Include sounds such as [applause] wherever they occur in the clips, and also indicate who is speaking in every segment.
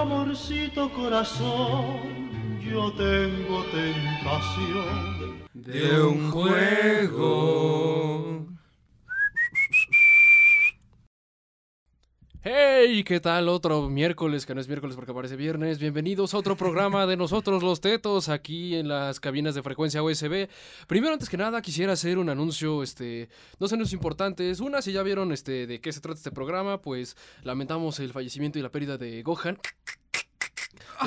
Speaker 1: amorcito corazón, yo tengo tentación.
Speaker 2: de un juego.
Speaker 3: Hey, ¿qué tal? Otro miércoles, que no es miércoles porque parece viernes. Bienvenidos a otro programa de nosotros los tetos aquí en las cabinas de frecuencia USB. Primero, antes que nada, quisiera hacer un anuncio, este, dos anuncios importantes. Una, si ya vieron este, de qué se trata este programa, pues lamentamos el fallecimiento y la pérdida de Gohan.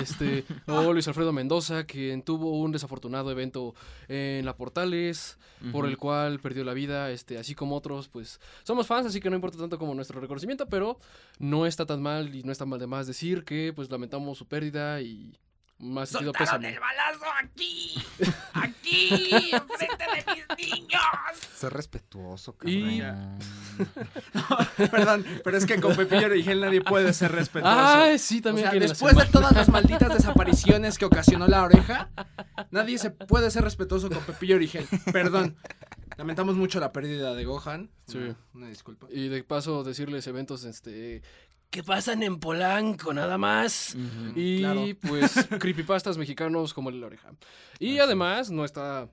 Speaker 3: Este, o Luis Alfredo Mendoza, quien tuvo un desafortunado evento en la Portales, por el cual perdió la vida, este, así como otros, pues somos fans, así que no importa tanto como nuestro reconocimiento, pero no está tan mal y no está mal de más decir que pues lamentamos su pérdida y más sentido
Speaker 4: ¡Soltaron
Speaker 3: pésame.
Speaker 4: el balazo
Speaker 3: [laughs]
Speaker 4: aquí! ¡Aquí! ¡Enfrente de mis niños!
Speaker 5: Ser respetuoso,
Speaker 3: Y-
Speaker 5: [laughs] cabrón.
Speaker 2: Perdón, pero es que con Pepillo Origel nadie puede ser respetuoso.
Speaker 3: Ah, sí,
Speaker 2: O
Speaker 3: también
Speaker 2: sea,
Speaker 3: tiene la
Speaker 2: después de
Speaker 3: semana.
Speaker 2: todas las malditas desapariciones que ocasionó la oreja, nadie se puede ser respetuoso con Pepillo Origel. Perdón. Lamentamos mucho la pérdida de Gohan.
Speaker 3: Sí.
Speaker 2: Una, una disculpa.
Speaker 3: Y de paso decirles eventos este que pasan en Polanco nada más. Y
Speaker 2: Mm, claro. [laughs]
Speaker 3: pues creepypastas mexicanos como el de la oreja. Y además no está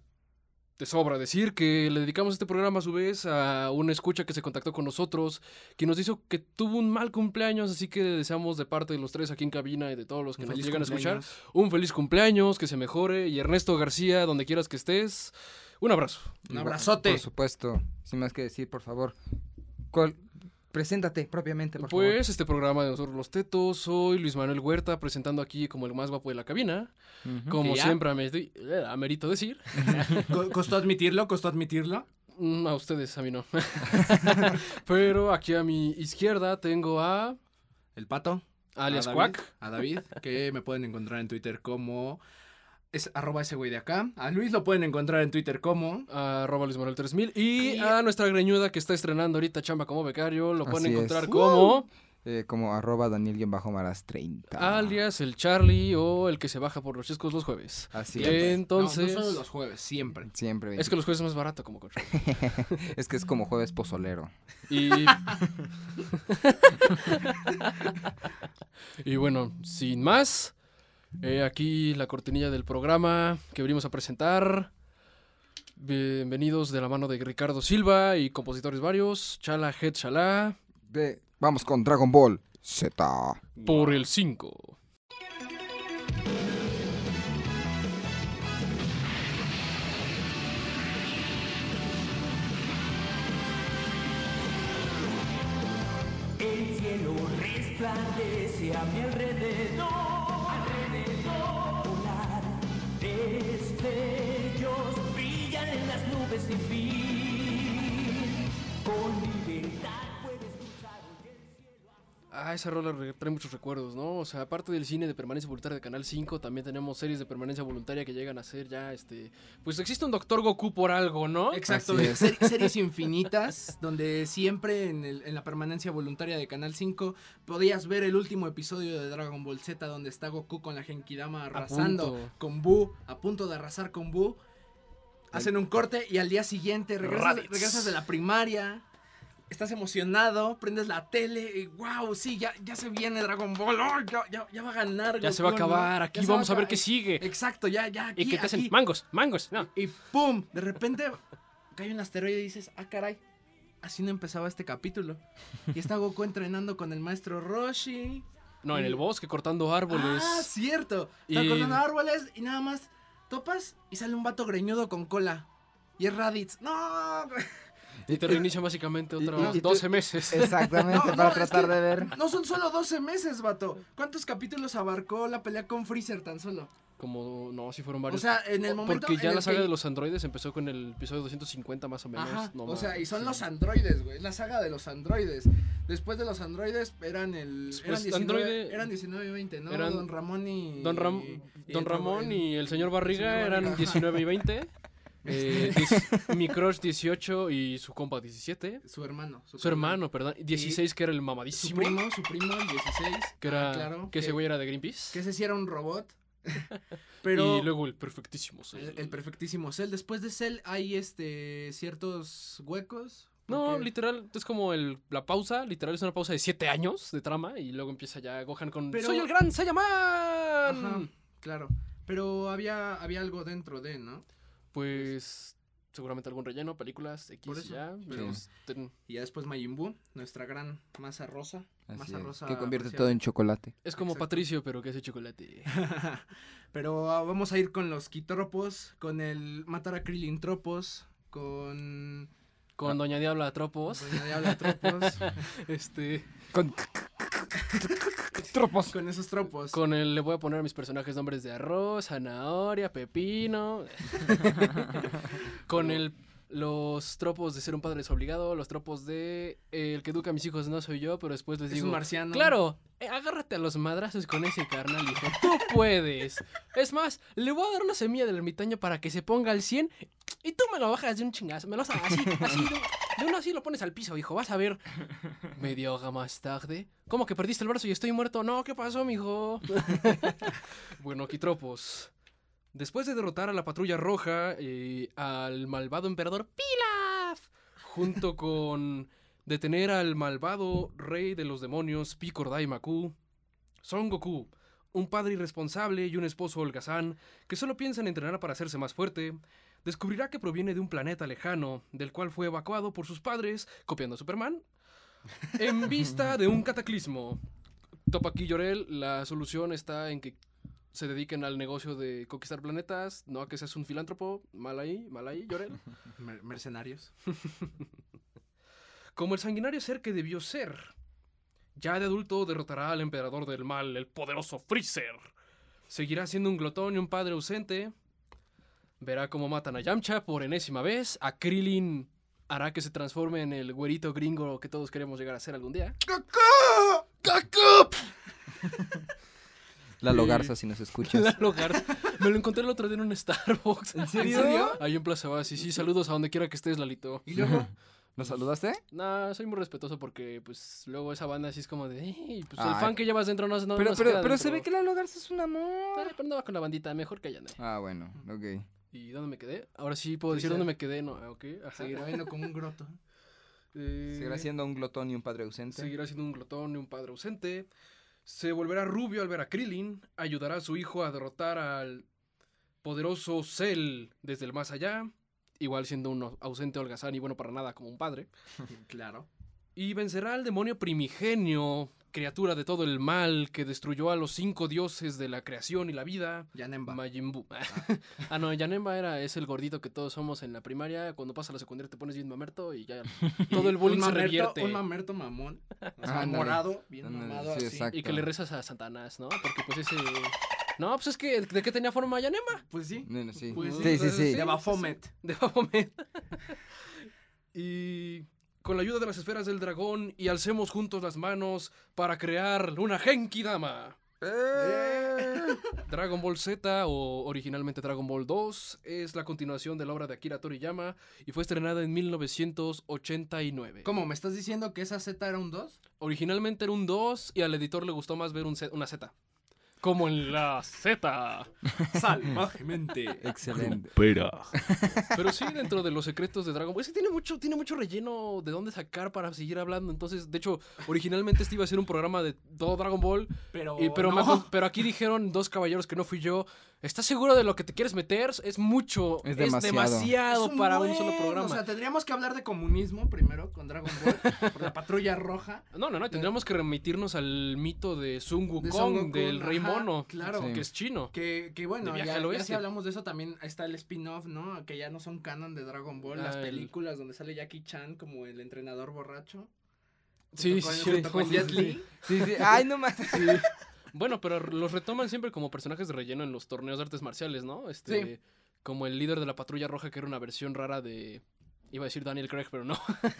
Speaker 3: de sobra decir que le dedicamos este programa a su vez a una escucha que se contactó con nosotros, que nos dijo que tuvo un mal cumpleaños, así que le deseamos de parte de los tres aquí en cabina y de todos los que
Speaker 2: Un
Speaker 3: nos
Speaker 2: feliz
Speaker 3: llegan a
Speaker 2: cumpleaños.
Speaker 3: escuchar un feliz cumpleaños, que se mejore y Ernesto García, donde quieras que estés, un abrazo.
Speaker 2: Un abrazote.
Speaker 5: Por supuesto. Sin más que decir, por favor. ¿Cuál- Preséntate propiamente, por favor.
Speaker 3: Pues este programa de nosotros los tetos, soy Luis Manuel Huerta presentando aquí como el más guapo de la cabina,
Speaker 5: Ujú.
Speaker 3: como
Speaker 4: ya.
Speaker 3: siempre ame- eh, amerito decir,
Speaker 2: Co- costó admitirlo, costó admitirlo.
Speaker 3: Mm, a ustedes, a mí no. [laughs] Pero aquí a mi izquierda tengo a
Speaker 2: El pato.
Speaker 3: alias
Speaker 5: Ah,
Speaker 2: a David,
Speaker 3: Quack,
Speaker 2: A David, que me pueden encontrar en Twitter como. Es arroba ese güey de acá. A Luis lo pueden encontrar en Twitter como.
Speaker 3: a arroba Luis Manuel 3000 y,
Speaker 2: Y-
Speaker 3: a nuestra greñuda que está estrenando ahorita chamba como becario, lo pueden
Speaker 5: Así es.
Speaker 3: encontrar como
Speaker 5: Eh, como arroba Daniel-Maras30.
Speaker 3: alias el Charlie o el que se baja por los chescos los jueves.
Speaker 5: Así
Speaker 3: Bien.
Speaker 5: es.
Speaker 3: Entonces-
Speaker 2: No, no solo los jueves, siempre.
Speaker 5: Siempre.
Speaker 3: Es que los jueves es más barato como coche.
Speaker 5: es que es como jueves pozolero. [laughs]
Speaker 3: Y... y bueno, sin más, eh, aquí la cortinilla del programa que venimos a presentar. Bienvenidos de la mano de Ricardo Silva y compositores varios, Chala Het Chala,
Speaker 5: De- Vamos con Dragon Ball Z.
Speaker 3: por el 5.
Speaker 6: El cielo resplandece a mi alrededor, alrededor polar. Destellos brillan en las nubes sin fin. Con libertad puedes cruzar hoy el cielo.
Speaker 3: Ah, esa rola re- trae muchos recuerdos, ¿no? O sea, aparte del cine de permanencia voluntaria de Canal 5, también tenemos series de permanencia voluntaria que llegan a ser ya, este... Pues existe un Doctor Goku por algo, ¿no?
Speaker 2: Exacto,
Speaker 5: Así es.
Speaker 2: ser- series infinitas, [laughs] donde siempre en, el- en la permanencia voluntaria de Canal 5 podías ver el último episodio de Dragon Ball Z donde está Goku con la Genkidama arrasando
Speaker 3: punto.
Speaker 2: con Buu, a punto de arrasar con Buu. Hacen un corte y al día siguiente regresas,
Speaker 3: Raditz.
Speaker 2: regresas de la primaria, estás emocionado, prendes la tele y wow, sí, ya, ya se viene Dragon Ball, ¡oh! ya, ya- ya va a ganar.
Speaker 3: Ya se va a
Speaker 2: Goku, ¿no?
Speaker 3: acabar,
Speaker 2: Ya
Speaker 3: aquí
Speaker 2: se va
Speaker 3: vamos a ver
Speaker 2: acabar.
Speaker 3: qué sigue.
Speaker 2: Exacto, ya, ya. Aquí,
Speaker 3: y que te hacen
Speaker 2: aquí.
Speaker 3: mangos, mangos, no.
Speaker 2: Y ¡pum! De repente cae un asteroide y dices, ah, caray, así no empezaba este capítulo. Y está Goku entrenando con el maestro Roshi.
Speaker 3: No, en el bosque cortando árboles.
Speaker 2: Ah, cierto. Está
Speaker 3: Y-
Speaker 2: cortando árboles y nada más topas y sale un vato greñudo con cola. Y es Raditz. No,
Speaker 3: Y te reinicia básicamente
Speaker 5: y- y-
Speaker 3: otros
Speaker 5: y tú-
Speaker 3: 12 meses.
Speaker 5: Exactamente,
Speaker 2: No, no,
Speaker 5: [laughs] para
Speaker 2: es
Speaker 5: tratar
Speaker 2: que-
Speaker 5: de ver.
Speaker 2: no son solo 12 meses, vato. ¿Cuántos capítulos abarcó la pelea con Freezer tan solo?
Speaker 3: [laughs] Como, no, si fueron
Speaker 2: O
Speaker 3: varios.
Speaker 2: sea, en el momento.
Speaker 3: Porque
Speaker 2: en
Speaker 3: ya
Speaker 2: el
Speaker 3: la saga
Speaker 2: que-
Speaker 3: de los androides empezó con el episodio 250 más o menos.
Speaker 2: Ajá,
Speaker 3: no
Speaker 2: o sea,
Speaker 3: mames.
Speaker 2: y son los androides, güey. Es la saga de los androides. Después de los androides eran el.
Speaker 3: Después
Speaker 2: eran, 19,
Speaker 3: androide-
Speaker 2: eran 19 y 20, ¿no?
Speaker 3: eran-
Speaker 2: Don Ramón y.
Speaker 3: Don, Ram-
Speaker 2: y
Speaker 3: Don
Speaker 2: el-
Speaker 3: Ramón y el señor
Speaker 2: el
Speaker 3: Barriga
Speaker 2: señor
Speaker 3: eran
Speaker 2: Barriga,
Speaker 3: 19 y
Speaker 2: [laughs]
Speaker 3: 20. eh, diez- mi crush 18 y su compa 17.
Speaker 2: Su hermano.
Speaker 3: Su hermano, perdón. 16 que era el
Speaker 2: Su
Speaker 3: mamadísimo.
Speaker 2: primo, su primo, el 16.
Speaker 3: que era,
Speaker 2: Ah, claro,
Speaker 3: que ese
Speaker 2: que-
Speaker 3: güey era de Greenpeace.
Speaker 2: Que ese sí era
Speaker 3: [laughs]
Speaker 2: un robot. Pero.
Speaker 3: Y luego el perfectísimo.
Speaker 2: El, el perfectísimo Cell. Después de Cell hay este ciertos huecos.
Speaker 3: No,
Speaker 5: Porque-
Speaker 3: literal, es como el, la pausa, literal es una pausa de siete años de trama y luego empieza ya Gohan con
Speaker 2: Pero-
Speaker 3: ¡Soy el gran Saiyaman!
Speaker 2: Ajá, claro. Pero había, había algo dentro de, ¿no?
Speaker 3: Pues seguramente algún relleno, películas, X
Speaker 2: Por
Speaker 3: y
Speaker 2: eso,
Speaker 3: ya.
Speaker 2: sí.
Speaker 3: pero este,
Speaker 2: Y ya después Majin Buu, nuestra gran masa rosa.
Speaker 5: Así
Speaker 2: masa
Speaker 5: es,
Speaker 2: rosa.
Speaker 5: que convierte
Speaker 2: marcial.
Speaker 5: todo en chocolate.
Speaker 3: Es como
Speaker 2: Exacto.
Speaker 3: Patricio, pero que hace chocolate.
Speaker 2: [laughs] Pero ah, vamos a ir con los quitropos, con el matar a Krillin tropos, con
Speaker 3: Con
Speaker 2: Ah.
Speaker 3: Doña Diabla Tropos.
Speaker 2: Doña Diabla
Speaker 3: [laughs]
Speaker 2: tropos,
Speaker 3: Este.
Speaker 5: Con tropos.
Speaker 2: con esos [laughs] tropos.
Speaker 3: Con el le voy a poner a mis personajes nombres de arroz, zanahoria, pepino. [laughs] con el los tropos de ser un padre desobligado, los tropos de eh, el que educa a mis hijos no soy yo, pero después les
Speaker 2: es
Speaker 3: digo.
Speaker 2: un marciano.
Speaker 3: Claro, eh, agárrate a los madrazos con ese carnal, hijo. Tú puedes. Es más, le voy a dar una semilla del ermitaño para que se ponga al 100 y tú me lo bajas de un chingazo. Me lo haces así, así. De, de uno así lo pones al piso, hijo. Vas a ver. Media hora más tarde. ¿Cómo que perdiste el brazo y estoy muerto? No, ¿qué pasó, mijo? [laughs] bueno, Quitropos. Después de derrotar a la patrulla roja y al malvado emperador Pilaf, junto con detener al malvado rey de los demonios Picor Daimaku, Son Goku, un padre irresponsable y un esposo holgazán que solo piensa en entrenar para hacerse más fuerte, descubrirá que proviene de un planeta lejano, del cual fue evacuado por sus padres, copiando a Superman, en vista de un cataclismo. Topa aquí Llorel, la solución está en que se dediquen al negocio de conquistar planetas, no a que seas un filántropo, mal ahí, mal ahí, Llorel.
Speaker 2: Mer- mercenarios.
Speaker 3: como el sanguinario ser que debió ser. Ya de adulto derrotará al emperador del mal, el poderoso Freezer. Seguirá siendo un glotón y un padre ausente. Verá cómo matan a Yamcha por enésima vez. A Krillin hará que se transforme en el güerito gringo que todos queremos llegar a ser algún
Speaker 5: [laughs]
Speaker 3: día.
Speaker 5: La
Speaker 3: Sí.
Speaker 5: logarza si
Speaker 3: [laughs]
Speaker 5: nos escuchas.
Speaker 3: Lalo Garza. Me lo encontré el otro día en un Starbucks. ¿En
Speaker 5: serio?
Speaker 3: Ahí en Plaza Basi. Sí, saludos a donde quiera que estés, Lalito.
Speaker 2: Y
Speaker 5: [laughs]
Speaker 2: luego,
Speaker 5: ¿Nos saludaste?
Speaker 3: Nah, soy muy respetuoso porque, pues, luego esa banda así es como de... "Ey, pues, el
Speaker 5: Ay.
Speaker 3: fan que llevas dentro no, no
Speaker 5: pero
Speaker 3: no
Speaker 5: pero,
Speaker 3: queda
Speaker 5: pero se
Speaker 3: dentro".
Speaker 5: ve que la logarza es un amor.
Speaker 3: Ah, pero andaba con la bandita, mejor que allá andé.
Speaker 5: Ah, bueno, ok.
Speaker 3: ¿Y dónde me quedé? Ahora sí puedo
Speaker 2: Sí,
Speaker 3: decir
Speaker 2: ya.
Speaker 3: dónde me quedé, ¿no? Ah, Ok, ajá.
Speaker 2: seguirá viendo como un groto.
Speaker 3: Eh,
Speaker 5: Seguirá siendo un glotón y un padre ausente.
Speaker 3: seguirá siendo un glotón y un padre ausente. Se volverá rubio al ver a Krillin. Ayudará a su hijo a derrotar al poderoso Cell desde el más allá. Igual siendo un ausente holgazán y bueno para nada como un padre.
Speaker 2: Claro.
Speaker 3: Y vencerá al demonio primigenio, criatura de todo el mal que destruyó a los cinco dioses de la creación y la vida.
Speaker 2: Yanemba.
Speaker 3: Majin Buu. [laughs] ah, no, Yanemba era, es el gordito que todos somos en la primaria. Cuando pasas a la secundaria te pones bien mamerto y
Speaker 2: [laughs]
Speaker 3: ya todo el bullying
Speaker 2: un
Speaker 3: se
Speaker 2: mamerto-
Speaker 3: revierte.
Speaker 2: Un mamerto mamón. o sea,
Speaker 5: Ándale.
Speaker 2: morado, bien
Speaker 5: Ándale,
Speaker 2: mamado
Speaker 5: sí,
Speaker 2: así.
Speaker 5: exacto.
Speaker 3: Y que le rezas a Satanás, ¿no? Porque pues ese... No, pues es que ¿de qué tenía forma [laughs] Yanemba?
Speaker 2: Pues sí.
Speaker 5: No, no, sí.
Speaker 2: Pues sí,
Speaker 5: sí, sí,
Speaker 3: entonces
Speaker 5: sí.
Speaker 2: De Bafomet.
Speaker 3: De Baphomet. y con la ayuda de las esferas del dragón y alcemos juntos las manos para crear una Genki Dama.
Speaker 5: ¡Eh!
Speaker 3: Dragon Ball Z o originalmente Dragon Ball 2 es la continuación de la obra de Akira Toriyama y fue estrenada en 1989.
Speaker 2: ¿Cómo? ¿Me estás diciendo que esa Z era un 2?
Speaker 3: Originalmente era un 2 y al editor le gustó más ver un Z- una Z. Como en la Z.
Speaker 2: Salvajemente.
Speaker 5: Excelente.
Speaker 3: Pero sí, dentro de los secretos de Dragon Ball. Es que tiene mucho, tiene mucho relleno de dónde sacar para seguir hablando. Entonces, de hecho, originalmente este iba a ser un programa de todo Dragon Ball.
Speaker 2: Pero,
Speaker 3: y- pero, me
Speaker 2: no.
Speaker 5: [laughs]
Speaker 3: acon- pero aquí dijeron dos caballeros que no fui yo. ¿Estás seguro de lo que te quieres meter? Es mucho.
Speaker 5: Es demasiado.
Speaker 3: demasiado
Speaker 2: Es
Speaker 3: para un
Speaker 2: buen,
Speaker 3: solo programa.
Speaker 2: O sea, tendríamos que hablar de comunismo primero con Dragon Ball, por la patrulla roja.
Speaker 3: No, no, no, tendríamos que remitirnos al mito de Sun Wukong,
Speaker 2: eh. De Son Goku,
Speaker 3: del rey
Speaker 2: ajá,
Speaker 3: mono,
Speaker 2: Claro.
Speaker 5: Sí.
Speaker 3: que es chino.
Speaker 2: Que, que bueno,
Speaker 3: De viaje
Speaker 2: ya,
Speaker 3: al
Speaker 2: ya
Speaker 3: oeste.
Speaker 2: si hablamos de eso también está el spin-off, ¿no? Que ya no son canon de Dragon Ball, las
Speaker 3: Ah, el-
Speaker 2: películas donde sale Jackie Chan como el entrenador borracho.
Speaker 3: Sí,
Speaker 2: junto
Speaker 3: sí,
Speaker 2: con- junto
Speaker 3: sí,
Speaker 2: con
Speaker 3: sí,
Speaker 2: Jet
Speaker 3: sí.
Speaker 2: Li.
Speaker 5: Sí, sí. Ay, no más.
Speaker 3: Bueno, pero los retoman siempre como personajes de relleno en los torneos de artes marciales, ¿no? Este, Como el líder de la patrulla roja, que era una versión rara de... Iba a decir Daniel Craig, pero no. [laughs]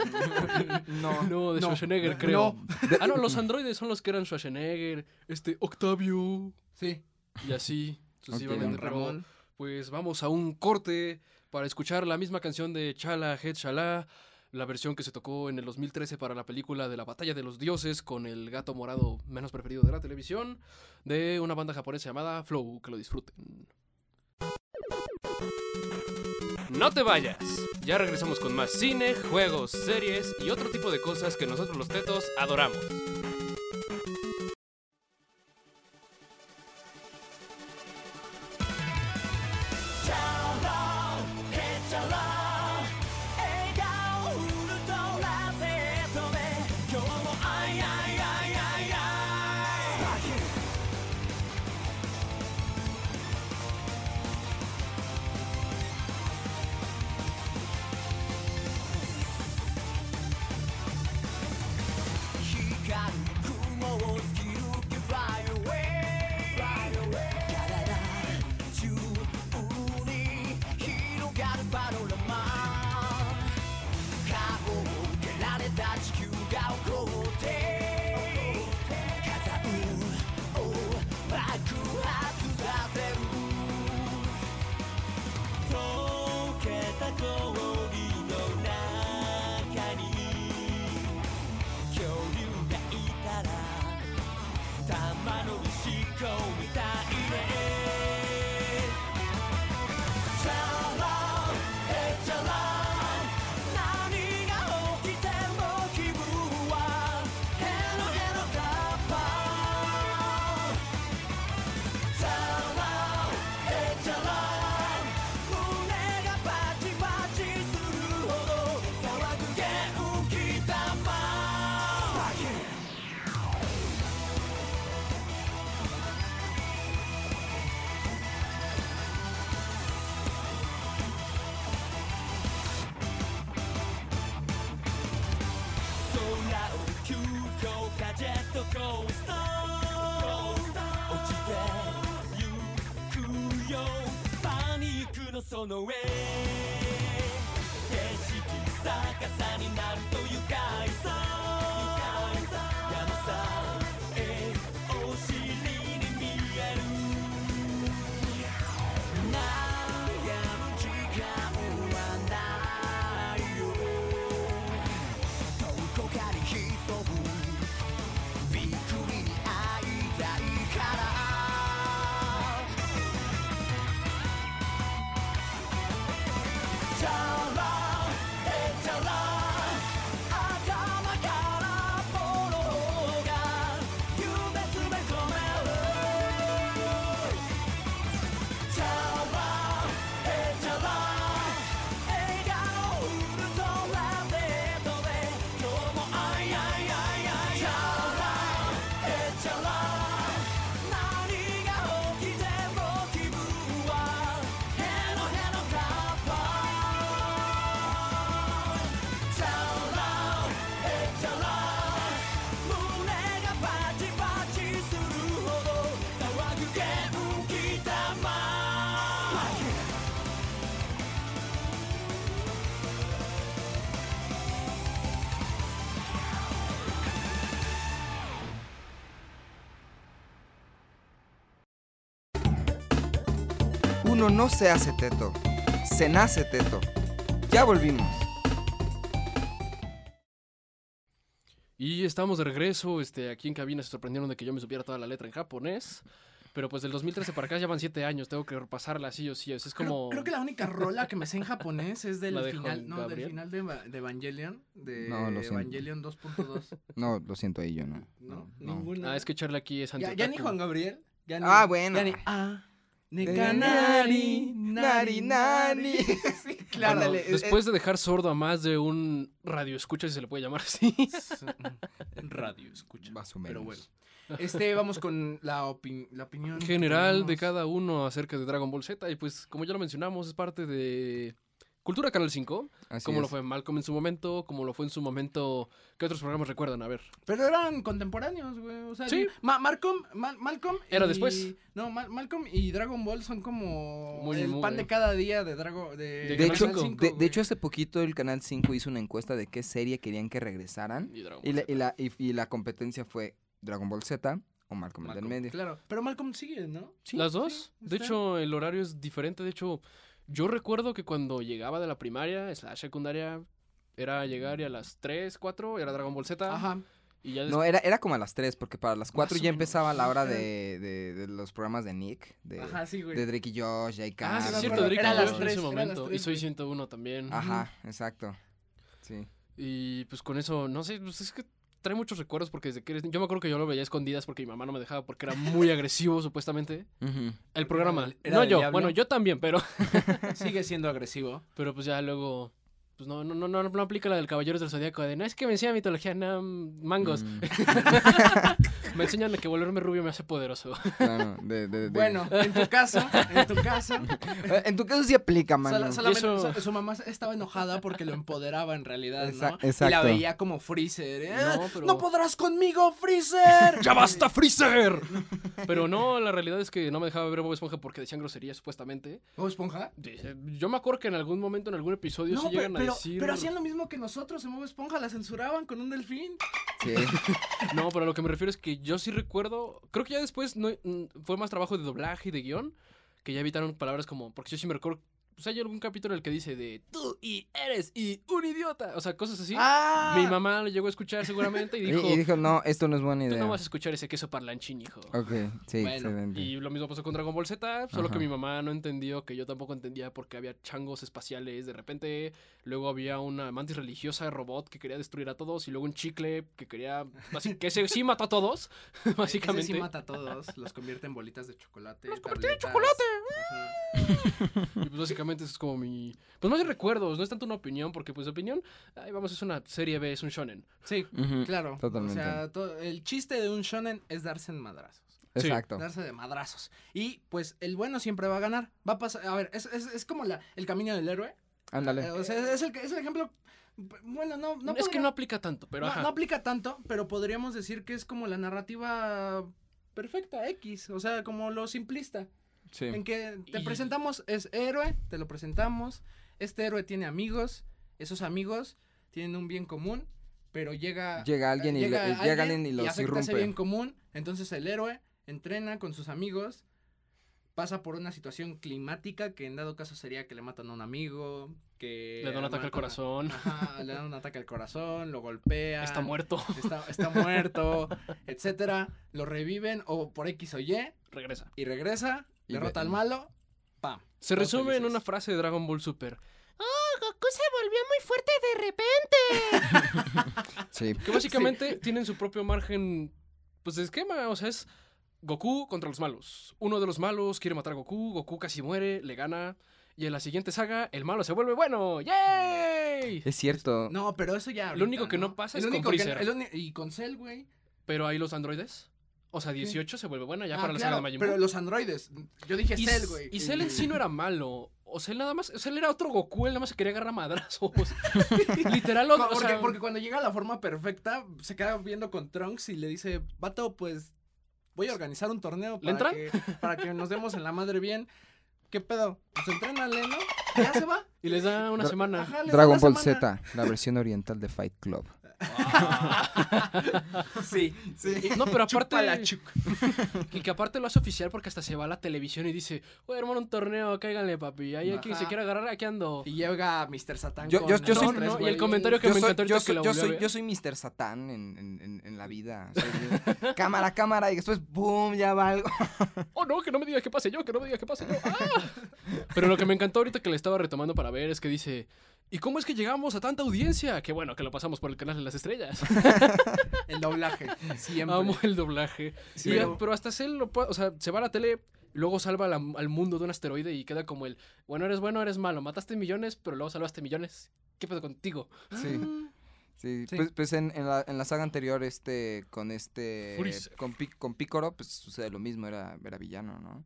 Speaker 5: No.
Speaker 3: No, de
Speaker 2: no,
Speaker 3: Schwarzenegger,
Speaker 2: no.
Speaker 3: creo.
Speaker 2: [laughs]
Speaker 3: Ah, no, los androides son los que eran Schwarzenegger, este, Octavio,
Speaker 2: Sí,
Speaker 3: y así sucesivamente.
Speaker 2: Don
Speaker 3: pero,
Speaker 2: Ramón.
Speaker 3: pues vamos a un corte para escuchar la misma canción de Chala Het Chala, la versión que se tocó en el 2013 para la película de la Batalla de los Dioses con el gato morado menos preferido de la televisión de una banda japonesa llamada Flow, que lo disfruten. No te vayas. Ya regresamos con más cine, juegos, series y otro tipo de cosas que nosotros los tetos adoramos.
Speaker 6: Uno no se hace teto, se nace teto. Ya volvimos.
Speaker 3: Y estamos de regreso, este, aquí en cabina se sorprendieron de que yo me supiera toda la letra en japonés. Pero pues del 2013 para acá ya van 7 años, tengo que repasarla sí o sí. o sea, Es
Speaker 2: Creo-
Speaker 3: como...
Speaker 2: Creo, que la única rola que me sé en japonés es
Speaker 3: [laughs]
Speaker 2: del
Speaker 3: ¿La de
Speaker 2: final,
Speaker 3: Juan
Speaker 2: no, del
Speaker 3: Gabriel?
Speaker 2: final de, Eva- de Evangelion, de
Speaker 6: No, lo siento.
Speaker 2: Evangelion 2.2,
Speaker 6: No, lo siento ahí yo no.
Speaker 2: ¿no?
Speaker 6: No.
Speaker 2: Ninguna.
Speaker 3: Ah, es que echarle aquí es
Speaker 2: ya,
Speaker 3: anti
Speaker 2: ya ni Juan Gabriel, ya ni,
Speaker 6: Ah, bueno.
Speaker 2: ya ni ah, ne
Speaker 6: De
Speaker 2: canari, nari,
Speaker 6: nari, nari.
Speaker 2: nari. [laughs] Sí, claro.
Speaker 6: Ándale, es-
Speaker 3: Después
Speaker 2: eh.
Speaker 3: de dejar sordo a más de un radio escucha, si se le puede llamar así.
Speaker 2: [laughs] Radio, escucha.
Speaker 6: Más o menos.
Speaker 2: Pero bueno. Este, vamos con la, opin- la opinión que
Speaker 3: general de
Speaker 2: tenemos.
Speaker 3: cada uno acerca de Dragon Ball Z. Y pues, como ya lo mencionamos, es parte de Cultura Canal 5.
Speaker 6: Así
Speaker 3: como lo
Speaker 6: es.
Speaker 3: fue Malcolm en su momento, como lo fue en su momento. ¿Qué otros programas recuerdan? A ver.
Speaker 2: Pero eran contemporáneos, güey. O sea,
Speaker 3: Sí.
Speaker 2: Ma- Malcolm, Mal- Malcolm.
Speaker 3: Era
Speaker 2: y-
Speaker 3: después.
Speaker 2: No, Mal- Malcolm y Dragon Ball son como
Speaker 3: Muy,
Speaker 2: el
Speaker 3: muy-
Speaker 2: pan de cada día de Dragon. De,
Speaker 3: De
Speaker 6: De
Speaker 2: Canal
Speaker 6: hecho,
Speaker 3: Canal
Speaker 2: cinco,
Speaker 6: de, de
Speaker 2: güey.
Speaker 6: hecho, hace poquito el Canal 5 hizo una encuesta de qué serie querían que regresaran.
Speaker 3: Y Dragon
Speaker 6: Y
Speaker 3: Ball
Speaker 6: la,
Speaker 3: Z.
Speaker 6: y la- y- y la competencia fue Dragon Ball Z o Malcolm, el del
Speaker 2: Malcolm,
Speaker 6: medio.
Speaker 2: Claro, pero Malcolm sigue, ¿no?
Speaker 3: Las dos.
Speaker 2: sí,
Speaker 3: de
Speaker 2: está.
Speaker 3: hecho, el horario es diferente. De hecho, yo recuerdo que cuando llegaba de la primaria, slash secundaria, era llegar y a las 3, 4 era Dragon Ball Z.
Speaker 2: Ajá.
Speaker 3: Y ya
Speaker 5: No, era, era como a las 3, porque para las 4
Speaker 3: Más o
Speaker 5: ya
Speaker 3: menos.
Speaker 5: empezaba la hora de, de- de los programas de Nick, de,
Speaker 2: Ajá, sí, güey.
Speaker 5: de Drake y Josh, Jay
Speaker 3: Ah, sí,
Speaker 2: me
Speaker 3: es cierto,
Speaker 2: acuerdo.
Speaker 3: Drake y
Speaker 2: Era las
Speaker 3: Josh en
Speaker 2: tres,
Speaker 3: ese
Speaker 2: era las
Speaker 3: momento. Y
Speaker 2: tres,
Speaker 3: soy
Speaker 2: güey.
Speaker 3: 101 también.
Speaker 5: Ajá, exacto. Sí.
Speaker 3: Y pues con eso, no sé, pues es que trae muchos recuerdos porque desde que eres... Yo me acuerdo que yo lo veía a escondidas porque mi mamá no me dejaba porque era muy [laughs] agresivo supuestamente.
Speaker 5: Ujú.
Speaker 3: El programa.
Speaker 2: del- era
Speaker 3: no
Speaker 2: del
Speaker 3: yo,
Speaker 2: diablo.
Speaker 3: bueno, yo también, pero... [laughs]
Speaker 2: Sigue siendo agresivo.
Speaker 3: Pero pues ya luego... Pues no, no, no, no, no aplica la del Caballeros del Zodíaco de... No, es que me enseña mitología, no, mm, mangos.
Speaker 5: Mm,
Speaker 3: Me enseñan que volverme rubio me hace poderoso.
Speaker 5: [laughs]
Speaker 3: [laughs]
Speaker 5: claro, de- de- de-
Speaker 2: Bueno, en tu caso, en tu caso,
Speaker 5: [laughs] Eh, En tu caso sí aplica, mano.
Speaker 2: sola- solamente-
Speaker 3: Eso-
Speaker 2: so- su mamá estaba enojada porque lo empoderaba en realidad, ¿no?
Speaker 5: Exa-
Speaker 2: Y la
Speaker 5: exacto.
Speaker 2: veía como Freezer. ¿eh?
Speaker 3: No,
Speaker 2: No,
Speaker 3: pero-
Speaker 2: podrás conmigo,
Speaker 3: [laughs]
Speaker 2: Freezer!
Speaker 3: ¡Ya basta, Freezer! Pero no, la realidad es que no me dejaba ver Bob Esponja porque decían groserías supuestamente.
Speaker 2: ¿Bob Esponja?
Speaker 3: Dice, Yo me acuerdo que en algún momento, en algún episodio,
Speaker 2: No,
Speaker 3: sí
Speaker 2: pero,
Speaker 3: llegan a
Speaker 2: pero-
Speaker 3: decir.
Speaker 2: pero hacían lo mismo que nosotros en Bob Esponja, la censuraban con un delfín.
Speaker 5: Sí.
Speaker 3: No, pero a lo que me refiero es que yo sí recuerdo. Creo que ya después no, mm, fue más trabajo de doblaje y de guión. Que ya evitaron palabras como. Porque yo sí me recuerdo. Pues hay algún capítulo en el que dice de tú y eres y un idiota. O sea, cosas así.
Speaker 2: ¡Ah!
Speaker 3: Mi mamá lo llegó a escuchar seguramente y
Speaker 5: [laughs] Y-
Speaker 3: dijo.
Speaker 5: y dijo, no, esto no es buena
Speaker 3: Tú
Speaker 5: idea.
Speaker 3: no vas a escuchar ese queso parlanchín, hijo.
Speaker 5: Ok, sí,
Speaker 2: Bueno,
Speaker 5: excelente.
Speaker 3: Y lo mismo pasó con Dragon Ball Z, solo que
Speaker 5: Ajá.
Speaker 3: mi mamá no entendió, que yo tampoco entendía porque había changos espaciales de repente, luego había una mantis religiosa robot que quería destruir a todos y luego un chicle que quería, así que ese sí mató a todos, [laughs] básicamente.
Speaker 2: Ese sí mata a todos, los convierte en bolitas de chocolate. ¡Los convierte en chocolate!
Speaker 3: Y pues básicamente eso es como mi, pues más de recuerdos, no es tanto una opinión porque pues opinión, ay, vamos, es una serie B, es un shonen.
Speaker 2: Sí,
Speaker 5: Ujú,
Speaker 2: claro.
Speaker 5: Totalmente.
Speaker 2: O sea, to- el chiste de un shonen es darse en madrazos.
Speaker 3: sí.
Speaker 5: Exacto.
Speaker 2: Darse de madrazos. Y pues el bueno siempre va a ganar. Va a pasar. A ver, es, es- es como la, el camino del héroe. Eh,
Speaker 5: Ándale.
Speaker 2: O sea, es el, que- es el ejemplo. Bueno, no. no
Speaker 3: es que
Speaker 2: podría-
Speaker 3: no aplica tanto, pero
Speaker 2: no-
Speaker 3: ajá.
Speaker 2: no aplica tanto, pero podríamos decir que es como la narrativa perfecta, X. O sea, como lo simplista. En
Speaker 5: Sí.
Speaker 2: que te
Speaker 3: Y-
Speaker 2: presentamos, es héroe, te lo presentamos. Este héroe tiene amigos. Esos amigos tienen un bien común, pero llega.
Speaker 5: Llega alguien y
Speaker 2: llega
Speaker 5: le- llega alguien y los
Speaker 2: afecta ese
Speaker 5: irrumpe.
Speaker 2: bien común. Entonces el héroe entrena con sus amigos. Pasa por una situación climática que en dado caso sería que le matan a un amigo, que...
Speaker 3: Le da un ataque al
Speaker 2: matan a-
Speaker 3: corazón,
Speaker 2: Ajá, le dan un ataque al corazón, lo golpea.
Speaker 3: está muerto, [laughs]
Speaker 2: Está, está muerto, etcétera. Lo reviven o por X o Y
Speaker 3: regresa.
Speaker 2: y regresa,
Speaker 5: Y
Speaker 2: derrota
Speaker 5: ve-
Speaker 2: al malo, pam.
Speaker 3: Se
Speaker 2: Todos
Speaker 3: resume en
Speaker 2: felices.
Speaker 3: una frase de Dragon Ball Super.
Speaker 4: Goku se volvió muy fuerte de repente.
Speaker 5: Sí.
Speaker 2: [laughs]
Speaker 3: Que básicamente tienen su propio margen, pues, de esquema. O sea, es Goku contra los malos. Uno de los malos quiere matar a Goku, Goku casi muere, le gana. Y en la siguiente saga, el malo se vuelve bueno. ¡Yay!
Speaker 5: Es cierto.
Speaker 2: No, pero eso ya.
Speaker 3: Lo único que no pasa
Speaker 2: El
Speaker 3: es con
Speaker 2: único que no-
Speaker 3: Freezer.
Speaker 2: el uni- y con Cell, güey.
Speaker 3: Pero ahí los androides. O sea, 18 se vuelve bueno ya
Speaker 2: Ah,
Speaker 3: para la saga
Speaker 2: claro,
Speaker 3: de Majin
Speaker 2: Pero
Speaker 3: Buu.
Speaker 2: los androides. Yo dije
Speaker 3: Y,
Speaker 2: Cell, güey.
Speaker 3: y Cell en sí no era malo. O Cell nada más. Cell era otro Goku, él nada más se quería agarrar a
Speaker 2: [laughs]
Speaker 3: madrazos. Literal,
Speaker 2: Cu-
Speaker 3: o, o
Speaker 2: porque,
Speaker 3: sea,
Speaker 2: porque cuando llega a la forma perfecta, se queda viendo con Trunks y le dice, vato, pues voy a organizar un torneo
Speaker 3: ¿Le
Speaker 2: para, que, para que nos demos en la madre bien. ¿Qué pedo? Pues entrénale, ¿no? Ya se va.
Speaker 3: Y les da una
Speaker 5: Dra-
Speaker 3: semana.
Speaker 2: Ajá, les da
Speaker 5: Dragon
Speaker 2: una
Speaker 5: Ball
Speaker 2: semana.
Speaker 5: Z, la versión oriental de Fight Club.
Speaker 2: Sí, sí.
Speaker 3: No, pero aparte.
Speaker 2: Chúpala, chuc.
Speaker 3: Y que aparte lo hace oficial porque hasta se va a la televisión y dice, güey, hermano, un torneo, cáiganle, papi. Ahí hay quien se
Speaker 2: Ajá.
Speaker 3: quiera agarrar, aquí ando.
Speaker 2: Y llega Mr. Satan.
Speaker 5: Yo- yo-
Speaker 2: con
Speaker 5: yo
Speaker 2: los
Speaker 5: soy-
Speaker 2: tres
Speaker 3: No, no, y el
Speaker 2: güeyes.
Speaker 3: comentario que-
Speaker 5: Yo
Speaker 3: me
Speaker 5: soy,
Speaker 3: encantó ahorita
Speaker 5: yo,
Speaker 3: que
Speaker 5: soy,
Speaker 3: la
Speaker 5: yo,
Speaker 3: volví a
Speaker 5: soy,
Speaker 3: ver.
Speaker 5: yo soy Mr. Satán en, en- en- en la vida. Soy de- cámara, cámara, y después, ¡boom! Ya va algo.
Speaker 3: Oh, no, que no me digas que pase yo, que no me digas que pase [laughs] yo. ¡Ah! Pero lo que me encantó ahorita que le estaba retomando para ver es que dice, ¿y cómo es que llegamos a tanta audiencia? Que bueno, que lo pasamos por el canal de las estrellas.
Speaker 2: El doblaje. Siempre.
Speaker 3: Amo el doblaje.
Speaker 2: Sí,
Speaker 3: Y Ah, ya- pero...
Speaker 2: pero-
Speaker 3: hasta él lo puede, o sea, se va a la tele, luego salva a la- al mundo de un asteroide y queda como el, bueno, eres bueno, eres malo, mataste millones, pero luego salvaste millones. ¿Qué pedo contigo?
Speaker 5: [laughs] Sí. Sí,
Speaker 2: Sí.
Speaker 5: pues, pues en, en la, en la saga anterior, este, con este,
Speaker 3: Freezer.
Speaker 5: con, Pi- con Picoro, pues sucede lo mismo, era, era villano, ¿no?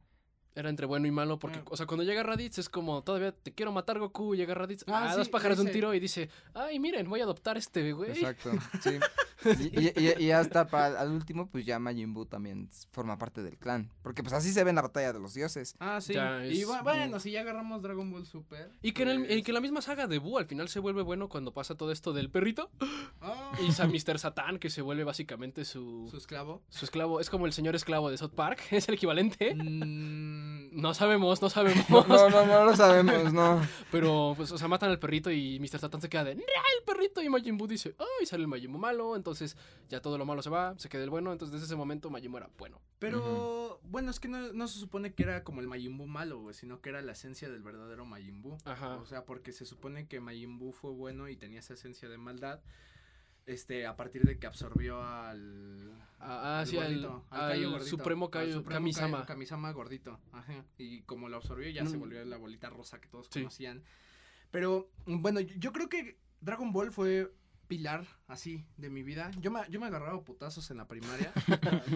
Speaker 3: Era entre bueno y malo, porque,
Speaker 2: Ah.
Speaker 3: o sea, cuando llega Raditz es como, todavía te quiero matar Goku, llega Raditz,
Speaker 2: Ah,
Speaker 3: a
Speaker 2: sí,
Speaker 3: dos pájaros de un
Speaker 2: ese.
Speaker 3: tiro y dice, ay, miren, voy a adoptar este, güey. [laughs]
Speaker 5: Exacto, sí. Y, y- y- y hasta para al último, pues ya Majin Buu también forma parte del clan, porque pues así se ve en la batalla de los dioses.
Speaker 2: Ah, sí.
Speaker 3: Ya
Speaker 2: Y
Speaker 3: es
Speaker 2: bu-
Speaker 3: muy-
Speaker 2: bueno, si ya agarramos Dragon Ball Super.
Speaker 3: Y que en, el-
Speaker 2: pues-
Speaker 3: en que la misma saga de Buu al final se vuelve bueno cuando pasa todo esto del perrito
Speaker 2: Ah,
Speaker 3: y
Speaker 2: [laughs]
Speaker 3: Sa- Mr. Satan que se vuelve básicamente su,
Speaker 2: su esclavo.
Speaker 3: [laughs] ¿Eh? su esclavo, es como el señor esclavo de South Park, es el equivalente.
Speaker 2: Mm,
Speaker 3: No sabemos, no sabemos. [laughs]
Speaker 5: No, no, no, no lo sabemos, no.
Speaker 3: Pero, pues, o sea, matan al perrito y Mr. Satan se queda de, "Nah, el perrito! Y Majin Buu dice, ¡ay! sale el Majin Buu malo, entonces ya todo lo malo se va, se queda el bueno. Entonces, desde ese momento, Majin Buu era bueno.
Speaker 2: Pero bueno, es que no, no se supone que era como el Majin Buu malo, güey, sino que era la esencia del verdadero Majin Buu.
Speaker 3: Ajá.
Speaker 2: O sea, porque se supone que Majin Buu fue bueno y tenía esa esencia de maldad. Este, a partir de que absorbió al.
Speaker 3: Ah, ah,
Speaker 2: al
Speaker 3: sí, al,
Speaker 2: gordito, al Kaio
Speaker 3: al
Speaker 2: gordito,
Speaker 3: supremo
Speaker 2: al
Speaker 3: Kaio,
Speaker 2: supremo
Speaker 3: Kamisama.
Speaker 2: Kaio- Kamisama gordito. Ajá. Y como lo absorbió, ya se
Speaker 3: No.
Speaker 2: volvió la bolita rosa que todos
Speaker 3: Sí.
Speaker 2: conocían. Pero bueno, yo- yo creo que Dragon Ball fue pilar así de mi vida. Yo me, yo me agarraba a putazos en la
Speaker 3: [laughs]
Speaker 2: primaria.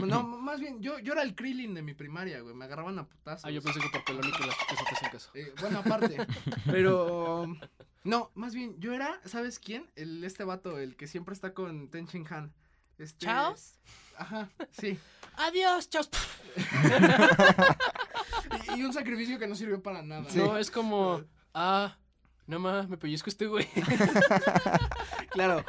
Speaker 2: no, más bien, yo, yo era el Krillin de mi primaria, güey. Me agarraban a putazos.
Speaker 3: Ah, yo pensé que por pelónico las chicas no te hacen caso.
Speaker 2: Eh, bueno, aparte. pero. No, más bien, yo era, ¿sabes quién? El, este vato, el que siempre está con Ten Shin Han. Este,
Speaker 4: Chaos.
Speaker 2: Ajá, sí.
Speaker 4: Adiós, chaos.
Speaker 2: Y, y un sacrificio que no sirvió para nada.
Speaker 5: Sí.
Speaker 3: No, es como, ah, nada más me pellizco este güey. [laughs]
Speaker 2: Claro.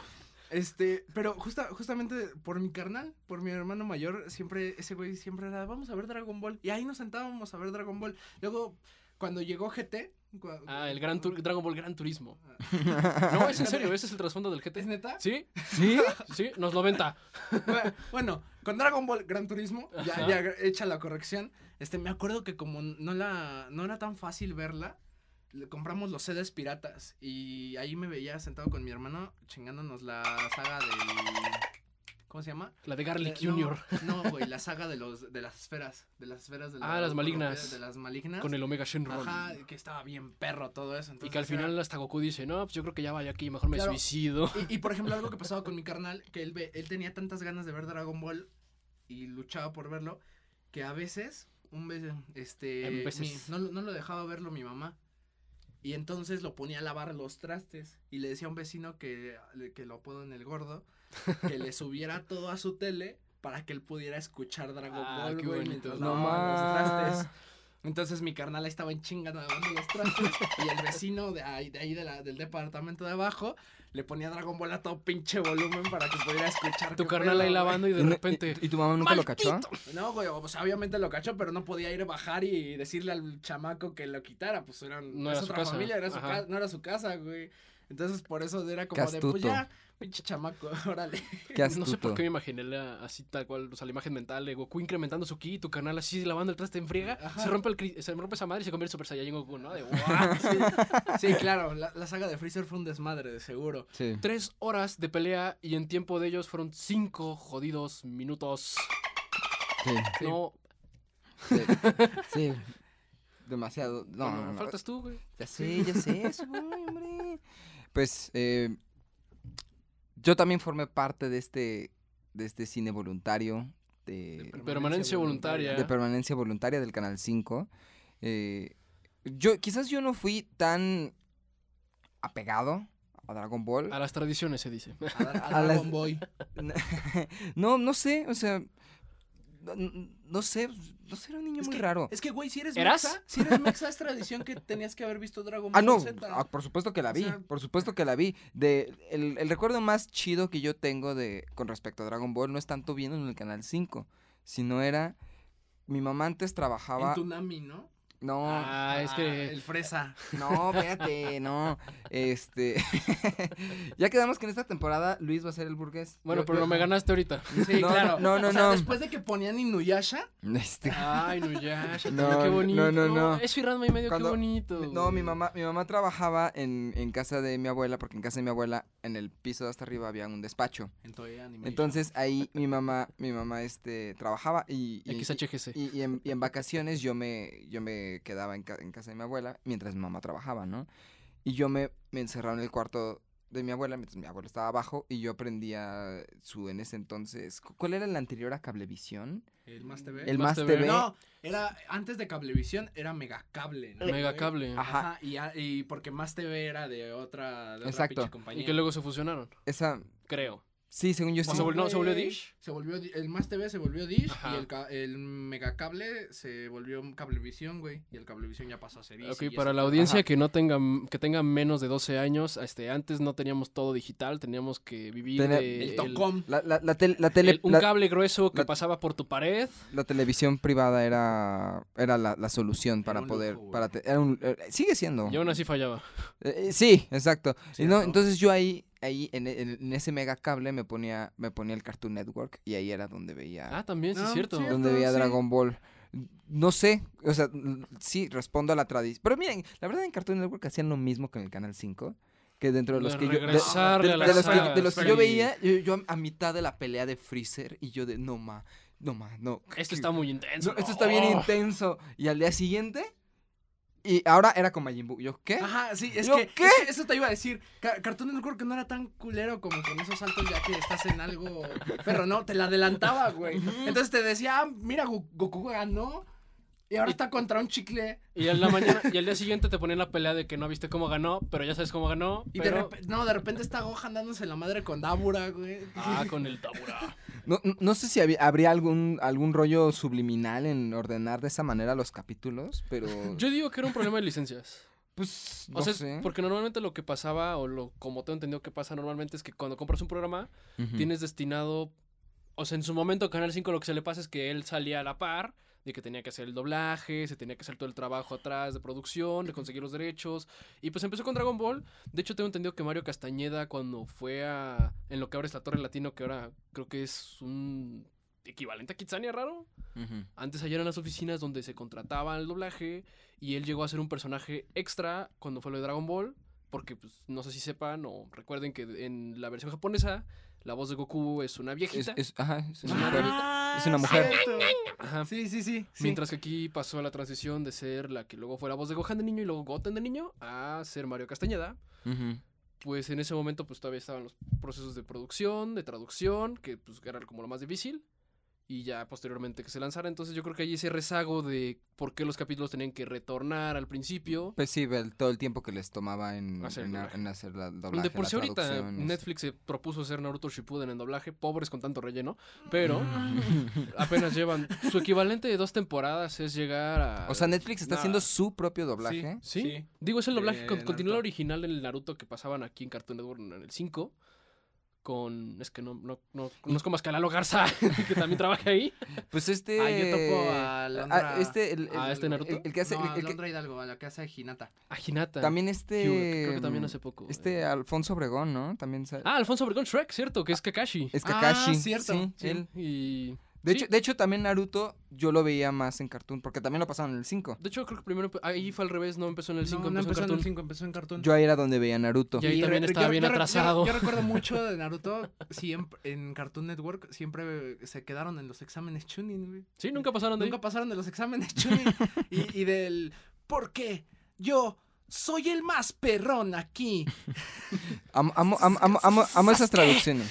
Speaker 2: Este, pero justa, justamente por mi carnal, por mi hermano mayor, siempre, ese güey siempre era, vamos a ver Dragon Ball. Y ahí nos sentábamos a ver Dragon Ball. Luego, cuando llegó GT. cua-
Speaker 3: Ah, el gran Tur- Dragon Ball Gran Turismo.
Speaker 2: Ah.
Speaker 3: No, es en serio, ese es el trasfondo del GT.
Speaker 2: ¿Es neta?
Speaker 3: ¿Sí?
Speaker 5: ¿Sí?
Speaker 3: [laughs] Sí, los 90.
Speaker 2: Bueno, Bueno, con Dragon Ball Gran Turismo, ya,
Speaker 3: Ajá.
Speaker 2: ya hecha la corrección. Este, me acuerdo que como no la, no era tan fácil verla, le compramos los CDs piratas. Y ahí me veía sentado con mi hermano chingándonos la saga del. ¿Cómo se llama?
Speaker 3: La de Garlic
Speaker 2: Eh, no,
Speaker 3: Jr.
Speaker 2: No, güey, la saga de los de las esferas, de las esferas de
Speaker 3: Ah, las malignas.
Speaker 2: de las malignas.
Speaker 3: con el Omega Shenron.
Speaker 2: Ajá, que estaba bien perro todo eso.
Speaker 3: y
Speaker 2: entonces
Speaker 3: que al
Speaker 2: era-
Speaker 3: final hasta Goku dice, no, pues yo creo que ya vaya aquí, mejor me
Speaker 2: Claro.
Speaker 3: suicido.
Speaker 2: Y, y, por ejemplo, algo que pasaba con mi carnal, que él, ve- él tenía tantas ganas de ver Dragon Ball y luchaba por verlo, que a veces, un vez, este,
Speaker 3: En veces.
Speaker 2: mi- no, lo- no lo dejaba verlo mi mamá. Y entonces lo ponía a lavar los trastes y le decía a un vecino que, que lo apodo en el gordo, que le subiera todo a su tele para que él pudiera escuchar Dragon
Speaker 3: Ah,
Speaker 2: Ball,
Speaker 3: qué
Speaker 2: güey,
Speaker 3: bonito.
Speaker 2: mientras
Speaker 5: No
Speaker 2: lavaba los
Speaker 5: ma.
Speaker 2: trastes. Entonces mi carnal ahí estaba en chinga lavando los trastes y el vecino de ahí, de ahí de la- del departamento de abajo le ponía Dragon Ball a todo pinche volumen para que pudiera escuchar.
Speaker 3: [laughs] Tu
Speaker 2: qué
Speaker 3: carnal
Speaker 2: pedo,
Speaker 3: ahí
Speaker 2: güey.
Speaker 3: lavando y de
Speaker 5: no-
Speaker 3: repente...
Speaker 5: ¿Y tu mamá nunca lo cachó?
Speaker 2: No, güey, o sea, obviamente lo cachó, pero no podía ir a bajar y decirle al chamaco que lo quitara, pues eran,
Speaker 3: No
Speaker 2: es
Speaker 3: era su
Speaker 2: otra
Speaker 3: casa,
Speaker 2: familia, era su
Speaker 3: ajá.
Speaker 2: ca- no era su casa, güey. Entonces por eso era como de,
Speaker 5: astuto.
Speaker 2: pues ya, pinche chamaco,
Speaker 3: [laughs]
Speaker 2: [laughs] órale.
Speaker 5: Qué
Speaker 3: No
Speaker 5: astuto.
Speaker 3: sé por qué me imaginé la- así tal cual, o sea, la imagen mental de Goku incrementando su ki y tu canal así lavando el traste en friega,
Speaker 2: Ajá.
Speaker 3: se rompe el cri- se rompe esa madre y se convierte en Super Saiyajin Goku, ¿no? De wow.
Speaker 5: [laughs]
Speaker 2: Sí, sí, claro, la, la saga de Freezer fue un desmadre, de seguro.
Speaker 5: Sí.
Speaker 3: Tres horas de pelea y en tiempo de ellos fueron cinco jodidos minutos.
Speaker 5: Sí.
Speaker 2: Sí.
Speaker 3: No, [laughs]
Speaker 5: Sí. sí. Demasiado. No,
Speaker 3: bueno,
Speaker 5: no, no.
Speaker 3: faltas tú, güey.
Speaker 5: Ya sé, ya sé, eso, hombre. Pues eh, yo también formé parte de este, de este cine voluntario de,
Speaker 3: Permanencia voluntaria.
Speaker 5: de permanencia voluntaria del Canal 5. Eh, yo, quizás yo no fui tan apegado a Dragon Ball.
Speaker 3: A las tradiciones se dice.
Speaker 2: A, dar- a
Speaker 5: [laughs] A las-
Speaker 2: Dragon Boy.
Speaker 5: [laughs] No, no sé, o sea, no, no sé, no sé, era un niño
Speaker 2: Es
Speaker 5: muy
Speaker 2: que-
Speaker 5: raro.
Speaker 2: Es que, güey, si eres
Speaker 3: ¿Eras?
Speaker 2: mexa, si eres mexa es tradición que tenías que haber visto Dragon
Speaker 5: Ah,
Speaker 2: Ball
Speaker 5: no,
Speaker 2: Z.
Speaker 5: ah, por supuesto que la
Speaker 2: O
Speaker 5: vi,
Speaker 2: sea-
Speaker 5: por supuesto que la vi. De, el, el recuerdo más chido que yo tengo de con respecto a Dragon Ball no es tanto viendo en el Canal 5, sino era, mi mamá antes trabajaba...
Speaker 2: En Tunami, ¿no?
Speaker 5: No,
Speaker 3: Ah, es que
Speaker 2: El fresa.
Speaker 5: no, espérate, no. Este, [laughs] ya quedamos que en esta temporada Luis va a ser el burgués.
Speaker 3: bueno,
Speaker 5: Yo-
Speaker 3: pero
Speaker 5: yo-
Speaker 3: no me ganaste ahorita.
Speaker 2: Sí,
Speaker 5: No,
Speaker 2: claro.
Speaker 5: no, no,
Speaker 2: O sea,
Speaker 5: no.
Speaker 2: después de que ponían Inuyasha,
Speaker 5: [laughs] Este,
Speaker 3: Ay, no ya, ya,
Speaker 5: No,
Speaker 3: qué
Speaker 5: no,
Speaker 3: bonito.
Speaker 5: no, no.
Speaker 3: Eso y Ranma y medio
Speaker 5: Cuando-
Speaker 3: qué bonito.
Speaker 5: No, mi
Speaker 3: güey.
Speaker 5: mamá, mi mamá trabajaba en, en casa de mi abuela, porque en casa de mi abuela, en el piso de hasta arriba había un despacho.
Speaker 2: en Toei Animation.
Speaker 5: Entonces ahí mi mamá, mi mamá este trabajaba y, y,
Speaker 3: XHGC.
Speaker 5: y- y en, y en vacaciones yo me, yo me quedaba en, ca- en casa de mi abuela mientras mi mamá trabajaba, ¿no? Y yo me, me encerraba en el cuarto de mi abuela mientras mi abuela estaba abajo y yo aprendía su en ese entonces. cu- ¿Cuál era la anterior a Cablevisión?
Speaker 2: el ¿Eh? Más TV.
Speaker 5: El
Speaker 3: Más
Speaker 5: Más
Speaker 3: TV.
Speaker 5: TV.
Speaker 2: No, era antes de Cablevisión era Megacable, ¿no?
Speaker 3: Mega
Speaker 2: güey?
Speaker 3: cable.
Speaker 5: Ajá.
Speaker 2: Ajá, y, a- y porque Más TV era de otra, de otra
Speaker 5: Exacto.
Speaker 2: pinche compañía.
Speaker 3: Y que luego se fusionaron,
Speaker 5: Esa,
Speaker 3: creo.
Speaker 5: Sí, según yo
Speaker 3: ¿O
Speaker 5: sí.
Speaker 3: se volvió, no, se volvió Dish?
Speaker 2: Se volvió, Di- el Más TV se volvió Dish
Speaker 3: Ajá.
Speaker 2: y el, ca- el megacable se volvió un Cablevisión, güey. Y el Cablevisión ya pasó a ser Easy
Speaker 3: Ok,
Speaker 2: y eso.
Speaker 3: para la audiencia
Speaker 5: Ajá.
Speaker 3: que no tenga, que tenga menos de 12 años, este, antes no teníamos todo digital, teníamos que vivir
Speaker 5: Tenía-
Speaker 3: de
Speaker 2: El
Speaker 3: el-
Speaker 2: Tocom.
Speaker 5: La, la, la tel- la tele-
Speaker 3: el- un
Speaker 5: la-
Speaker 3: cable grueso que
Speaker 5: la-
Speaker 3: pasaba por tu pared.
Speaker 5: la televisión privada era, era la, la solución para
Speaker 2: un
Speaker 5: poder...
Speaker 2: lujo, güey.
Speaker 5: para te- era un- eh, sigue siendo.
Speaker 3: Y aún así fallaba.
Speaker 5: Eh, eh, sí, exacto. Y no,
Speaker 2: Cierto.
Speaker 5: entonces yo ahí, ahí en, e- en- en ese mega cable me ponía, me ponía el Cartoon Network y ahí era donde veía,
Speaker 3: Ah, también, sí,
Speaker 2: No,
Speaker 3: es cierto.
Speaker 2: sí.
Speaker 5: donde veía
Speaker 2: sí.
Speaker 5: Dragon Ball. No sé, o sea, n- sí, respondo a la tradición. Pero miren, la verdad en Cartoon Network hacían lo mismo que en el Canal 5, que dentro de los
Speaker 3: De
Speaker 5: que yo... de-
Speaker 3: regresarle
Speaker 5: de-
Speaker 3: a
Speaker 5: de
Speaker 3: las
Speaker 5: los que, de
Speaker 3: sagas,
Speaker 5: los que yo
Speaker 3: sí.
Speaker 5: veía, yo, yo a mitad de la pelea de Freezer y yo de, no ma, no ma, no.
Speaker 3: Esto
Speaker 5: que-
Speaker 3: está muy intenso.
Speaker 5: no, esto está bien
Speaker 3: Oh.
Speaker 5: intenso. Y al día siguiente, y ahora era con Majin Buu. Yo, ¿qué?
Speaker 2: Ajá, sí, es
Speaker 5: Yo,
Speaker 2: que,
Speaker 5: ¿Eh? ¿qué?
Speaker 2: es que eso te iba a decir. Ca- Cartoon Network no era tan culero como con esos saltos ya que estás en algo. Pero no, te la adelantaba, güey. Entonces te decía, ah, mira, Go- Goku ganó. Y ahora está contra un chicle.
Speaker 3: Y, en la mañana, y al día siguiente te ponían la pelea de que no viste cómo ganó, pero ya sabes cómo ganó.
Speaker 2: Y de
Speaker 3: pero...
Speaker 2: repente, no, de repente está Gohan dándose la madre con Dabura, güey.
Speaker 3: Ah, con el
Speaker 5: [laughs]
Speaker 3: tabura.
Speaker 5: No, no- no sé si había- habría algún, algún rollo subliminal en ordenar de esa manera los capítulos, pero.
Speaker 3: [laughs] Yo digo que era un problema de licencias.
Speaker 5: pues.
Speaker 3: O
Speaker 5: no
Speaker 3: sea, es-
Speaker 5: sé.
Speaker 3: porque normalmente lo que pasaba, o lo como tengo entendido que pasa normalmente, es que cuando compras un programa,
Speaker 5: Ujú.
Speaker 3: tienes destinado. O sea, en su momento, Canal 5 lo que se le pasa es que él salía a la par de que tenía que hacer el doblaje, se tenía que hacer todo el trabajo atrás de producción, de conseguir los derechos. Y pues empezó con Dragon Ball. De hecho, tengo entendido que Mario Castañeda, cuando fue a. En lo que ahora es la Torre Latino, que ahora creo que es un equivalente a Kitsania raro.
Speaker 5: Ujú.
Speaker 3: Antes allá eran las oficinas donde se contrataba el doblaje y él llegó a ser un personaje extra cuando fue lo de Dragon Ball, porque pues, no sé si sepan o recuerden que en la versión japonesa la voz de Goku es una
Speaker 5: Es,
Speaker 3: viejita,
Speaker 5: es- ajá, es una
Speaker 2: Ah,
Speaker 5: mujer. Es una mujer.
Speaker 2: cierto.
Speaker 3: Ajá.
Speaker 2: Sí, sí, sí. sí.
Speaker 3: mientras que aquí pasó la transición de ser la que luego fue la voz de Gohan de niño y luego Goten de niño a ser Mario Castañeda.
Speaker 5: Ujú.
Speaker 3: Pues en ese momento pues todavía estaban los procesos de producción, de traducción, que pues era como lo más difícil. y ya posteriormente que se lanzara. Entonces yo creo que hay ese rezago de por qué los capítulos tenían que retornar al principio.
Speaker 5: Pues sí, el- todo el tiempo que les tomaba en en- en
Speaker 3: Hacer
Speaker 5: hacer,
Speaker 3: el doblaje.
Speaker 5: la doblaje.
Speaker 3: Donde por
Speaker 5: la
Speaker 3: si ahorita
Speaker 5: traducción, este.
Speaker 3: Netflix se propuso hacer Naruto Shippuden en doblaje, pobres con tanto relleno, pero
Speaker 5: Mm.
Speaker 3: apenas llevan su equivalente de dos temporadas es llegar a...
Speaker 5: [laughs] O sea, Netflix está
Speaker 3: Nah.
Speaker 5: haciendo su propio doblaje.
Speaker 3: Sí,
Speaker 2: Sí.
Speaker 3: digo, es el doblaje
Speaker 2: De
Speaker 3: con, continúa el
Speaker 2: Naruto.
Speaker 3: original del Naruto que pasaban aquí en Cartoon Network en el 5 con es que no no no conozco más que a Lalo Garza [laughs] que también trabaja ahí.
Speaker 5: Pues este.
Speaker 2: Ah, yo topo a Alondra-
Speaker 5: ah, este, el,
Speaker 3: ¿A
Speaker 5: el-
Speaker 3: este Naruto?
Speaker 5: el- el que hace.
Speaker 2: No,
Speaker 5: el-
Speaker 2: a
Speaker 5: el que-
Speaker 2: Londra Hidalgo, a la casa de Hinata.
Speaker 3: A Hinata.
Speaker 5: también
Speaker 3: Hugh,
Speaker 5: este.
Speaker 3: que creo que también hace poco.
Speaker 5: Este
Speaker 3: eh.
Speaker 5: Alfonso Obregón, ¿no? También. sa-
Speaker 3: Ah, Alfonso Obregón Shrek, cierto, que es Kakashi.
Speaker 5: Es
Speaker 2: Ah,
Speaker 5: Kakashi.
Speaker 2: cierto.
Speaker 5: sí,
Speaker 3: Sí,
Speaker 5: él.
Speaker 3: y-
Speaker 5: De,
Speaker 3: sí.
Speaker 5: hecho, de hecho, también Naruto yo lo veía más en Cartoon, porque también lo pasaban en el 5.
Speaker 3: De hecho, creo que primero empe- ahí fue al revés, no empezó en el 5,
Speaker 2: no, no
Speaker 3: empezó, en
Speaker 2: el
Speaker 3: Cartoon.
Speaker 2: 5, empezó en Cartoon.
Speaker 5: Yo ahí era donde veía Naruto.
Speaker 3: Y ahí también
Speaker 2: re-
Speaker 3: estaba bien
Speaker 2: re-
Speaker 3: atrasado.
Speaker 2: Yo,
Speaker 3: [laughs]
Speaker 2: recuerdo mucho de Naruto. Siempre, en Cartoon Network siempre se quedaron en los exámenes Chunin, güey.
Speaker 3: Sí, nunca pasaron de ahí.
Speaker 2: Nunca pasaron de los exámenes
Speaker 3: [laughs]
Speaker 2: Chunin. y, y del ¿Por qué? Yo soy el más perrón aquí.
Speaker 5: Amo, amo, amo, amo,
Speaker 3: [laughs]
Speaker 5: amo- amo esas traducciones.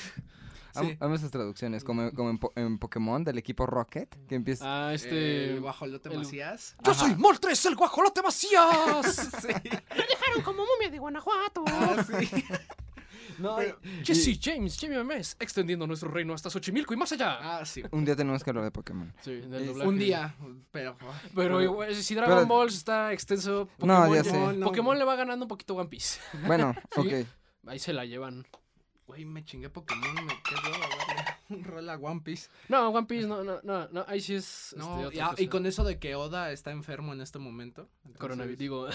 Speaker 5: Amo,
Speaker 2: Sí.
Speaker 5: amo esas traducciones, como, como en, Po- en Pokémon del equipo Rocket, que empieza...
Speaker 3: Ah, este.
Speaker 2: Eh, El guajolote
Speaker 3: el-
Speaker 2: Macías.
Speaker 3: ¡Yo soy Moltres, el guajolote Macías!
Speaker 2: [laughs] Sí.
Speaker 4: como momia de Guanajuato.
Speaker 2: Ah, sí.
Speaker 5: No,
Speaker 2: pero-
Speaker 3: Jesse James, Jamie Mames, extendiendo nuestro reino hasta Xochimilco y más allá.
Speaker 2: Ah, sí.
Speaker 5: Un día tenemos que hablar de Pokémon.
Speaker 3: Sí, del
Speaker 5: es-
Speaker 3: doblaje.
Speaker 2: Un día, pero.
Speaker 3: Pero igual, si Dragon
Speaker 5: Pero-
Speaker 3: Ball está extenso,
Speaker 5: No,
Speaker 3: Pokémon,
Speaker 5: ya
Speaker 3: ya-
Speaker 5: sé.
Speaker 2: No, no.
Speaker 3: Pokémon le va ganando un poquito One Piece. [laughs]
Speaker 5: Bueno, ok.
Speaker 3: Ahí se la llevan.
Speaker 2: Güey, me chingué Pokémon, me quedo a darle un rol a One Piece.
Speaker 3: No, One Piece, no, no, no, no, ahí sí es. este,
Speaker 2: No,
Speaker 3: otra
Speaker 2: y, a- y
Speaker 3: cosa.
Speaker 2: con eso de que Oda está enfermo en este momento. entonces-
Speaker 3: Coronavirus, digo.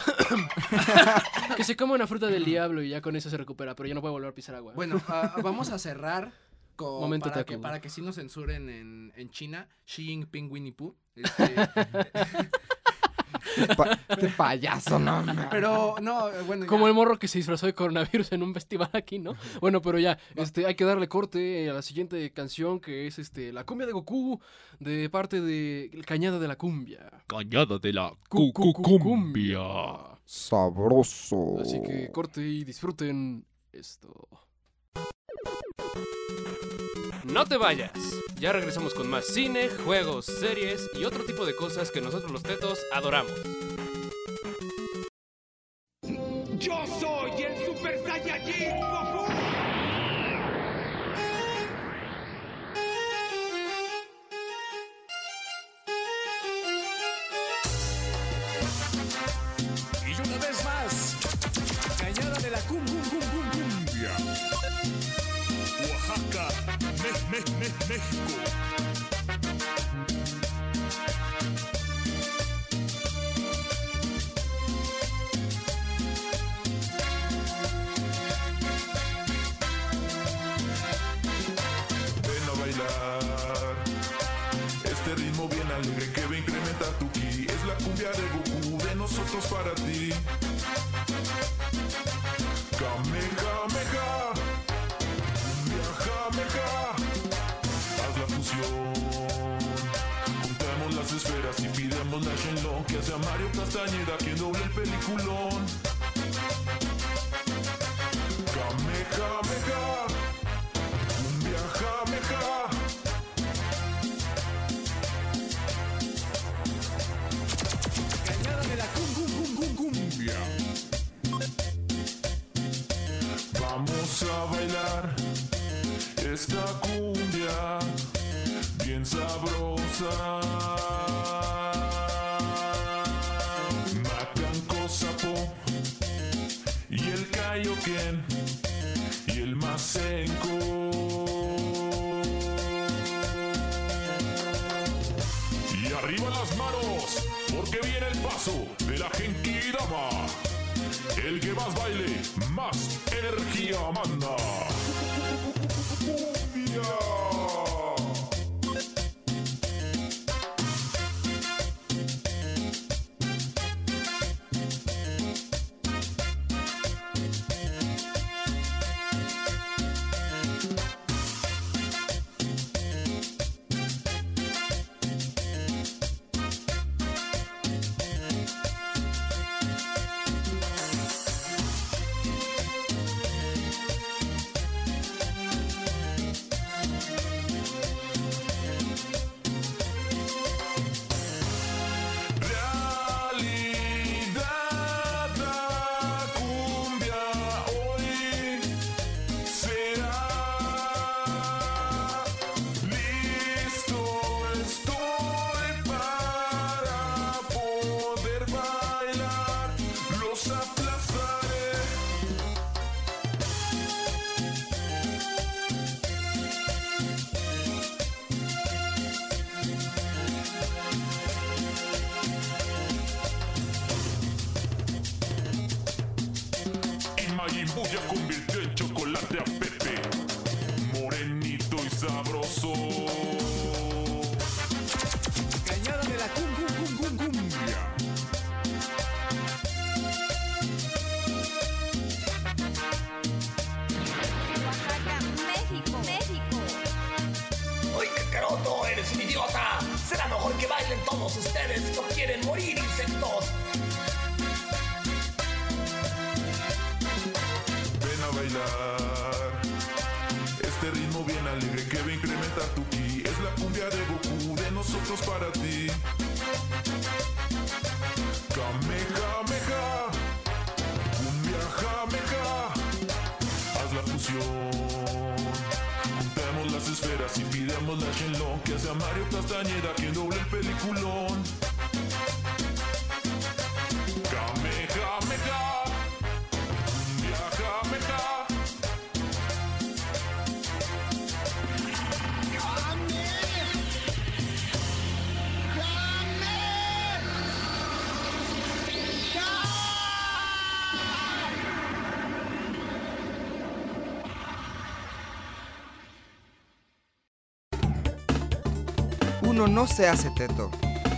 Speaker 3: que se coma una fruta del diablo y ya con eso se recupera, pero ya no puede volver a pisar agua.
Speaker 2: Bueno, ah, vamos a cerrar con
Speaker 3: Momento
Speaker 2: para,
Speaker 3: otaku.
Speaker 2: que, para que sí nos censuren en, en China, Xi Jinping Winnie Pooh.
Speaker 3: [laughs]
Speaker 2: este,
Speaker 5: Este pa- este payaso, no. no.
Speaker 2: pero no, eh, bueno. ya.
Speaker 3: Como el morro que se disfrazó de coronavirus en un festival aquí, ¿no? Bueno, pero ya, este, hay que darle corte a la siguiente canción que es este La cumbia de Goku de parte de Cañada de la Cumbia.
Speaker 7: Cañada de la
Speaker 3: Cu- cu- cu-
Speaker 7: cumbia.
Speaker 5: Sabroso.
Speaker 3: Así que corte y disfruten esto. No te vayas. Ya regresamos con más cine, juegos, series y otro tipo de cosas que nosotros los tetos adoramos.
Speaker 6: Yo soy el Super Saiyajin Goku.
Speaker 8: una vez más. Cañada de la cum, cum, cum, cum, cumbia. Oaxaca, Mex, Mex, Mex, México.
Speaker 9: Ven a bailar. Este ritmo bien alegre que va a incrementar tu ki. Es la cumbia de Goku, de nosotros para ti. Kamehameha. Cumbia Kameha. Haz la fusión. Juntamos las esferas y pidamos la Shenlong. Que hace a Mario Castañeda quien doble el peliculón. Kamehameha. Cumbia Kameha.
Speaker 8: Cañada de la cum, cum, cum, cum, cumbia.
Speaker 9: Vamos a bailar esta cumbia bien sabrosa. Macanco sapo y el Kaioken y el Masenko. Y arriba las manos, porque viene el paso de la Genkidama. El que más baile, más energía manda. Cumbia. Realidad la cumbia hoy será listo estoy para poder bailar los aplazaré Y Majin Buu ya convirtió el chocolate a Pepe Morenito y sabroso
Speaker 8: Cañada de la cum, cum, cum, cum, cumbia.
Speaker 10: Oaxaca, México, México.
Speaker 6: ¡Oye, Cacaroto, eres un idiota! Será mejor que bailen todos ustedes, no quieren morir insectos.
Speaker 9: Ven a bailar Este ritmo bien alegre que va a incrementar tu ki Es la cumbia de Goku, de nosotros para ti Kamehameha Cumbia Kameha Haz la fusión Juntemos las esferas y pidamos la Shenlong Que hace a Mario Castañeda quien doble el peliculón Kamehameha Cumbia Kameha
Speaker 5: Uno no se hace teto,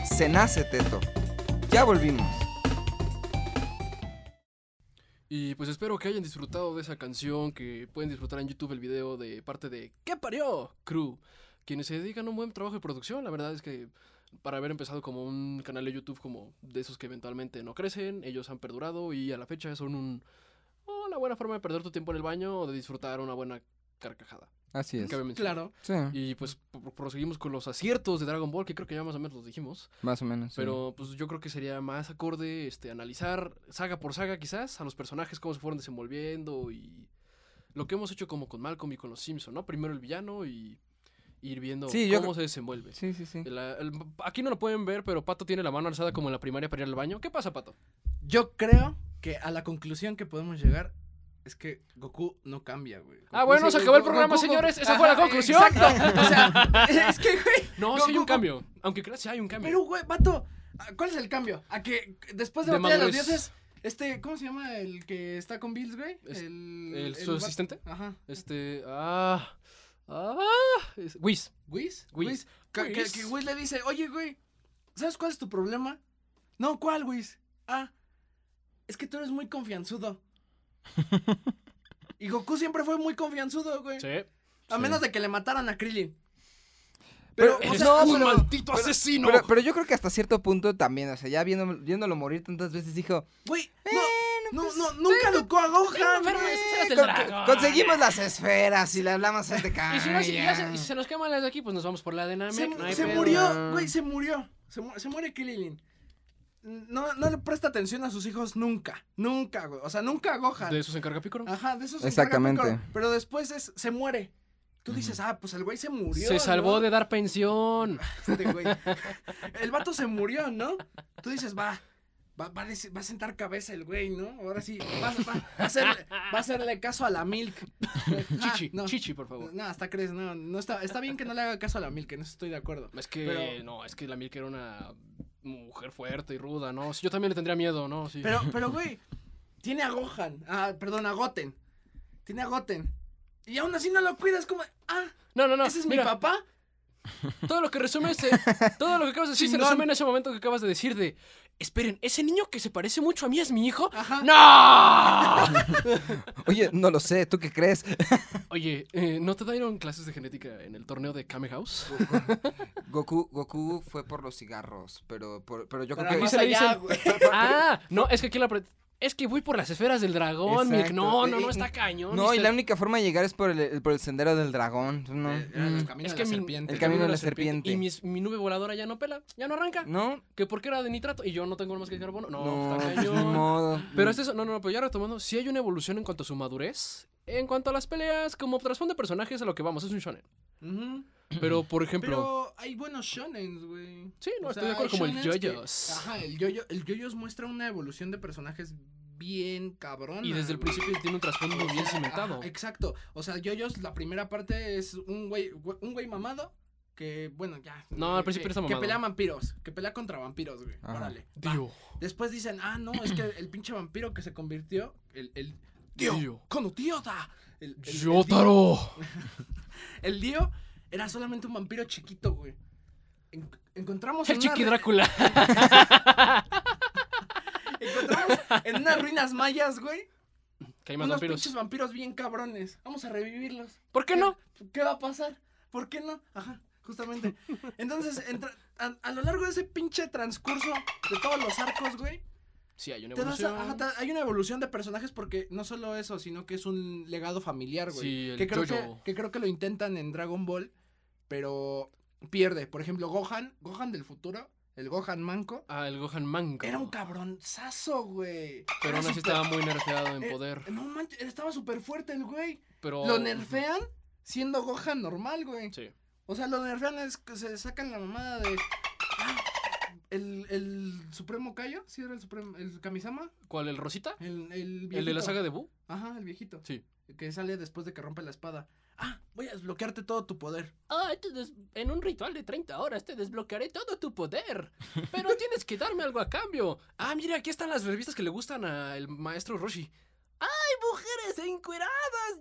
Speaker 5: se nace teto. Ya volvimos.
Speaker 3: Y pues espero que hayan disfrutado de esa canción, que pueden disfrutar en YouTube el video de parte de ¿Qué parió? Crew, quienes se dedican a un buen trabajo de producción. La verdad es que para haber empezado como un canal de YouTube como de esos que eventualmente no crecen, ellos han perdurado y a la fecha son un, oh, una buena forma de perder tu tiempo en el baño o de disfrutar una buena carcajada.
Speaker 5: Así es.
Speaker 3: Cabe mencionar.
Speaker 2: Claro.
Speaker 5: Sí,
Speaker 3: Y pues pro- proseguimos con los aciertos de Dragon Ball, que creo que ya más o menos los dijimos.
Speaker 5: más o menos. sí.
Speaker 3: Pero pues yo creo que sería más acorde este, analizar saga por saga quizás a los personajes, cómo se fueron desenvolviendo y lo que hemos hecho como con Malcolm y con los Simpson, ¿no? Primero el villano y, ir viendo
Speaker 5: Sí, yo
Speaker 3: cómo
Speaker 5: cre-
Speaker 3: se desenvuelve.
Speaker 5: Sí, sí, sí.
Speaker 3: La- el- aquí no lo pueden ver, pero Pato tiene la mano alzada como en la primaria para ir al baño. ¿Qué pasa, Pato?
Speaker 2: Yo creo que a la conclusión que podemos llegar es que Goku no cambia, güey.
Speaker 3: Ah, bueno, se acabó el programa, señores. Esa fue la conclusión.
Speaker 2: Exacto. O
Speaker 3: [laughs]
Speaker 2: sea, es que, güey.
Speaker 3: No, sí hay un
Speaker 2: Goku-
Speaker 3: cambio. Aunque creas, sí hay un cambio.
Speaker 2: Pero, güey, vato, ah, ¿cuál es el cambio? A que después de,
Speaker 3: De
Speaker 2: Batalla de los
Speaker 3: madurez.
Speaker 2: Dioses, este, ¿cómo se llama el que está con Bills, güey?
Speaker 3: Es-
Speaker 2: El,
Speaker 3: el- su
Speaker 2: vato-
Speaker 3: asistente.
Speaker 2: Ajá.
Speaker 3: Este. Ah. Ah. es- Whis.
Speaker 2: ¿Whis?
Speaker 3: Whis.
Speaker 2: Whis. Que, que,
Speaker 3: Whis.
Speaker 2: que Whis le dice, oye, güey, ¿sabes cuál es tu problema? No, ¿cuál, Whis? Ah, es que tú eres muy
Speaker 3: [laughs]
Speaker 2: confianzudo. y Goku siempre fue muy confianzudo, güey.
Speaker 3: Sí. eh,
Speaker 2: A menos de que le mataran a Krillin.
Speaker 5: Pero,
Speaker 2: o
Speaker 5: eres
Speaker 2: sea,
Speaker 5: un
Speaker 2: pero-
Speaker 3: maldito [laughs] asesino.
Speaker 5: Pero, pero yo creo que hasta cierto punto también, o sea, ya viéndolo, viéndolo morir tantas veces, dijo,
Speaker 2: Güey,
Speaker 5: eh,
Speaker 2: no,
Speaker 5: no, pues,
Speaker 2: no, no, nunca educó a Gohan.
Speaker 3: enfermo,
Speaker 2: güey.
Speaker 3: esferas del
Speaker 5: con-
Speaker 3: dragón.
Speaker 5: conseguimos las esferas y le hablamos a este
Speaker 3: [laughs]
Speaker 5: cara.
Speaker 3: Y si, no, si ya se,
Speaker 5: ya.
Speaker 3: y si se nos queman las de aquí, pues nos vamos por la de Namek.
Speaker 2: Se,
Speaker 3: no hay
Speaker 2: se
Speaker 3: pedo.
Speaker 2: murió, güey, se murió. Se, mu- se muere Krillin. No, no le presta atención a sus hijos nunca. Nunca, güey. O sea, nunca a Gohan.
Speaker 3: De eso se encarga Picoro.
Speaker 2: Ajá, de eso se
Speaker 5: Exactamente.
Speaker 2: encarga Piccolo, Pero después es, se muere. Tú dices, ah, pues el güey se murió.
Speaker 3: se salvó
Speaker 2: ¿no?
Speaker 3: de dar pensión.
Speaker 2: [laughs] Este güey. El vato se murió, ¿no? Tú dices, va. Va, va a dec- va a sentar cabeza el güey, ¿no? Ahora sí, va, va- va a, hacerle, va a hacerle caso a
Speaker 3: [laughs]
Speaker 2: la Milk. Ah,
Speaker 3: Chichi,
Speaker 2: no.
Speaker 3: chichi, por favor.
Speaker 2: No, hasta crees, no, no está, está bien que no le haga caso a la Milk, en eso estoy de acuerdo.
Speaker 3: Es que,
Speaker 2: Pero-
Speaker 3: no, es que la Milk era una mujer fuerte y ruda, ¿no? Sí, yo también le tendría miedo, ¿no? Sí.
Speaker 2: Pero, pero, güey, tiene a Gohan, ah, perdón, a Goten, tiene a Goten, y aún así no lo cuidas, como, ah,
Speaker 3: no, no, no.
Speaker 2: ese es
Speaker 3: mira,
Speaker 2: mi papá,
Speaker 3: Todo lo que resume
Speaker 2: [laughs]
Speaker 3: ese- todo lo que acabas de decir se
Speaker 2: Chingón.
Speaker 3: resume en ese momento que acabas de decir de, esperen, ese niño que se parece mucho a mí es mi hijo.
Speaker 2: Ajá. Ah. [laughs]
Speaker 3: ¡No!
Speaker 5: Oye, no lo sé, ¿tú qué crees? [laughs]
Speaker 3: Oye, eh, ¿no te dieron clases de genética en el torneo de Kame House?
Speaker 5: Goku, Goku fue por los cigarros, pero, por- pero yo
Speaker 2: Pero
Speaker 5: creo que...
Speaker 2: más
Speaker 3: se le
Speaker 2: allá,
Speaker 3: dicen-
Speaker 2: [laughs] güey.
Speaker 3: ah, no, es que aquí la pre- es que voy por las esferas del dragón, Milk.
Speaker 5: Exacto.
Speaker 3: No, no,
Speaker 5: Eh,
Speaker 3: no,
Speaker 5: eh,
Speaker 3: está cañón.
Speaker 5: No, y
Speaker 3: está-
Speaker 5: la única forma de llegar es por el, el- por el sendero del dragón. No,
Speaker 3: Eh,
Speaker 2: El camino
Speaker 3: Mm, es
Speaker 2: de
Speaker 3: que
Speaker 2: la
Speaker 3: mi-
Speaker 2: serpiente.
Speaker 5: el camino de la
Speaker 3: Y
Speaker 5: serpiente.
Speaker 3: mis- mi, nube voladora ya no pela, ya no arranca.
Speaker 5: no,
Speaker 3: Que porque era de nitrato y yo no tengo más que carbono. No,
Speaker 5: no, [laughs]
Speaker 3: está
Speaker 5: pues, ni
Speaker 3: cañón.
Speaker 5: modo.
Speaker 3: Pero es eso, no, no, no, pero ya retomando, sí hay una evolución en cuanto a su madurez, en cuanto a las peleas, como trasfondo de personajes a lo que vamos, es un shonen.
Speaker 2: [laughs] Ujú.
Speaker 3: Pero, por ejemplo,
Speaker 2: Pero hay buenos shonens, güey.
Speaker 3: Sí, no,
Speaker 2: O
Speaker 3: estoy
Speaker 2: sea,
Speaker 3: de acuerdo,
Speaker 2: hay
Speaker 3: como el
Speaker 2: shonens que-
Speaker 3: Yoyos.
Speaker 2: Ajá, el yoyo, el yoyos muestra una evolución de personajes bien cabrón.
Speaker 3: y desde el principio tiene un trasfondo
Speaker 5: [laughs]
Speaker 3: bien cimentado.
Speaker 2: exacto. O sea, yoyos, la primera parte es un güey, güe- un güey mamado. Que bueno, ya.
Speaker 3: No, al principio
Speaker 2: que,
Speaker 3: está
Speaker 2: Que
Speaker 3: mamado.
Speaker 2: pelea vampiros. Que pelea contra vampiros, güey.
Speaker 5: Ajá.
Speaker 2: Órale. va.
Speaker 3: Tío.
Speaker 2: Después dicen, ah, no,
Speaker 3: [clears throat]
Speaker 2: es que el pinche vampiro que se convirtió. El. el tío.
Speaker 3: Tío.
Speaker 2: Kono Tiota. El, el- el Dio-
Speaker 3: Yotaro.
Speaker 2: El Dio era solamente un vampiro chiquito, güey. En- encontramos
Speaker 3: El
Speaker 2: en una
Speaker 3: chiqui
Speaker 2: re-
Speaker 3: Drácula.
Speaker 2: encontramos en unas ruinas mayas, güey.
Speaker 3: que hay más
Speaker 2: Unos
Speaker 3: vampiros.
Speaker 2: pinches vampiros bien cabrones. Vamos a revivirlos.
Speaker 3: ¿Por qué no?
Speaker 2: ¿Qué va a pasar? ¿Por qué no? Ajá, justamente. Entonces, entra- a, a lo largo de ese pinche transcurso de todos los arcos, güey,
Speaker 3: Sí, hay una
Speaker 2: te das a- ajá,
Speaker 3: evolución.
Speaker 2: te- hay una evolución de personajes porque no solo eso, sino que es un legado familiar, güey.
Speaker 3: Sí, el
Speaker 2: que, creo que,
Speaker 3: yo-yo.
Speaker 2: que creo que lo intentan en Dragon Ball, pero pierde. Por ejemplo, Gohan, Gohan del futuro, el Gohan manco,
Speaker 3: Ah, el Gohan Manco.
Speaker 2: era un cabronzazo, güey.
Speaker 3: Pero
Speaker 2: Era
Speaker 3: aún así
Speaker 2: súper-
Speaker 3: estaba muy nerfeado en
Speaker 2: eh,
Speaker 3: poder.
Speaker 2: No manches, estaba súper fuerte el güey.
Speaker 3: Pero.
Speaker 2: Lo nerfean siendo Gohan normal, güey.
Speaker 3: Sí.
Speaker 2: O sea, lo nerfean es que se sacan la mamada de. "Ah, El, el Supremo Kaio, ¿sí era el Supremo? ¿El Kamisama?
Speaker 3: ¿Cuál? ¿El Rosita?
Speaker 2: El, el
Speaker 3: ¿El de la
Speaker 2: viejito.
Speaker 3: saga de Buu?
Speaker 2: Ajá, el viejito.
Speaker 3: Sí.
Speaker 2: Que sale después de que rompe la espada. Ah, voy a desbloquearte todo tu poder.
Speaker 3: Ah, te des- en un ritual de 30 horas te desbloquearé todo tu poder. Pero tienes que darme algo a cambio. Ah, mira, aquí están las revistas que le gustan al maestro Roshi. ¡Ay, mujeres encueradas!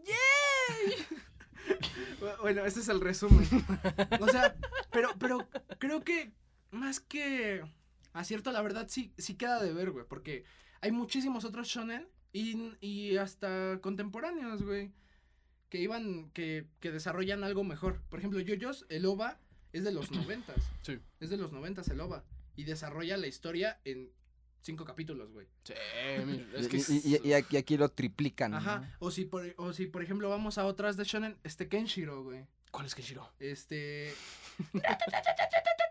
Speaker 3: ¡Yay!
Speaker 2: Bu- Bueno, ese es el resumen. [laughs] o sea, pero, pero creo que más que acierto, la verdad sí, sí queda de ver, güey. Porque hay muchísimos otros shonen y, y hasta contemporáneos, güey. Que iban, que, que desarrollan algo mejor. Por ejemplo, Yoyos, el OVA es de
Speaker 3: [clears throat]
Speaker 2: los noventas.
Speaker 3: Sí.
Speaker 2: Es de los noventas el OVA. Y desarrolla la historia en cinco capítulos, güey.
Speaker 3: Sí, mi- es que.
Speaker 5: Y- y, y- y aquí, aquí lo triplican.
Speaker 2: Ajá.
Speaker 5: ¿no?
Speaker 2: O si, por, o si, por ejemplo, vamos a otras de shonen, este Kenshiro, güey.
Speaker 3: ¿Cuál es Kenshiro?
Speaker 2: Este. [laughs]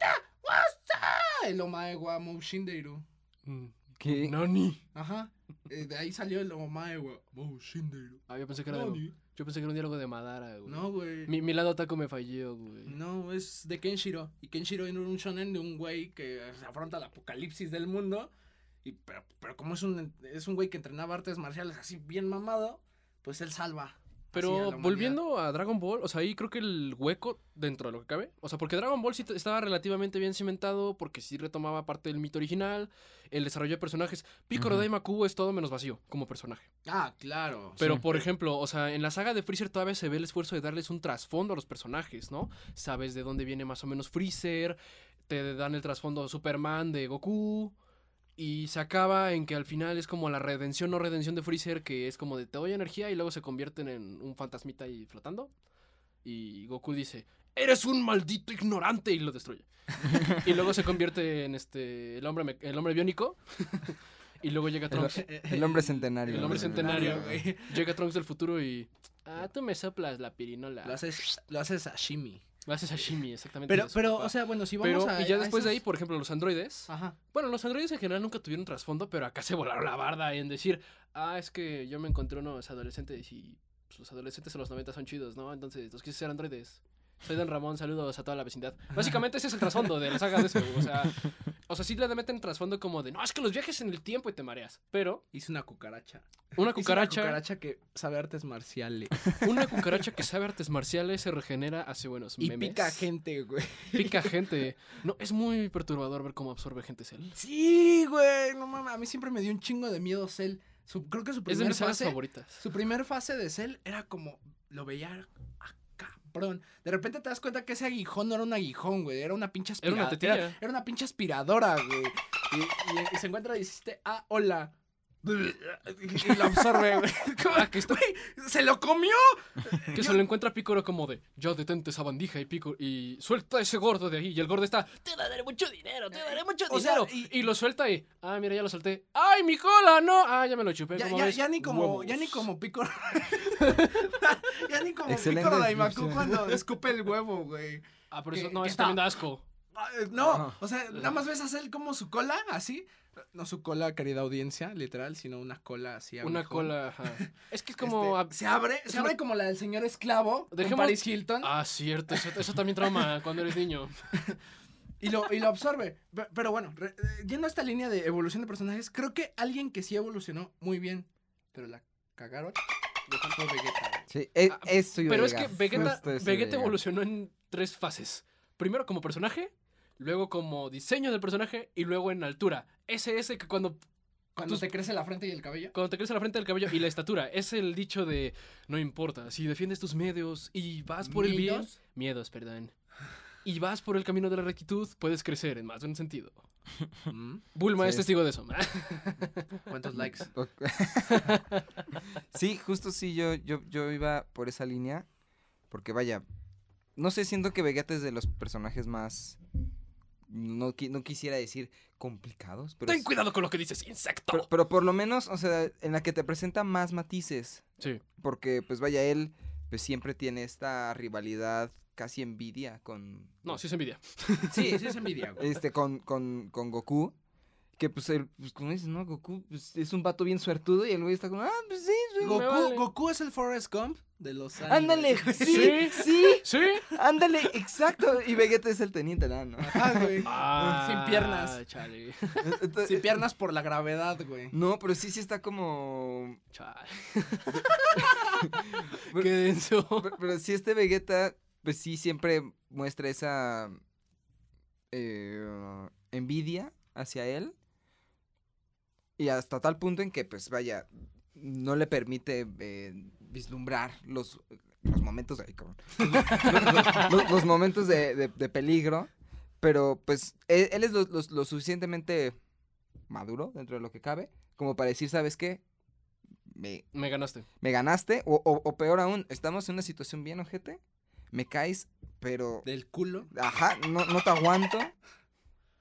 Speaker 2: ¡Wasta! El Omae wa Moushindeiru. Mm.
Speaker 5: ¿Qué?
Speaker 3: Nani.
Speaker 2: Ajá. Eh, de ahí salió el Omae wa Moushindeiru.
Speaker 3: Ah, yo pensé que era de.
Speaker 2: Nani.
Speaker 3: Yo pensé que era un diálogo de Madara, güey.
Speaker 2: No, güey.
Speaker 3: Mi, mi lado taco me falló, güey.
Speaker 2: No, es de Kenshiro. Y Kenshiro era un shonen de un güey que afronta el apocalipsis del mundo. Y, pero, pero como es un, es un güey que entrenaba artes marciales así bien mamado, pues él salva. así a la
Speaker 3: Pero
Speaker 2: humanidad.
Speaker 3: volviendo a Dragon Ball, o sea, ahí creo que el hueco dentro de lo que cabe. O sea, porque Dragon Ball sí t- estaba relativamente bien cimentado, porque sí retomaba parte del mito original, el desarrollo de personajes. Piccolo
Speaker 5: Ujú.
Speaker 3: Daima Kubo es todo menos vacío como personaje.
Speaker 2: Ah, claro.
Speaker 3: Pero,
Speaker 5: Sí.
Speaker 3: por ejemplo, o sea, en la saga de Freezer todavía se ve el esfuerzo de darles un trasfondo a los personajes, ¿no? Sabes de dónde viene más o menos Freezer, te dan el trasfondo de Superman, de Goku, y se acaba en que al final es como la redención no redención de Freezer, que es como de te doy energía y luego se convierten en un fantasmita ahí flotando. Y Goku dice, eres un maldito ignorante y lo
Speaker 5: [laughs]
Speaker 3: destruye. y luego se convierte en este, el hombre, me- el hombre biónico. [laughs] y luego llega Trunks.
Speaker 2: [laughs]
Speaker 5: El hombre centenario.
Speaker 3: El hombre centenario,
Speaker 2: güey.
Speaker 3: Llega Trunks del futuro y. Ah, tú me soplas la pirinola.
Speaker 2: Lo haces, lo haces sashimi.
Speaker 3: Lo haces sashimi, exactamente.
Speaker 2: Pero,
Speaker 3: eso,
Speaker 2: pero,
Speaker 3: papá.
Speaker 2: o sea, bueno, si vamos
Speaker 3: Pero,
Speaker 2: a.
Speaker 3: y ya
Speaker 2: a
Speaker 3: después de ahí,
Speaker 2: esos- Ah.
Speaker 3: por ejemplo, los androides.
Speaker 2: Ajá.
Speaker 3: Bueno, los androides en general nunca tuvieron trasfondo, pero acá se volaron la barda en decir, ah, es que yo me encontré unos adolescentes y pues, los adolescentes en los 90 son chidos, ¿no? Entonces, los quise ser androides. Soy Don Ramón, saludos a toda la vecindad. Básicamente ese es el trasfondo de la saga de eso. O sea, o sea, sí le meten trasfondo como de, no, es que los viajes en el tiempo y te mareas. Pero
Speaker 2: Hice una cucaracha.
Speaker 3: una
Speaker 2: Hice una
Speaker 3: cucaracha...
Speaker 2: cucaracha que sabe artes marciales.
Speaker 3: Una cucaracha que sabe artes marciales se regenera hace buenos
Speaker 2: [laughs] Y
Speaker 3: memes.
Speaker 2: pica gente, güey.
Speaker 3: [laughs] Pica gente. No, es muy perturbador ver cómo absorbe gente Cell.
Speaker 2: Sí, güey. No mames. A mí siempre me dio un chingo de miedo Cell. Su- creo que su
Speaker 3: Es de
Speaker 2: primera
Speaker 3: mis sagas
Speaker 2: fase.
Speaker 3: favoritas.
Speaker 2: Su primer fase de Cell era como. Lo veía. ah, Cabrón. De repente te das cuenta que ese aguijón no era un aguijón, güey. Era una pinche
Speaker 3: Era una
Speaker 2: aspiradora.
Speaker 3: tetilla.
Speaker 2: era una pinche aspiradora, güey. Y, y- y se encuentra y dice, ah, hola. Y lo
Speaker 3: [laughs]
Speaker 2: absorbe, güey. Como,
Speaker 3: Ah, que, está-
Speaker 2: "Güey, ¡Se lo comió!
Speaker 3: que se lo encuentra Picoro como de Yo detente esa bandija y pico y suelta a ese gordo de ahí. Y el gordo está Te daré mucho dinero, te daré mucho
Speaker 2: O sea,
Speaker 3: dinero. y, lo suelta y Ah, mira, ya lo solté. ¡Ay, mi cola! No, ah, ya me lo chupé.
Speaker 2: Ya,
Speaker 3: ¿cómo
Speaker 2: ya-
Speaker 3: ves?
Speaker 2: ya ni como,
Speaker 3: Huevos.
Speaker 2: ya ni como Picoro. [laughs] ya ni como
Speaker 5: Excelente
Speaker 2: Picoro Daimaku
Speaker 5: descripción.
Speaker 2: cuando escupe el huevo, güey.
Speaker 3: Ah, pero eso,
Speaker 2: que-
Speaker 3: no,
Speaker 2: que
Speaker 3: eso
Speaker 2: está-
Speaker 3: también da asco.
Speaker 2: Ah, eh, No, o sea, nada más ves hacer como su cola, así. No su cola, querida audiencia, literal, sino una cola así.
Speaker 3: Una
Speaker 2: aguijón.
Speaker 3: cola. ajá. Es
Speaker 2: [laughs]
Speaker 3: que es
Speaker 2: Este,
Speaker 3: como. ab-
Speaker 2: se abre,
Speaker 3: es
Speaker 2: se abre
Speaker 3: una-
Speaker 2: como la del señor esclavo de
Speaker 3: Dejemos-
Speaker 2: Paris Hilton
Speaker 3: Ah, cierto, eso, eso también trauma cuando eres niño.
Speaker 2: y, lo, y lo absorbe. Pe- Pero bueno, re- eh, yendo a esta línea de evolución de personajes, creo que alguien que sí evolucionó muy bien, pero la cagaron, fue Vegeta. güey.
Speaker 5: Sí, e-
Speaker 3: Ah,
Speaker 5: eso iba a
Speaker 3: Pero es que
Speaker 5: llegar,
Speaker 3: Vegeta,
Speaker 5: justo eso iba a
Speaker 3: Vegeta
Speaker 5: llegar.
Speaker 3: evolucionó en tres fases. Primero como personaje, luego como diseño del personaje y luego en altura. Ese es el que cuando,
Speaker 2: Cuando
Speaker 3: Tus-
Speaker 2: te crece la frente y el cabello.
Speaker 3: cuando te crece la frente del cabello y la estatura. Es el dicho de no importa, si defiendes tus medios y vas por el bien.
Speaker 2: ¿Miedos?
Speaker 3: Miedos, perdón. Y vas por el camino de la rectitud, puedes crecer en más de un sentido.
Speaker 2: Mm,
Speaker 3: Bulma
Speaker 5: Sí.
Speaker 3: es testigo de eso.
Speaker 2: ¿Cuántos likes?
Speaker 5: Pues, [laughs] sí, justo sí, yo, yo, yo iba por esa línea. Porque vaya, no sé, siento que Vegeta es de los personajes más. No, qui- no quisiera decir complicados, pero,
Speaker 3: Ten
Speaker 5: es-
Speaker 3: cuidado con lo que dices, insecto.
Speaker 5: pero, pero por lo menos, o sea, en la que te presenta más matices.
Speaker 3: Sí.
Speaker 5: Porque, pues vaya, él pues siempre tiene esta rivalidad, casi envidia con.
Speaker 3: No, sí es envidia.
Speaker 2: Sí, sí es
Speaker 3: [laughs]
Speaker 2: envidia, güey.
Speaker 5: este, con, con, con Goku. Que pues, el, pues como dices, ¿no? Goku pues, es un vato bien suertudo y el güey está como, ah, pues sí, sí,
Speaker 2: Goku,
Speaker 3: vale.
Speaker 2: Goku es el Forrest Gump de los animes.
Speaker 5: ándale, güey,
Speaker 3: Sí.
Speaker 5: sí, sí,
Speaker 3: ¿Sí?
Speaker 5: ándale, exacto. Y Vegeta es el teniente Dan, ¿no?
Speaker 2: Ajá, güey.
Speaker 3: Ah,
Speaker 2: Sin piernas.
Speaker 3: Chale,
Speaker 5: Entonces,
Speaker 2: Sin piernas por la gravedad, güey.
Speaker 5: no, pero sí, sí está como...
Speaker 3: chale.
Speaker 5: Pero-
Speaker 3: [laughs] Qué denso.
Speaker 5: [laughs] Pero, pero sí este Vegeta, pues sí siempre muestra esa eh, envidia hacia él. Y hasta tal punto en que, pues vaya, no le permite eh, vislumbrar los, los momentos de... ay, cabrón. [laughs] los, los- los momentos de, de- de peligro. Pero pues e- él, es lo, lo- lo suficientemente maduro dentro de lo que cabe como para decir, ¿sabes qué? Me,
Speaker 3: Me ganaste.
Speaker 5: me ganaste, o, o- o peor aún, estamos en una situación bien, ojete, me caes, pero...
Speaker 2: Del culo.
Speaker 5: Ajá, no, no te aguanto,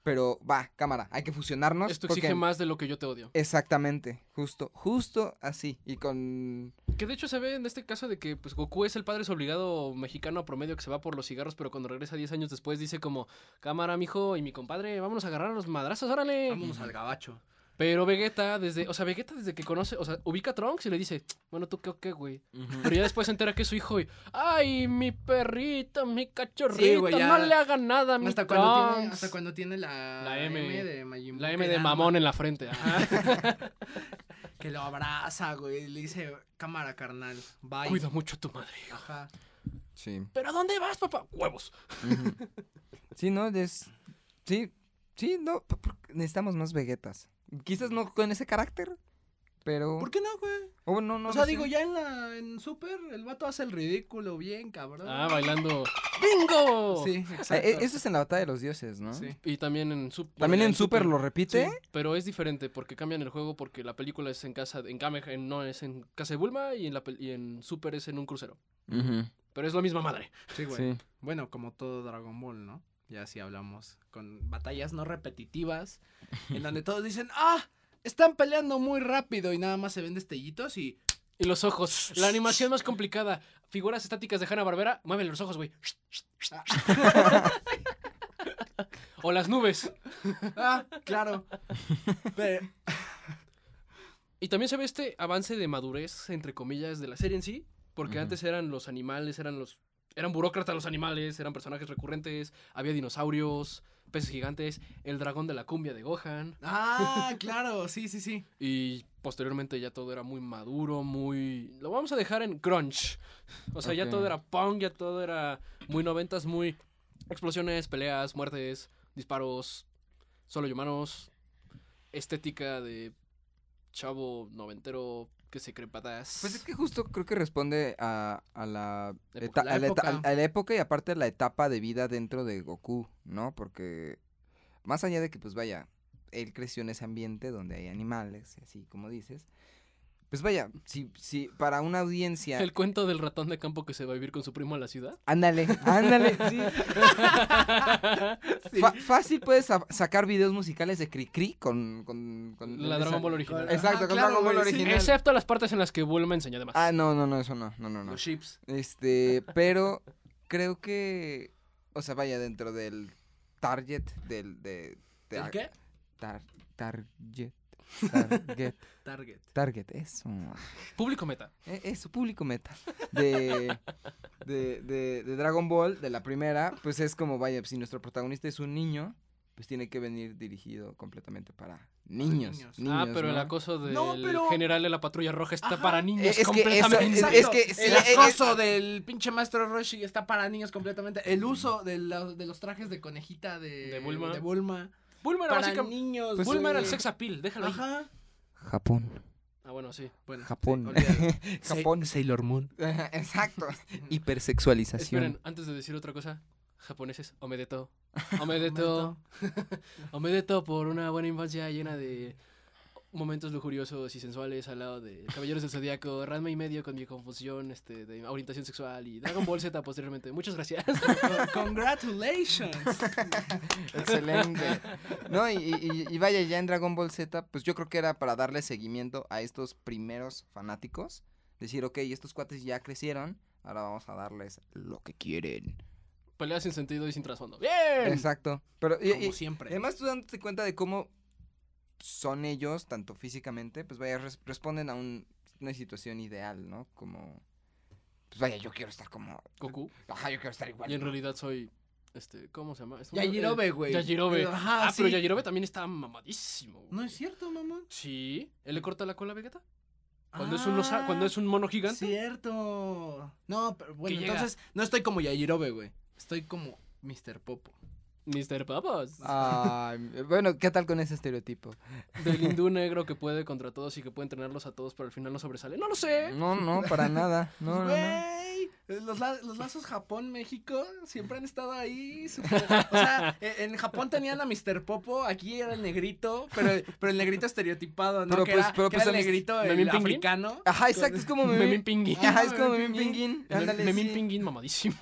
Speaker 5: pero va, cámara, hay que fusionarnos.
Speaker 3: Esto
Speaker 5: porque-
Speaker 3: exige más de lo que yo te odio.
Speaker 5: Exactamente, justo, justo así, y con...
Speaker 3: Que de hecho se ve en este caso de que pues, Goku es el padre obligado mexicano promedio que se va por los cigarros, pero cuando regresa 10 años después dice como, cámara, mijo, y mi compadre, vámonos a agarrar a los madrazos, órale.
Speaker 2: Vámonos al gabacho.
Speaker 3: Pero Vegeta, desde, o sea, Vegeta desde que conoce, o sea, ubica a Trunks y le dice, bueno, tú qué, o qué, güey. Pero ya después se entera que es su hijo y, ay, mi perrito, mi cachorrito,
Speaker 2: güey, ya.
Speaker 3: no le haga nada, a mi
Speaker 2: Hasta cuando, tiene,
Speaker 3: Trunks".
Speaker 2: hasta cuando tiene la,
Speaker 3: La M.
Speaker 2: de Majin Buu,
Speaker 3: La M
Speaker 2: que
Speaker 3: de
Speaker 2: da-
Speaker 3: mamón en la frente. ajá.
Speaker 2: [laughs] Que lo abraza, güey. Le dice, cámara, carnal. Bye.
Speaker 3: Cuida mucho a tu madre. hijo.
Speaker 2: Ajá.
Speaker 5: Sí.
Speaker 3: ¿Pero a dónde vas, papá? Huevos.
Speaker 5: Sí, no, es. Sí, sí, no. p- p- Necesitamos más Vegetas. Quizás no con ese carácter, pero.
Speaker 2: ¿Por qué no, güey?
Speaker 5: Oh, no, no,
Speaker 2: o sea,
Speaker 5: no sé.
Speaker 2: digo, ya en la en Super, el vato hace el ridículo bien, cabrón.
Speaker 3: Ah, bailando. ¡Bingo!
Speaker 2: Sí,
Speaker 5: Ah,
Speaker 2: exacto.
Speaker 5: e- Eso es en la batalla de los dioses, ¿no?
Speaker 2: Sí.
Speaker 3: Y también en Super.
Speaker 5: También
Speaker 3: bueno,
Speaker 5: en Super lo repite.
Speaker 3: Sí, pero es diferente porque cambian el juego porque la película es en casa, en Kame- en- no es en casa de Bulma y en, la, pel- y en Super es en un crucero.
Speaker 5: Ujú,
Speaker 3: Pero es la misma madre.
Speaker 2: Sí, güey.
Speaker 5: sí.
Speaker 2: Bueno, como todo Dragon Ball, ¿no? Ya sí hablamos con batallas no repetitivas, en
Speaker 5: [laughs]
Speaker 2: donde todos dicen, ah, están peleando muy rápido y nada más se ven destellitos y...
Speaker 3: Y los ojos. La animación más complicada. Figuras estáticas de Hanna Barbera. Muévele los ojos,
Speaker 5: [laughs]
Speaker 3: güey. [laughs] o las nubes.
Speaker 2: Ah, claro. Pero-
Speaker 3: Y también se ve este avance de madurez, entre comillas, de la serie en sí. Porque
Speaker 5: Ujú.
Speaker 3: antes eran los animales, eran los. Eran burócratas los animales, eran personajes recurrentes, había dinosaurios, peces gigantes, el dragón de la cumbia de Gohan.
Speaker 2: ah, claro, sí, sí, sí.
Speaker 3: Y posteriormente ya todo era muy maduro, muy... Lo vamos a dejar en crunch. O sea, ya
Speaker 5: Ok.
Speaker 3: todo era punk, ya todo era muy noventas, muy... Explosiones, peleas, muertes, disparos, solo y humanos, estética de chavo noventero que se cree patas.
Speaker 5: Pues es que justo creo que responde a, a la,
Speaker 3: Época.
Speaker 5: eta-
Speaker 2: La
Speaker 5: a la eta-
Speaker 2: época.
Speaker 5: a la época y aparte la etapa de vida dentro de Goku, ¿no? Porque más allá de que, pues vaya, él creció en ese ambiente donde hay animales, y así como dices. Pues vaya, si, si para una audiencia...
Speaker 3: [laughs] El cuento del ratón de campo que se va a vivir con su primo a la ciudad. [laughs]
Speaker 5: Ándale, ándale, sí. Fa- fácil puedes sa- sacar videos musicales de Cricri con, con, con-
Speaker 3: La
Speaker 5: esa-
Speaker 3: Dragon Ball original.
Speaker 5: Exacto,
Speaker 2: Ah,
Speaker 5: con
Speaker 2: claro,
Speaker 5: Dragon Ball
Speaker 2: güey, sí.
Speaker 5: original.
Speaker 3: Excepto las partes en las que Bulma enseñó de más.
Speaker 5: Ah, no, no, no, eso no, no, no, no.
Speaker 2: Los chips.
Speaker 5: Este, pero creo que, o sea, vaya dentro del target del de, de-
Speaker 2: ¿El qué?
Speaker 5: tar- target, target, [laughs]
Speaker 2: Target.
Speaker 5: target, eso,
Speaker 3: Público meta.
Speaker 5: e- eso público meta de, de, de, de Dragon Ball de la primera, pues es como vaya, si nuestro protagonista es un niño, pues tiene que venir dirigido completamente para niños,
Speaker 2: niños.
Speaker 5: niños,
Speaker 3: ah, pero el
Speaker 5: ¿no?
Speaker 3: acoso del
Speaker 2: No, pero-
Speaker 3: general de la patrulla roja está
Speaker 2: Ajá.
Speaker 3: para niños
Speaker 5: Es que eso-
Speaker 3: completamente.
Speaker 5: Es- es que Mm. sí,
Speaker 2: el
Speaker 5: eh, eh,
Speaker 2: acoso del pinche maestro Roshi está para niños completamente. El uso de, la- de los trajes de conejita de,
Speaker 3: De Bulma.
Speaker 2: de Bulma.
Speaker 3: Bulma era
Speaker 2: Para
Speaker 3: básicamente-
Speaker 2: niños.
Speaker 5: Pues,
Speaker 3: Bulma era el
Speaker 2: güey.
Speaker 3: sex appeal, déjalo ahí.
Speaker 2: Ajá.
Speaker 5: Japón,
Speaker 3: Ah, bueno, sí.
Speaker 2: Bueno,
Speaker 5: Japón.
Speaker 2: sí, olvídalo.
Speaker 5: Japón.
Speaker 2: Sa- Sailor Moon.
Speaker 5: [laughs]
Speaker 2: [laughs]
Speaker 5: Exacto. Hipersexualización.
Speaker 3: Esperen, antes de decir otra cosa, japoneses, omedeto. Omedeto. [laughs] omedeto por una buena infancia llena de momentos lujuriosos y sensuales al lado de Caballeros del Zodíaco, Ranma y medio con mi confusión este, de orientación sexual y Dragon Ball Z posteriormente. Muchas gracias. [laughs]
Speaker 2: Congratulations. [laughs]
Speaker 5: Excelente. No, y, y- y vaya, ya en Dragon Ball Z, pues yo creo que era para darle seguimiento a estos primeros fanáticos. Decir, ok, estos cuates ya crecieron, ahora vamos a darles lo que quieren.
Speaker 3: Peleas sin sentido y sin trasfondo. ¡Bien!
Speaker 5: Exacto. Pero, [laughs] y,
Speaker 2: Como
Speaker 5: y- y
Speaker 2: siempre.
Speaker 5: además tú dándote cuenta de cómo son ellos, tanto físicamente, pues vaya, res- responden a un- una situación ideal, ¿no? Como, pues vaya, yo quiero estar como...
Speaker 3: Goku.
Speaker 5: Ajá, yo quiero estar igual.
Speaker 3: Y en realidad soy... Este, ¿Cómo se llama? Es un-
Speaker 2: Yajirobe,
Speaker 3: eh,
Speaker 2: güey.
Speaker 3: Yajirobe.
Speaker 2: Ajá,
Speaker 3: ah, pero
Speaker 2: sí.
Speaker 3: Yajirobe también está mamadísimo. güey.
Speaker 2: No es cierto, mamón.
Speaker 3: Sí. ¿Él le corta la cola a Vegeta? Cuando, es, un losa-
Speaker 2: Ah,
Speaker 3: cuando es un mono gigante.
Speaker 2: Cierto. No, pero bueno,
Speaker 3: llega.
Speaker 2: entonces no estoy como Yajirobe, güey. Estoy como Mr. Popo.
Speaker 3: Mr. Papas.
Speaker 5: Ah. Ay, bueno, ¿qué tal con ese estereotipo?
Speaker 3: Del hindú negro que puede contra todos y que puede entrenarlos a todos, pero al final no sobresale. No lo
Speaker 2: ¿Eh?
Speaker 3: sé.
Speaker 5: No, no, para nada. No, no, no.
Speaker 2: Güey, los, la- los lazos Japón-México siempre han estado ahí. súper- O sea, e- en Japón tenían a Mr. Popo, aquí era el negrito, pero, pero el negrito estereotipado, ¿no?
Speaker 5: Pero
Speaker 2: que
Speaker 5: pues-
Speaker 2: era,
Speaker 5: pero
Speaker 2: que
Speaker 5: pues
Speaker 2: era el
Speaker 5: a mis-
Speaker 2: negrito
Speaker 3: ¿Memín
Speaker 2: el
Speaker 3: Pinguín?
Speaker 2: africano.
Speaker 5: Ajá, exacto, es [laughs] como
Speaker 3: Memín
Speaker 5: Memín
Speaker 3: Pinguín.
Speaker 5: Ajá, es como
Speaker 2: Memín
Speaker 5: Memín Pinguín.
Speaker 3: Mem-
Speaker 5: Ah, Ándale,
Speaker 3: Memín
Speaker 5: sí.
Speaker 3: Pinguín mamadísimo.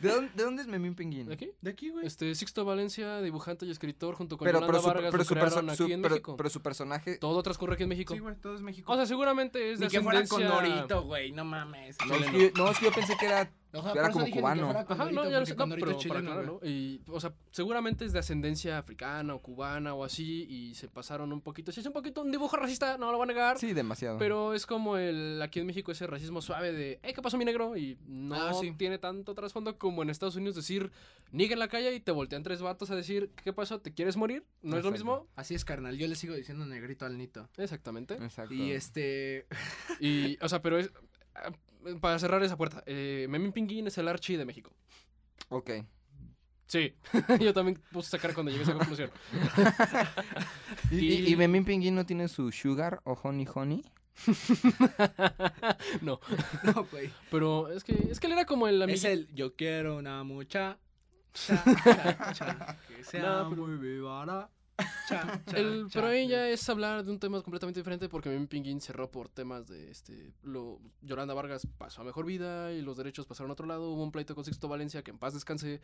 Speaker 5: ¿De dónde, de dónde es Memín Pinguín?
Speaker 3: ¿De aquí?
Speaker 2: De aquí, güey.
Speaker 3: Este, Sixto Valencia, dibujante y escritor, junto con
Speaker 5: Pero,
Speaker 3: Yolanda
Speaker 5: pero, su,
Speaker 3: Vargas,
Speaker 5: pero,
Speaker 3: lo
Speaker 5: su perso-
Speaker 3: crearon
Speaker 5: su-
Speaker 3: aquí en
Speaker 5: pero-
Speaker 3: México.
Speaker 5: pero su personaje.
Speaker 3: Todo transcurre aquí en México.
Speaker 2: Sí, güey, todo es México.
Speaker 3: o sea, seguramente es de
Speaker 2: Ni que fuera con
Speaker 3: ascendencia-
Speaker 2: Dorito, güey, no mames.
Speaker 5: No es, que yo, no, es que yo pensé que era
Speaker 2: Ajá, por
Speaker 5: era
Speaker 2: eso
Speaker 5: como
Speaker 2: dije que
Speaker 5: cubano.
Speaker 2: fuera
Speaker 3: Ajá,
Speaker 2: condorito,
Speaker 3: no, ya lo
Speaker 2: porque
Speaker 3: sé, no,
Speaker 2: condorito
Speaker 3: pero
Speaker 2: es
Speaker 3: para
Speaker 2: chileno,
Speaker 3: aclarar,
Speaker 2: güey.
Speaker 3: ¿no? Y, o sea, seguramente es de ascendencia africana o cubana o así y se pasaron un poquito. Sí, es un poquito un dibujo racista, no lo voy a negar.
Speaker 5: Sí, demasiado.
Speaker 3: Pero es como el aquí en México ese racismo suave de, hey, ¿qué pasó mi negro? Y no
Speaker 2: Ah, sí.
Speaker 3: tiene tanto trasfondo como en Estados Unidos decir, niga en la calle y te voltean tres vatos a decir, ¿qué pasó? ¿Te quieres morir? ¿No es lo
Speaker 5: Exacto.
Speaker 3: mismo?
Speaker 2: Así es, carnal. Yo le sigo diciendo negrito al nito. [laughs]
Speaker 3: Exactamente.
Speaker 5: Exacto.
Speaker 2: Y este. [laughs]
Speaker 3: Y, o sea, pero es... ah, Para cerrar esa puerta, eh, Memín Pinguín es el archi de México.
Speaker 5: Ok.
Speaker 3: Sí, [laughs] yo también puse a sacar cuando llegué a esa conclusión.
Speaker 5: ¿Y,
Speaker 3: Y-
Speaker 5: y, y Memín Pinguín no tiene su sugar o honey honey?
Speaker 3: no,
Speaker 2: No, güey.
Speaker 3: pero es que, es que él era como el amigo.
Speaker 2: Es el yo quiero una muchacha.
Speaker 3: [laughs]
Speaker 2: Cha, cha, cha, que sea
Speaker 3: No, pero-
Speaker 2: muy vivara. Cha, cha,
Speaker 3: El-
Speaker 2: cha.
Speaker 3: pero ahí ya es hablar de un tema completamente diferente porque Memín Pinguín cerró por temas de este lo Yolanda Vargas pasó a mejor vida y los derechos pasaron a otro lado, hubo un pleito con Sixto Valencia que en paz descanse,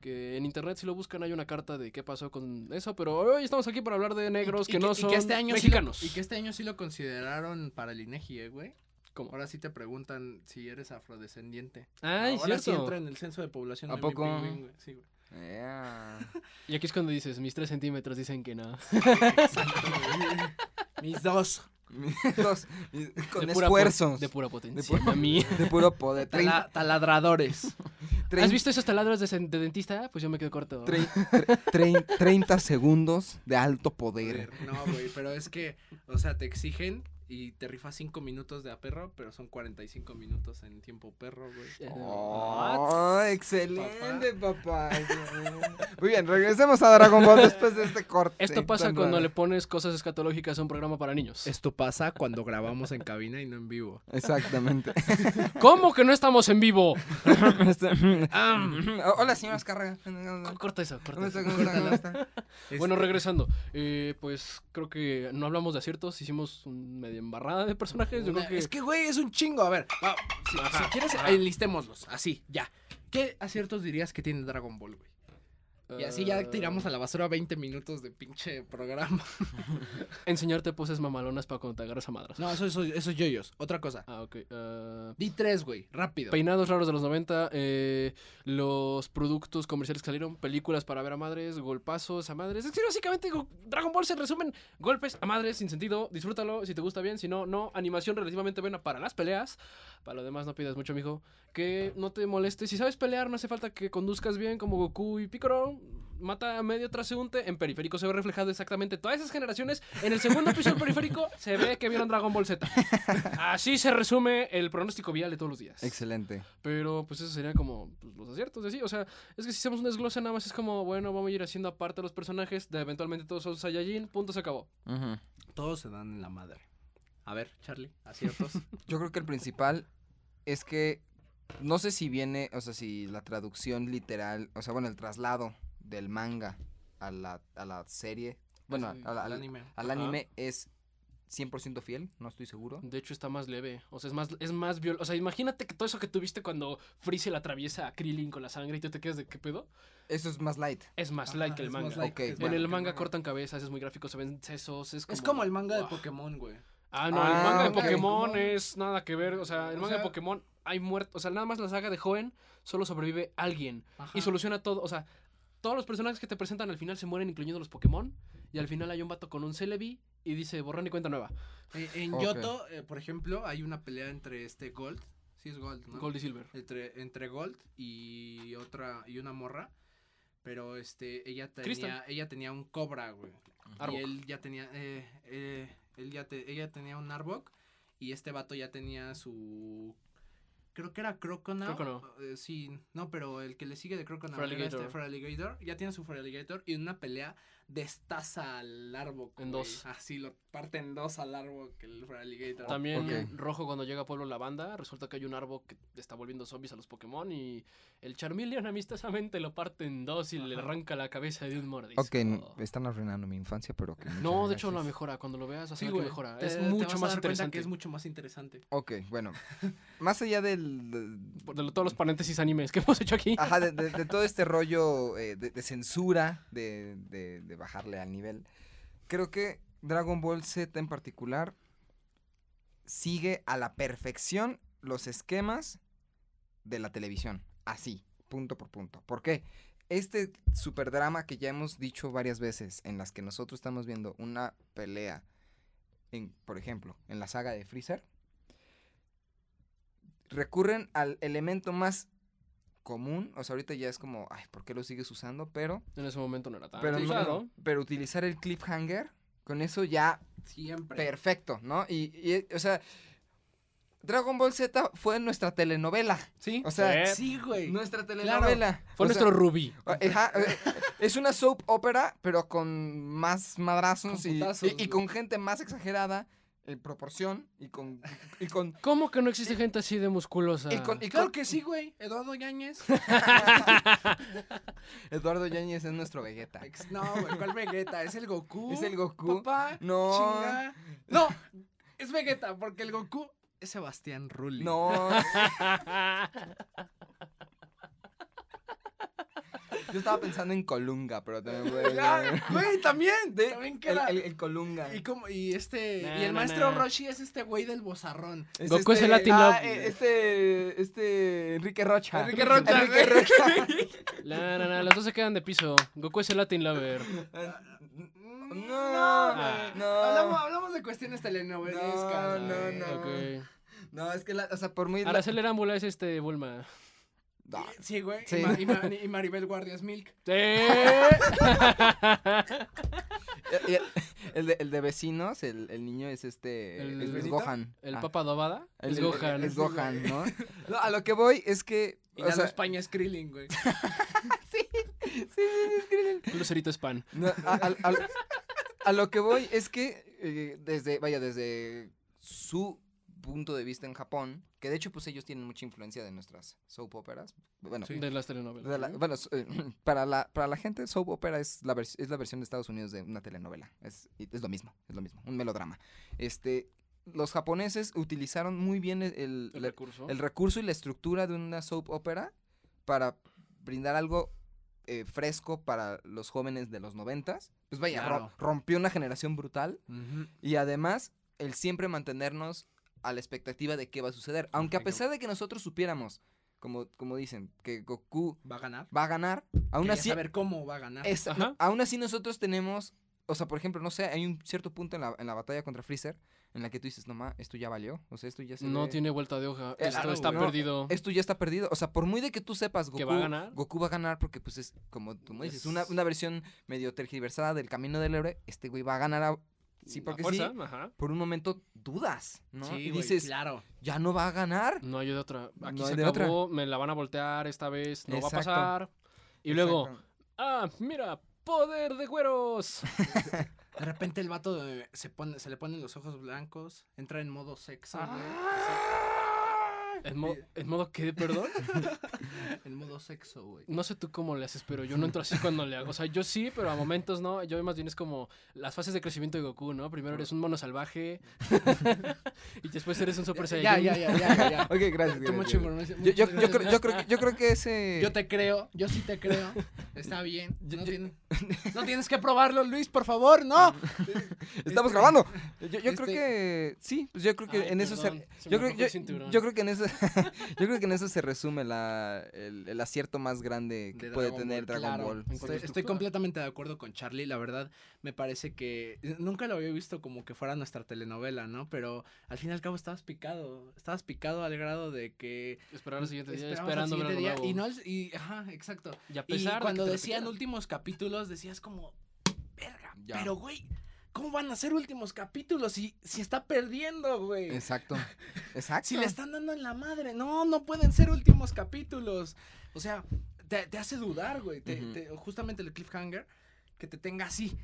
Speaker 3: que en internet si lo buscan hay una carta de qué pasó con eso, pero hoy estamos aquí para hablar de negros
Speaker 2: Y
Speaker 3: que, no
Speaker 2: y
Speaker 3: son
Speaker 2: este año sí lo-
Speaker 3: mexicanos.
Speaker 2: y que este año sí lo consideraron para el INEGI, eh, güey.
Speaker 3: ¿Cómo?
Speaker 2: Ahora sí te preguntan si eres afrodescendiente.
Speaker 3: Ay,
Speaker 2: Ahora
Speaker 3: Ah,
Speaker 2: sí
Speaker 3: cierto.
Speaker 2: entra en el censo de población.
Speaker 5: ¿A
Speaker 2: de mi
Speaker 5: poco?
Speaker 2: pingüín, güey. Sí, güey.
Speaker 5: Yeah.
Speaker 3: Y aquí es cuando dices, mis tres centímetros dicen que no.
Speaker 5: [laughs]
Speaker 2: Mis dos.
Speaker 5: [laughs] Dos, y-
Speaker 3: [laughs]
Speaker 5: con
Speaker 3: De pura po-
Speaker 5: esfuerzos.
Speaker 3: De
Speaker 5: De,
Speaker 3: pura potencia.
Speaker 5: pura-
Speaker 2: [laughs]
Speaker 3: mami.
Speaker 5: puro [laughs] poder. Trein-
Speaker 2: tala- taladradores.
Speaker 5: trein-
Speaker 3: ¿Has visto esos taladros de, sen- de dentista? Pues yo me quedo corto.
Speaker 5: trein- trein- 30 segundos de alto poder.
Speaker 2: No, güey, pero es que, o sea, te exigen y te rifas 5 minutos de a perro, pero son 45 minutos en tiempo perro, güey.
Speaker 3: Eh,
Speaker 5: Oh, excelente, papá. [laughs] Muy bien, regresemos a Dragon Ball después de este corte.
Speaker 3: Esto pasa
Speaker 5: tan
Speaker 3: cuando le
Speaker 5: raro.
Speaker 3: pones cosas escatológicas a un programa para niños. [laughs]
Speaker 2: Esto pasa cuando grabamos en cabina y no en vivo.
Speaker 3: [laughs]
Speaker 5: Exactamente.
Speaker 3: ¿Cómo que no estamos en
Speaker 2: [laughs]
Speaker 3: vivo? Este, mm.
Speaker 5: Ah, [laughs] Hola, señor Azcárraga.
Speaker 2: Mm.
Speaker 3: Co- Corta eso, corta
Speaker 5: ¿Cómo está?
Speaker 3: eso.
Speaker 5: ¿Cómo está? ¿Cómo está?
Speaker 3: Bueno,
Speaker 2: Este,
Speaker 3: regresando. eh, pues creo que no hablamos de aciertos, hicimos un media embarrada de personajes. Yo
Speaker 2: una-
Speaker 3: creo que.
Speaker 2: Es que, güey, es un chingo. A ver, va, si, si quieres, enlistémoslos. Así, ya. ¿Qué aciertos dirías que tiene Dragon Ball, güey? Y así ya
Speaker 3: eh,
Speaker 2: tiramos a la basura 20 minutos de pinche programa.
Speaker 3: Enseñarte poses mamalonas para cuando te agarras a madras.
Speaker 2: [laughs] No, eso es eso, eso es yoyos. Otra cosa.
Speaker 3: Ah, ok. eh,
Speaker 2: Di tres, güey, rápido.
Speaker 3: Peinados raros de los 90, eh, los productos comerciales que salieron, películas para ver a madres, golpazos a madres. Es que básicamente go- Dragon Ball se resumen golpes a madres sin sentido. Disfrútalo si te gusta bien, si no, no. Animación relativamente buena para las peleas. Para lo demás, no pidas mucho, mijo. Que no te molestes. Si sabes pelear, no hace falta que conduzcas bien como Goku y Piccolo. Mata a medio transeúnte. En periférico se ve reflejado exactamente todas esas generaciones. En el segundo episodio del periférico se ve que vieron Dragon Ball Z. Así se resume el pronóstico vial de todos los días.
Speaker 5: Excelente.
Speaker 3: Pero pues eso sería como pues, los aciertos de sí. O sea, es que si hacemos un desglose nada más es como, bueno, vamos a ir haciendo aparte a los personajes. De eventualmente todos son Saiyajin, punto, se acabó.
Speaker 5: Ujú.
Speaker 2: Todos se dan en la madre. A ver, Charlie, [laughs] aciertos.
Speaker 5: Yo creo que el principal es que no sé si viene, o sea, si la traducción literal, o sea, bueno, el traslado del manga a la, a la serie, bueno,
Speaker 2: Sí,
Speaker 5: a la- al,
Speaker 2: anime.
Speaker 5: al
Speaker 3: Ajá.
Speaker 5: anime es 100% fiel, no estoy seguro.
Speaker 3: De hecho está más leve. O sea, es más, es más viol... O sea, imagínate que todo eso que tuviste cuando Freezer atraviesa a Krillin con la sangre y tú te quedas de qué pedo.
Speaker 5: Eso es más light.
Speaker 3: Es más light que el
Speaker 2: Es
Speaker 3: manga.
Speaker 2: más light
Speaker 5: Ok,
Speaker 2: que
Speaker 3: En
Speaker 5: bueno,
Speaker 3: el
Speaker 2: que
Speaker 3: manga cortan cabezas, es muy gráfico, se ven sesos, es como...
Speaker 2: Es como el manga de
Speaker 3: Wow.
Speaker 2: Pokémon, güey.
Speaker 3: Ah, no, el
Speaker 5: Ah,
Speaker 3: manga de
Speaker 5: ok.
Speaker 3: Pokémon es nada que ver. O sea, el
Speaker 2: O
Speaker 3: manga de
Speaker 2: sea-
Speaker 3: Pokémon hay muertos. O sea, nada más la saga de Joven solo sobrevive alguien.
Speaker 2: Ajá.
Speaker 3: y soluciona todo. O sea, todos los personajes que te presentan al final se mueren, incluyendo los Pokémon. Y al final hay un vato con un Celebi y dice borrón y cuenta nueva.
Speaker 2: Eh, en
Speaker 5: Ok.
Speaker 2: Yoto, eh, por ejemplo, hay una pelea entre este Gold. Sí, es Gold, ¿no?
Speaker 3: Gold y Silver.
Speaker 2: Entre, entre Gold y otra. y una morra. Pero este, ella tenía,
Speaker 3: Crystal.
Speaker 2: ella tenía un cobra, güey. Y
Speaker 3: Arbok.
Speaker 2: él ya tenía. eh, eh, él ya te- ella tenía un Arbok. Y este vato ya tenía su. Creo que era Croconaw.
Speaker 3: Croconaw.
Speaker 2: eh, sí, no, pero el que le sigue de Croconaw.
Speaker 3: Feraligatr.
Speaker 2: Era este Feraligatr, Ya tiene su Feraligator. Y en una pelea destaza al Arbok.
Speaker 3: En
Speaker 2: güey.
Speaker 3: dos.
Speaker 2: Así lo parte en dos al Arbok, el Feraligator.
Speaker 3: También
Speaker 5: Ok.
Speaker 3: Rojo cuando llega a Pueblo la banda, resulta que hay un árbol que está volviendo zombies a los Pokémon y el Charmeleon amistosamente lo parte en dos y le arranca la cabeza de un mordisco.
Speaker 5: Ok, n- están arruinando mi infancia, pero que muchas
Speaker 3: Oh. No, de hecho la
Speaker 5: gracias.
Speaker 3: mejora, cuando lo veas, así
Speaker 2: Sí,
Speaker 3: que
Speaker 2: güey.
Speaker 3: mejora. Eh,
Speaker 2: Eh, Te-
Speaker 3: es
Speaker 2: te
Speaker 3: mucho
Speaker 2: vas a
Speaker 3: más
Speaker 2: dar cuenta
Speaker 3: interesante.
Speaker 2: que es mucho más interesante.
Speaker 5: Ok, bueno. Más allá del... de-
Speaker 3: Por- De lo- todos los paréntesis animes que hemos hecho aquí.
Speaker 5: Ajá, de, de- de todo este rollo eh, de, de censura, de, de- de bajarle al nivel. Creo que Dragon Ball Z en particular sigue a la perfección los esquemas de la televisión. Así, punto por punto. ¿Por qué? Este superdrama que ya hemos dicho varias veces, en las que nosotros estamos viendo una pelea, en, por ejemplo, en la saga de Freezer, recurren al elemento más común, o sea, ahorita ya es como, ay, ¿por qué lo sigues usando? Pero
Speaker 3: En ese momento no era tan.
Speaker 5: pero,
Speaker 3: Ah, Sí,
Speaker 5: no-
Speaker 3: claro.
Speaker 5: pero utilizar el cliffhanger, con eso ya,
Speaker 2: Siempre.
Speaker 5: perfecto, ¿no? Y, y, o sea, Dragon Ball Z fue nuestra telenovela.
Speaker 2: Sí.
Speaker 5: O sea,
Speaker 3: Sí.
Speaker 2: Sí, güey.
Speaker 5: nuestra
Speaker 2: Claro.
Speaker 5: telenovela.
Speaker 3: Fue
Speaker 5: O sea,
Speaker 3: nuestro rubí.
Speaker 5: ajá, eh, [laughs] es una soap opera, pero con más madrazos
Speaker 2: Con
Speaker 5: y,
Speaker 2: putazos,
Speaker 5: y- y con gente más exagerada en proporción y con... [laughs] Y con
Speaker 3: ¿Cómo que no existe gente así de musculosa?
Speaker 5: y con- y
Speaker 2: Claro
Speaker 5: con-
Speaker 2: que sí, güey. Eduardo Yáñez.
Speaker 5: Eduardo Yáñez es nuestro Vegeta.
Speaker 2: Ex- No, güey, ¿cuál Vegeta? Es el Goku.
Speaker 5: [laughs] Es el Goku.
Speaker 2: Papá.
Speaker 5: No.
Speaker 2: Chinga. No, es Vegeta, porque el Goku es Sebastián Rulli.
Speaker 5: No, yo estaba pensando en Colunga, pero también
Speaker 2: [laughs]
Speaker 5: puede
Speaker 2: Claro, Ah, güey, también.
Speaker 5: De-
Speaker 2: también
Speaker 5: el,
Speaker 2: queda.
Speaker 5: el- el Colunga.
Speaker 2: y como, y este.
Speaker 3: Nah,
Speaker 2: y el
Speaker 3: nah,
Speaker 2: maestro
Speaker 3: nah.
Speaker 2: Roshi es este güey del bozarrón.
Speaker 3: Goku es el Latin
Speaker 5: ah,
Speaker 3: Love.
Speaker 5: eh, Este, este, Enrique Rocha.
Speaker 2: Enrique Rocha,
Speaker 5: Enrique
Speaker 2: güey.
Speaker 5: Rocha.
Speaker 3: [laughs] La, na, na, las dos se quedan de piso. Goku es el Latin Lover.
Speaker 2: [laughs]
Speaker 5: No,
Speaker 2: Mm, No,
Speaker 5: no,
Speaker 2: güey. Hablamos, hablamos de cuestiones telenovelescas.
Speaker 5: No,
Speaker 2: güey.
Speaker 5: no, no.
Speaker 3: Ok.
Speaker 5: No, es que, la, o sea, por muy...
Speaker 3: Aracel Arámbula es este Bulma.
Speaker 5: No.
Speaker 2: Sí, güey.
Speaker 5: Sí.
Speaker 2: Y, Ma- y Ma- y Maribel Guardia es Milk.
Speaker 3: ¡Eh!
Speaker 5: Y- y El, el de, el de vecinos, el, el niño es este...
Speaker 3: [laughs] ¿El
Speaker 5: es- es
Speaker 3: Benito?
Speaker 5: Gohan.
Speaker 3: El
Speaker 5: Ah,
Speaker 3: Papa Dobada
Speaker 5: el-
Speaker 3: es
Speaker 5: el-
Speaker 3: Gohan.
Speaker 5: Es Gohan, ¿no? No, a lo que voy es que...
Speaker 2: Y
Speaker 5: [laughs] o
Speaker 2: la
Speaker 5: sea,
Speaker 2: España es Krillin, güey.
Speaker 3: Lucerito es pan.
Speaker 5: No, a, a- a- a lo que voy es que eh, desde, vaya, desde su punto de vista en Japón, que de hecho pues ellos tienen mucha influencia de nuestras soap operas. Bueno,
Speaker 3: De las telenovelas.
Speaker 5: de la- bueno, so- eh, para, la, para la gente soap opera es la, vers- es la versión de Estados Unidos de una telenovela. Es, y es lo mismo, es lo mismo, un melodrama. Este, los japoneses utilizaron muy bien el, el-
Speaker 3: El
Speaker 5: la-
Speaker 3: recurso.
Speaker 5: el recurso y la estructura de una soap opera para brindar algo eh, fresco para los jóvenes de los noventas. Pues vaya, ro-
Speaker 2: Claro.
Speaker 5: rompió una generación brutal. Y además, el siempre mantenernos a la expectativa de qué va a suceder. Aunque a
Speaker 2: Venga.
Speaker 5: pesar de que nosotros supiéramos, como, como dicen, que Goku
Speaker 2: Va a ganar.
Speaker 5: va a ganar, aún
Speaker 2: Quería
Speaker 5: así,
Speaker 2: saber cómo va a ganar.
Speaker 5: es- no,
Speaker 3: Ajá.
Speaker 5: aún así nosotros tenemos... O sea, por ejemplo, no sé, hay un cierto punto en la, en la batalla contra Freezer en la que tú dices, no ma, esto ya valió. O sea, esto ya se
Speaker 3: No
Speaker 5: ve-
Speaker 3: tiene vuelta de hoja.
Speaker 5: Eh,
Speaker 3: Esto
Speaker 5: claro,
Speaker 3: está
Speaker 5: güey.
Speaker 3: perdido.
Speaker 5: esto ya está perdido. O sea, por muy de que tú sepas Goku,
Speaker 3: ¿Que va a ganar?
Speaker 5: Goku va a ganar porque, pues, es como tú me dices, una,
Speaker 3: Es-
Speaker 5: una versión medio tergiversada del camino del héroe. Este güey va a ganar a- Sí,
Speaker 3: A
Speaker 5: porque
Speaker 3: fuerza,
Speaker 5: sí.
Speaker 3: ajá.
Speaker 5: Por un momento dudas, ¿no?
Speaker 2: Sí,
Speaker 5: y
Speaker 2: güey,
Speaker 5: dices,
Speaker 2: claro.
Speaker 5: ya no va a ganar.
Speaker 3: No hay de otra. Aquí
Speaker 5: No hay
Speaker 3: se
Speaker 5: de otra.
Speaker 3: acabó. Me la van a voltear esta vez. No va a
Speaker 5: Exacto.
Speaker 3: pasar. Y luego,
Speaker 5: Exacto.
Speaker 3: ah, mira, poder de güeros.
Speaker 2: De repente el vato de- se, pone, se le ponen los ojos blancos, entra en modo sexo, güey. Ah.
Speaker 3: ¿En, mo- en modo que, perdón?
Speaker 2: Así, En modo sexo, güey.
Speaker 3: No sé tú cómo le haces, pero yo no entro así cuando le hago. O sea, yo sí, pero a momentos no. Yo más bien es como las fases de crecimiento de Goku, ¿no? Primero eres un mono salvaje [laughs] y después eres un Super
Speaker 2: Ya,
Speaker 3: Saiyajin.
Speaker 2: ya, ya, ya, ya, [laughs] ya.
Speaker 3: [laughs]
Speaker 5: Ok, gracias.
Speaker 2: Tú
Speaker 5: gracias,
Speaker 2: mucha
Speaker 5: gracias.
Speaker 2: información.
Speaker 5: Yo, yo-
Speaker 2: muchas
Speaker 5: yo
Speaker 2: gracias,
Speaker 5: creo,
Speaker 2: ¿no?
Speaker 5: yo, creo, yo creo que ese...
Speaker 2: Yo te creo, yo sí te creo. Está [laughs] bien. No, tiene- no tienes que probarlo, Luis, por favor, no. este-
Speaker 5: Estamos grabando. Yo, yo
Speaker 2: este-
Speaker 5: creo que... Sí, pues yo creo que
Speaker 3: Ay,
Speaker 5: en eso
Speaker 3: perdón,
Speaker 5: se...
Speaker 3: se me
Speaker 5: yo, creo,
Speaker 3: aflojó el
Speaker 5: yo-
Speaker 3: cinturón.
Speaker 5: yo creo que en eso [laughs] yo creo que en eso se resume la, el, el acierto más grande que
Speaker 2: de
Speaker 5: puede
Speaker 2: Dragon
Speaker 5: tener
Speaker 2: Ball,
Speaker 5: Dragon
Speaker 2: claro.
Speaker 5: Ball.
Speaker 3: En
Speaker 2: Estoy,
Speaker 3: cuanto a
Speaker 2: estoy
Speaker 3: estructura.
Speaker 2: completamente de acuerdo con Charlie, la verdad me parece que eh, nunca lo había visto como que fuera nuestra telenovela, ¿no? Pero al fin y al cabo estabas picado, estabas picado al grado de que
Speaker 3: Esperar al siguiente día,
Speaker 2: esperabas al
Speaker 3: esperando ver
Speaker 2: siguiente
Speaker 3: algo
Speaker 2: día
Speaker 3: nuevo.
Speaker 2: y no al- y ajá, exacto.
Speaker 3: Y a
Speaker 2: Y
Speaker 3: pesar de que
Speaker 2: cuando
Speaker 3: te lo
Speaker 2: decían
Speaker 3: pidieran.
Speaker 2: últimos capítulos decías como verga,
Speaker 5: Ya.
Speaker 2: pero güey, ¿cómo van a ser últimos capítulos si si está perdiendo, güey?
Speaker 5: Exacto. Exacto.
Speaker 2: Si le están dando en la madre. No, no pueden ser últimos capítulos. O sea, te, te hace dudar, güey. Te-
Speaker 5: Ujú.
Speaker 2: te- justamente el cliffhanger, que te tenga así.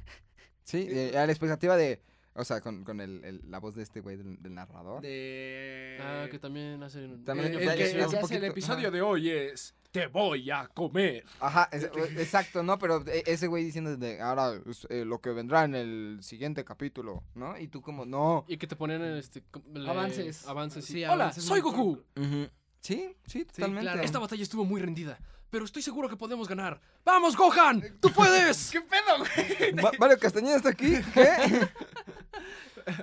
Speaker 5: Sí, eh, a la expectativa de. O sea, con, con el, el- la voz de este güey del, del narrador.
Speaker 2: De...
Speaker 3: Ah, que también hacen...
Speaker 5: También
Speaker 2: Eh,
Speaker 5: le-
Speaker 2: el
Speaker 5: le-
Speaker 2: que-
Speaker 5: le
Speaker 2: el que hace
Speaker 5: hace un
Speaker 2: el
Speaker 5: poquito,
Speaker 2: episodio
Speaker 5: ajá.
Speaker 2: de hoy es... Te voy a comer.
Speaker 5: Ajá, es- eh, exacto, ¿no? Pero e- ese güey diciendo de ahora es, eh, lo que vendrá en el siguiente capítulo, ¿no? Y tú como, no.
Speaker 3: Y que te ponen este, com- le-
Speaker 2: Avances.
Speaker 3: Avances.
Speaker 2: Sí,
Speaker 3: y, Hola,
Speaker 2: avances
Speaker 3: soy
Speaker 2: muy
Speaker 3: Goku.
Speaker 5: Ujú. Sí, sí, totalmente.
Speaker 2: claro.
Speaker 3: Esta batalla estuvo muy rendida, pero estoy seguro que podemos ganar. ¡Vamos, Gohan! ¡Tú puedes!
Speaker 2: [laughs] ¿Qué pedo, güey?
Speaker 5: Ma- Mario Castañeda está aquí. ¿Qué?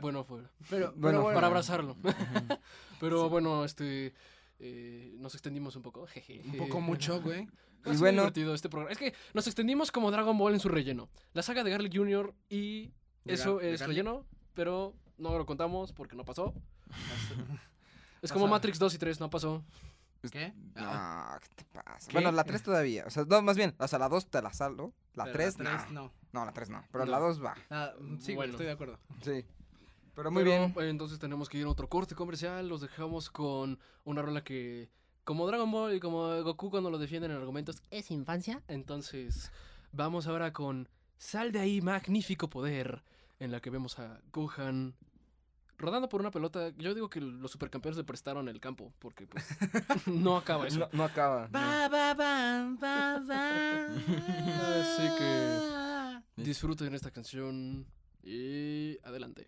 Speaker 3: bueno, fuera.
Speaker 2: Pero, pero
Speaker 5: [laughs]
Speaker 2: bueno,
Speaker 5: Bueno, fuera.
Speaker 3: [laughs] Para abrazarlo. pero bueno, este. eh, nos extendimos un poco. jeje. [laughs]
Speaker 2: Un poco mucho, güey.
Speaker 3: Ha
Speaker 5: Y
Speaker 3: sido
Speaker 5: bueno.
Speaker 3: divertido este programa. Es que nos extendimos como Dragon Ball en su relleno. La saga de Garlic Jr. y
Speaker 2: De
Speaker 3: eso
Speaker 2: Gar- de
Speaker 3: es
Speaker 2: Garlic.
Speaker 3: relleno, pero no lo contamos porque no
Speaker 2: [laughs]
Speaker 3: pasó. Es
Speaker 2: Pasó.
Speaker 3: como Matrix 2 y 3, no pasó.
Speaker 5: Pues,
Speaker 2: ¿Qué?
Speaker 5: No, ¿qué te pasa?
Speaker 2: ¿Qué?
Speaker 5: Bueno, la 3 todavía. O sea, no, más bien, o sea, la 2 te la salvo. La
Speaker 2: Pero
Speaker 5: 3
Speaker 2: La 3
Speaker 5: no.
Speaker 2: no.
Speaker 5: No, la 3 no. Pero
Speaker 3: No.
Speaker 5: la 2 va.
Speaker 2: Ah, sí, güey,
Speaker 3: Bueno.
Speaker 2: estoy de acuerdo.
Speaker 5: Sí. Pero muy
Speaker 3: Pero,
Speaker 5: bien.
Speaker 3: eh, Entonces tenemos que ir a otro corte comercial. Los dejamos con una rola que, como Dragon Ball y como Goku cuando lo defienden en argumentos, es infancia. Entonces vamos ahora con Sal de ahí, magnífico poder, en la que vemos a Gohan rodando por una pelota. Yo digo que los supercampeones le prestaron el campo, porque [laughs] pues no acaba eso.
Speaker 5: No, no acaba. no.
Speaker 2: Ba, ba, ba, ba, ba.
Speaker 3: Así que disfruten esta canción y adelante.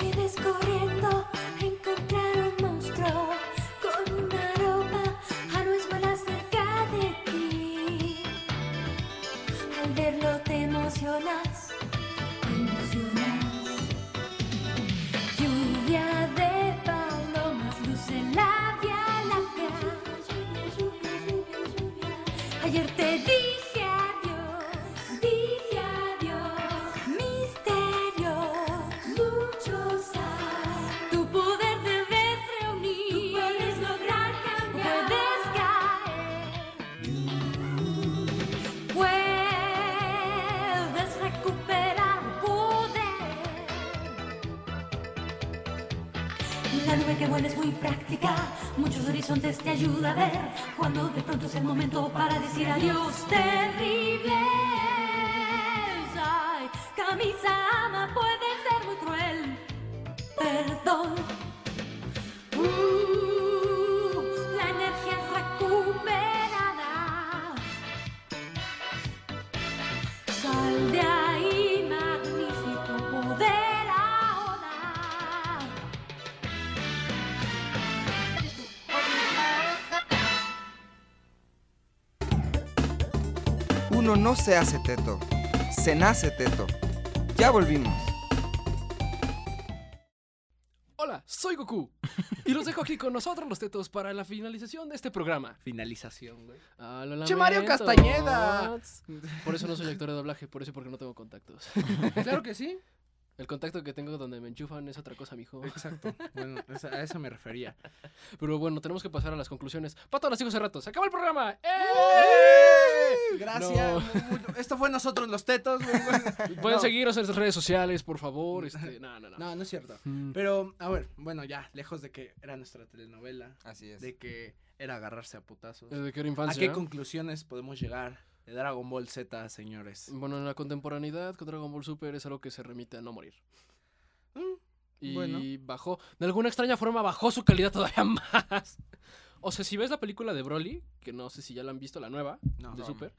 Speaker 10: Y descubriendo encontrar un monstruo con un aroma a nuez mala cerca de ti. Al verlo te emocionas, te emocionas. Lluvia de palomas, luz en la vía láctea. Ayer te dije adiós, dije adiós. Misterios, muchos hay. Tu poder debes reunir. Tú puedes lograr cambiar. Puedes caer. Puedes recuperar poder. La nube que vuela es muy práctica, muchos horizontes te ayuda a ver cuando de pronto es el momento para decir adiós terribles. Ay, camisa ama puede ser muy cruel. Perdón. Uh, la energía es recuperada. Sal de ahí, magnífico poder ahora.
Speaker 5: Uno no se hace teto. Se nace teto. Ya volvimos.
Speaker 3: Hola, soy Goku. Y los dejo aquí con nosotros los tetos para la finalización de este programa.
Speaker 2: Finalización, güey.
Speaker 3: Ah, lo
Speaker 2: ¡Che, Mario
Speaker 3: lamento.
Speaker 2: Castañeda!
Speaker 3: Por eso no soy actor de doblaje, por eso y porque no tengo contactos. [laughs]
Speaker 2: Claro que sí.
Speaker 3: El contacto que tengo donde me enchufan es otra cosa, mijo.
Speaker 2: Exacto. Bueno, esa- a eso me refería.
Speaker 3: Pero bueno, tenemos que pasar a las conclusiones. Pato, las digo hace rato. ¡Se acaba el programa! ¡Eh!
Speaker 2: Gracias. Mu- mu- Esto fue nosotros los tetos. güey.
Speaker 3: Pueden
Speaker 2: ¡Eh! No.
Speaker 3: seguirnos en nuestras redes sociales, por favor.
Speaker 2: [laughs]
Speaker 3: Este, no, no, no.
Speaker 2: No, no es cierto.
Speaker 3: Mm.
Speaker 2: Pero, a ver, bueno, ya, lejos de que era nuestra telenovela,
Speaker 5: Así es.
Speaker 2: de que era agarrarse a putazos.
Speaker 3: Desde que era
Speaker 2: ¿A
Speaker 3: infancia.
Speaker 2: qué conclusiones podemos llegar de Dragon Ball Z, señores?
Speaker 3: Bueno, en la contemporaneidad con Dragon Ball Super es algo que se remite a no morir. Y
Speaker 2: Mm, bueno.
Speaker 3: bajó, de alguna extraña forma bajó su calidad todavía [laughs] más. O sea, si ves la película de Broly, que no sé si ya la han visto, la nueva
Speaker 2: No.
Speaker 3: de
Speaker 5: No.
Speaker 3: Super,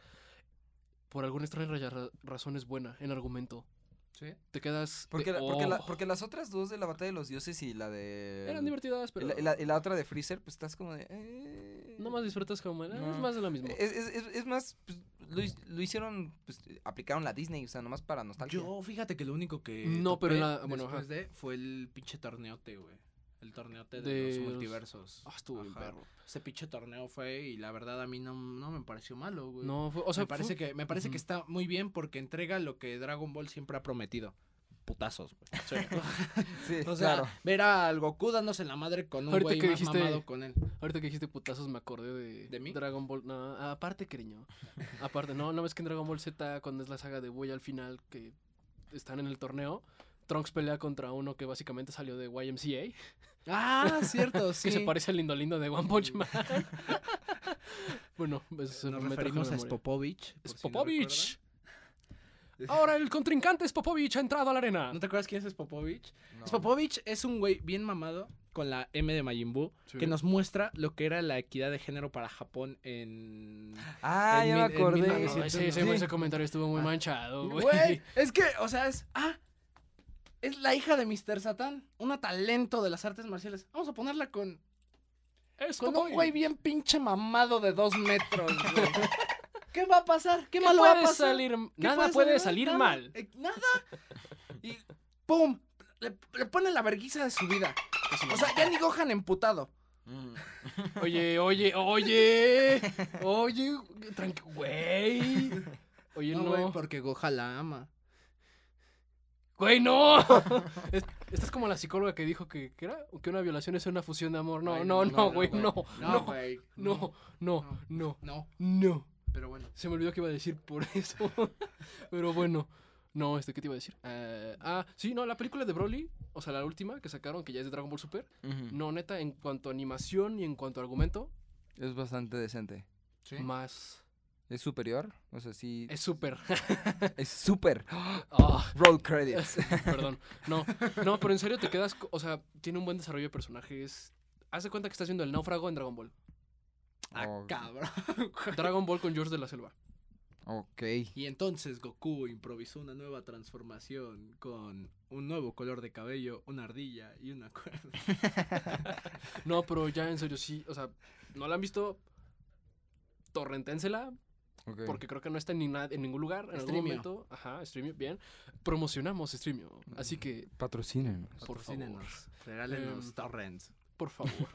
Speaker 3: por alguna extraña ra- ra- razón es buena en argumento.
Speaker 2: ¿Sí?
Speaker 3: Te quedas.
Speaker 5: Porque,
Speaker 3: de,
Speaker 5: la- porque, la-
Speaker 3: "Oh".
Speaker 5: porque las otras dos de la batalla de los dioses y la de...
Speaker 3: Eran divertidas,
Speaker 5: y
Speaker 3: pero.
Speaker 5: la, y la- y la otra de Freezer, pues estás como de... eh,
Speaker 3: No más disfrutas como. "Ah,
Speaker 5: No. Eh,
Speaker 3: Es más de lo mismo.
Speaker 5: Es, es- es- es más, pues, lo, hi- lo hicieron, pues, aplicaron la Disney, o sea, nomás para nostalgia.
Speaker 2: Yo, fíjate que lo único que.
Speaker 3: No, pero
Speaker 2: topé
Speaker 3: la- bueno,
Speaker 2: después
Speaker 3: ajá.
Speaker 2: de fue el pinche torneote, güey. El torneote de,
Speaker 3: De
Speaker 2: los
Speaker 3: los-
Speaker 2: multiversos.
Speaker 3: Ah, estuvo bien
Speaker 2: Ajá.
Speaker 3: perro.
Speaker 2: Ese pinche torneo fue y la verdad a mí no, no me pareció malo, güey.
Speaker 3: No, fue- o sea,
Speaker 2: me parece,
Speaker 3: fue-
Speaker 2: que, me parece
Speaker 3: Ujú.
Speaker 2: que está muy bien porque entrega lo que Dragon Ball siempre ha prometido. Putazos, güey.
Speaker 5: Sí,
Speaker 2: [laughs]
Speaker 3: [laughs]
Speaker 2: o sea,
Speaker 5: claro.
Speaker 2: ver al Goku dándose la madre con un
Speaker 3: Ahorita
Speaker 2: güey
Speaker 3: que
Speaker 2: más
Speaker 3: dijiste-
Speaker 2: mamado con él.
Speaker 3: Ahorita que dijiste putazos me acordé de,
Speaker 2: ¿De mí?
Speaker 3: Dragon Ball. No, aparte, cariño. Aparte, no, no ves que en Dragon Ball Z, cuando es la saga de Boy al final, que están en el torneo, Trunks pelea contra uno que básicamente salió de YMCA,
Speaker 2: Ah, [laughs] cierto,
Speaker 3: [laughs]
Speaker 2: sí.
Speaker 3: que se parece al lindo lindo de One Punch
Speaker 2: [laughs]
Speaker 3: Man. bueno, pues
Speaker 2: Eh, Nos referimos a Spopovich. por si no
Speaker 3: Spopovich. Ahora el contrincante Spopovich ha entrado a la arena.
Speaker 2: ¿No te acuerdas quién es Spopovich?
Speaker 5: No.
Speaker 2: Spopovich es un güey bien mamado con la M de Majin Buu,
Speaker 3: Sí.
Speaker 2: que nos muestra lo que era la equidad de género para Japón [gasps] en.
Speaker 5: Ah,
Speaker 2: en
Speaker 5: ya me
Speaker 2: mil- en
Speaker 5: acordé.
Speaker 2: 1900.
Speaker 3: No, ese, ese-
Speaker 2: Sí.
Speaker 3: ese comentario estuvo muy manchado, güey.
Speaker 2: Ah. Güey, es que, o sea, es. Ah, es la hija de Mr. Satán, una talento de las artes marciales. Vamos a ponerla con,
Speaker 3: [laughs] Es
Speaker 2: con un
Speaker 3: como-
Speaker 2: güey bien pinche mamado de dos metros, [laughs] güey. ¿Qué va a pasar? ¿Qué,
Speaker 3: ¿Qué
Speaker 2: malo va a
Speaker 3: puede
Speaker 2: pasar?
Speaker 3: salir?
Speaker 2: ¿Qué
Speaker 3: Nada puede salir
Speaker 2: nada,
Speaker 3: mal.
Speaker 2: eh, nada. Y ¡pum! Le, le pone la verguiza de su vida. O sea, ya ni Gohan emputado. [laughs]
Speaker 3: Oye, oye, oye. Oye, tranqui,
Speaker 2: [laughs]
Speaker 3: güey. Oye,
Speaker 2: No,
Speaker 3: no.
Speaker 2: güey, porque Gohan la ama.
Speaker 3: Güey, [laughs] no. Es- Estás como la psicóloga que dijo que, que era que una violación es una fusión de amor. No,
Speaker 2: Ay,
Speaker 3: no, no, güey, no.
Speaker 2: No,
Speaker 3: No,
Speaker 2: güey.
Speaker 3: no, no, no,
Speaker 2: No,
Speaker 3: no.
Speaker 2: pero bueno.
Speaker 3: Se me olvidó que iba a decir por [laughs] eso. Pero bueno. No, este, ¿qué te iba a decir? Eh, ah, sí, no, la película de Broly, o sea, la última que sacaron, que ya es de Dragon Ball Super. No, neta, en cuanto a animación y en cuanto a argumento,
Speaker 5: Es bastante decente.
Speaker 3: más.
Speaker 5: ¿Es superior? O sea, sí.
Speaker 3: Es [laughs] súper.
Speaker 5: Es súper.
Speaker 3: Ah. [laughs]
Speaker 5: Roll credits.
Speaker 3: Perdón. No, no, pero en serio te quedas. co- O sea, tiene un buen desarrollo de personajes. Haz de cuenta que estás viendo el náufrago en Dragon Ball.
Speaker 2: Ah,
Speaker 5: Ok.
Speaker 2: cabrón.
Speaker 3: Dragon Ball con George de la Selva.
Speaker 5: Ok.
Speaker 2: Y entonces Goku improvisó una nueva transformación con un nuevo color de cabello, una ardilla y una [laughs] cuerda.
Speaker 3: No, pero ya en serio sí. O sea, no la han visto. Torrenténsela,
Speaker 5: ok.
Speaker 3: porque creo que no está en, ni na- en ningún lugar. En
Speaker 2: Streamio.
Speaker 3: algún momento. Ajá, streamio, bien. Promocionamos streamio. Así que,
Speaker 5: Patrocínenos.
Speaker 3: por favor.
Speaker 2: Patrocínenos, regálenos
Speaker 3: Em,
Speaker 2: torrents.
Speaker 3: Por favor.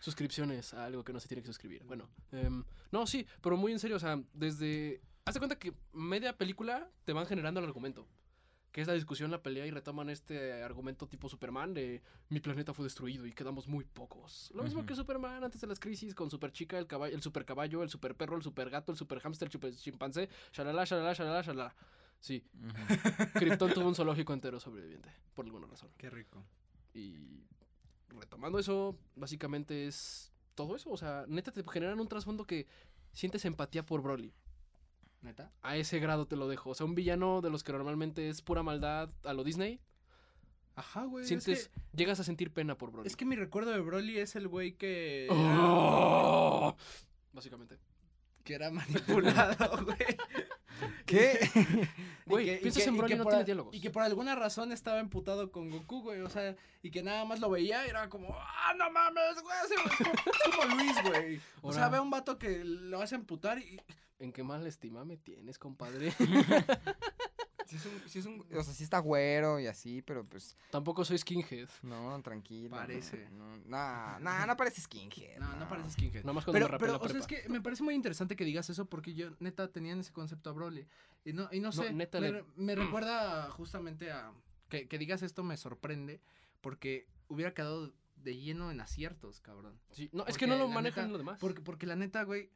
Speaker 3: Suscripciones a algo que no se tiene que suscribir. Bueno, em, no, sí, pero muy en serio, o sea, desde. Hazte cuenta que media película te van generando el argumento. Que es la discusión, la pelea y retoman este argumento tipo Superman de mi planeta fue destruido y quedamos muy pocos. Lo mismo
Speaker 5: Ujú.
Speaker 3: que Superman antes de las crisis con Super Chica, el, caballo, el Super Caballo, el Super Perro, el Super Gato, el Super Hamster, el Super Chimpancé, shalala, shalala, shalala, shalala. Sí, Krypton tuvo un zoológico entero sobreviviente, por alguna razón.
Speaker 2: Qué rico.
Speaker 3: Y retomando eso, básicamente es todo eso. O sea, neta te generan un trasfondo que sientes empatía por Broly.
Speaker 2: ¿Neta?
Speaker 3: A ese grado te lo dejo. O sea, un villano de los que normalmente es pura maldad a lo Disney.
Speaker 2: Ajá, güey.
Speaker 3: sientes,
Speaker 2: Pues Es que,
Speaker 3: llegas a sentir pena por Broly.
Speaker 2: es que mi recuerdo de Broly es el güey que,
Speaker 3: ¡Oh! Básicamente.
Speaker 2: que era [laughs] manipulado, güey.
Speaker 5: ¿Qué? [laughs]
Speaker 2: Y
Speaker 3: Güey,
Speaker 2: que- y
Speaker 3: piensas
Speaker 2: que-
Speaker 3: en
Speaker 2: y
Speaker 3: Broly,
Speaker 2: que
Speaker 3: no
Speaker 2: por
Speaker 3: tiene
Speaker 2: a-
Speaker 3: diálogos.
Speaker 2: Y que por alguna razón estaba emputado con Goku, güey. O sea, y que nada más lo veía y era como, ah, no mames, güey. ese güey Es como, es como Luis, güey. O sea,
Speaker 3: Ahora-
Speaker 2: ve a un vato que lo hace emputar y.
Speaker 3: ¿En qué mal estima me tienes, compadre?
Speaker 2: [laughs]
Speaker 5: Sí es un- sí es un- o sea, sí está güero y así, pero pues.
Speaker 3: Tampoco soy skinhead.
Speaker 5: No, tranquilo.
Speaker 2: Parece.
Speaker 5: No, no, no, no parece skinhead.
Speaker 2: No, no parece skinhead.
Speaker 3: Nada más cuando
Speaker 2: Pero,
Speaker 3: me rapé
Speaker 2: pero
Speaker 3: la
Speaker 2: o sea, es
Speaker 3: prepa.
Speaker 2: que me parece muy interesante que digas eso porque yo, neta, tenía en ese concepto a Broly. Y no, y no sé,
Speaker 3: neta,
Speaker 2: me,
Speaker 3: le-
Speaker 2: re- me recuerda justamente a... Que, que digas esto me sorprende porque hubiera quedado de lleno en aciertos, cabrón.
Speaker 3: Sí, no, es
Speaker 2: Porque
Speaker 3: que no lo
Speaker 2: la
Speaker 3: manejan
Speaker 2: neta-
Speaker 3: lo demás.
Speaker 2: Porque, porque la neta, güey,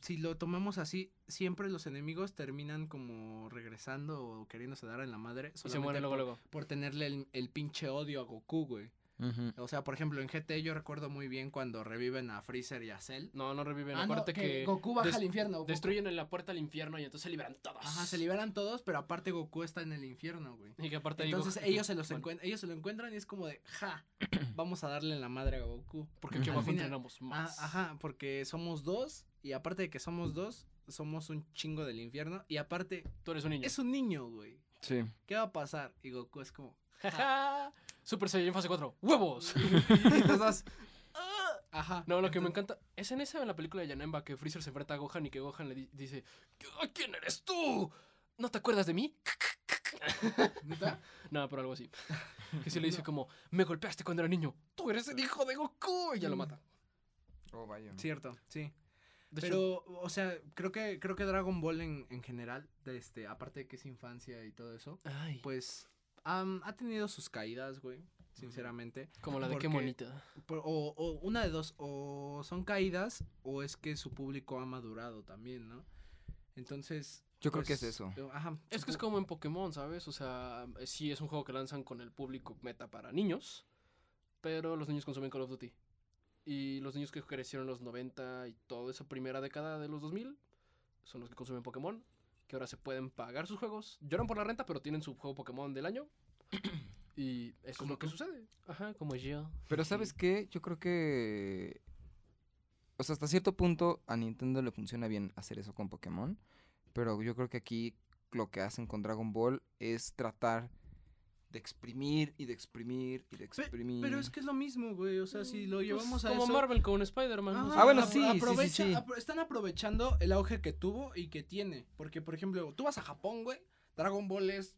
Speaker 2: si lo tomamos así, siempre los enemigos terminan como regresando o queriéndose dar en la madre
Speaker 3: y se mueren
Speaker 2: solamente
Speaker 3: luego,
Speaker 2: por,
Speaker 3: luego.
Speaker 2: por tenerle el, el pinche odio a Goku, güey.
Speaker 5: Ujú.
Speaker 2: O sea, por ejemplo, en GT yo recuerdo muy bien cuando reviven a Freezer y a Cell.
Speaker 3: No, no reviven.
Speaker 2: Ah, no,
Speaker 3: Acuérdate que,
Speaker 2: Goku baja
Speaker 3: des-
Speaker 2: al infierno. Goku-
Speaker 3: destruyen en la puerta al infierno y entonces se liberan todos.
Speaker 2: Ajá, se liberan todos, pero aparte Goku está en el infierno, güey.
Speaker 3: Y que aparte ahí
Speaker 2: Entonces
Speaker 3: Goku-
Speaker 2: ellos se los
Speaker 3: Bueno,
Speaker 2: encuent- ellos se lo encuentran y es como de, ja, vamos a darle en la madre a Goku.
Speaker 3: [clears throat] Porque aquí
Speaker 2: Al
Speaker 3: abajo
Speaker 2: final-
Speaker 3: entrenamos
Speaker 2: Ah,
Speaker 3: más.
Speaker 2: ajá, porque somos dos y aparte de que somos dos, somos un chingo del infierno y aparte
Speaker 3: Tú eres un niño. [laughs]
Speaker 2: es un niño, güey.
Speaker 5: Sí.
Speaker 2: ¿Qué va a pasar? Y Goku es como, ja.
Speaker 3: Ajá. Super Saiyan fase 4.
Speaker 2: [laughs]
Speaker 3: ¡Huevos! [laughs]
Speaker 2: y los dos, "Ah". ajá.
Speaker 3: No, lo que me encanta es en esa, en la película de Yanemba, que Freezer se enfrenta a Gohan y que Gohan le di- dice: "¿Qui- ¿Quién eres tú? ¿No te acuerdas de mí? [laughs]
Speaker 2: ¿Neta?
Speaker 3: No, pero algo
Speaker 2: [laughs]
Speaker 3: así. Que si le dice como: Me golpeaste cuando era niño. Tú eres el hijo de Goku. Y ya lo mata.
Speaker 5: Oh, vaya.
Speaker 2: Cierto, sí.
Speaker 3: De hecho,
Speaker 2: Pero, o sea, creo que, creo que Dragon Ball en, en general, de este, aparte de que es infancia y todo eso,
Speaker 3: ay,
Speaker 2: pues am, ha tenido sus caídas, güey, sinceramente.
Speaker 3: como la de qué
Speaker 2: porque-
Speaker 3: bonita.
Speaker 2: Por- o, o una de dos, o son caídas o es que su público ha madurado también, ¿no? Entonces...
Speaker 5: Yo creo que es eso.
Speaker 2: eh, Ajá.
Speaker 3: Es que es
Speaker 2: supo-
Speaker 3: como en Pokémon, ¿sabes? O sea, eh, sí es un juego que lanzan con el público meta para niños, pero los niños consumen Call of Duty. Y los niños que crecieron en los 90 y toda esa primera década de los 2000 son los que consumen Pokémon, que ahora se pueden pagar sus juegos, lloran por la renta, pero tienen su juego Pokémon del año. Y eso es lo que sucede. Ajá, como yo.
Speaker 5: Pero ¿sabes qué? Yo creo que... O sea, hasta cierto punto a Nintendo le funciona bien hacer eso con Pokémon. Pero yo creo que aquí lo que hacen con Dragon Ball es tratar de exprimir y de exprimir y de
Speaker 2: Pe-
Speaker 5: exprimir.
Speaker 2: Pero es que es lo mismo, güey. O sea, si lo llevamos a
Speaker 3: Pues, como
Speaker 2: eso-
Speaker 3: Marvel con Spider-Man.
Speaker 2: Ajá,
Speaker 3: ¿no?
Speaker 5: Ah, bueno,
Speaker 2: apro-
Speaker 5: sí, sí, sí,
Speaker 2: aprovecha-
Speaker 5: sí.
Speaker 2: apro- están aprovechando el auge que tuvo y que tiene. Porque, por ejemplo, tú vas a Japón, güey. Dragon Ball es.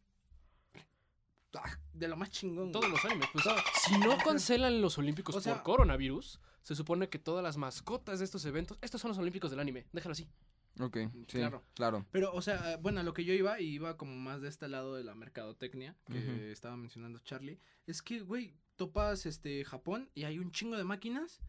Speaker 2: ah, De lo más chingón. güey.
Speaker 3: Todos los animes. Pues,
Speaker 2: Todo.
Speaker 3: si no cancelan los Olímpicos
Speaker 2: O sea-
Speaker 3: por coronavirus, se supone que todas las mascotas de estos eventos. Estos son los Olímpicos del anime. Déjalo así.
Speaker 5: Ok, sí,
Speaker 2: Claro.
Speaker 5: Mm, claro.
Speaker 2: Pero, o sea, eh, bueno, a lo que yo iba, y iba como más de este lado de la mercadotecnia que
Speaker 5: Ujú.
Speaker 2: estaba mencionando Charlie, es que, güey, topas este Japón y hay un chingo de máquinas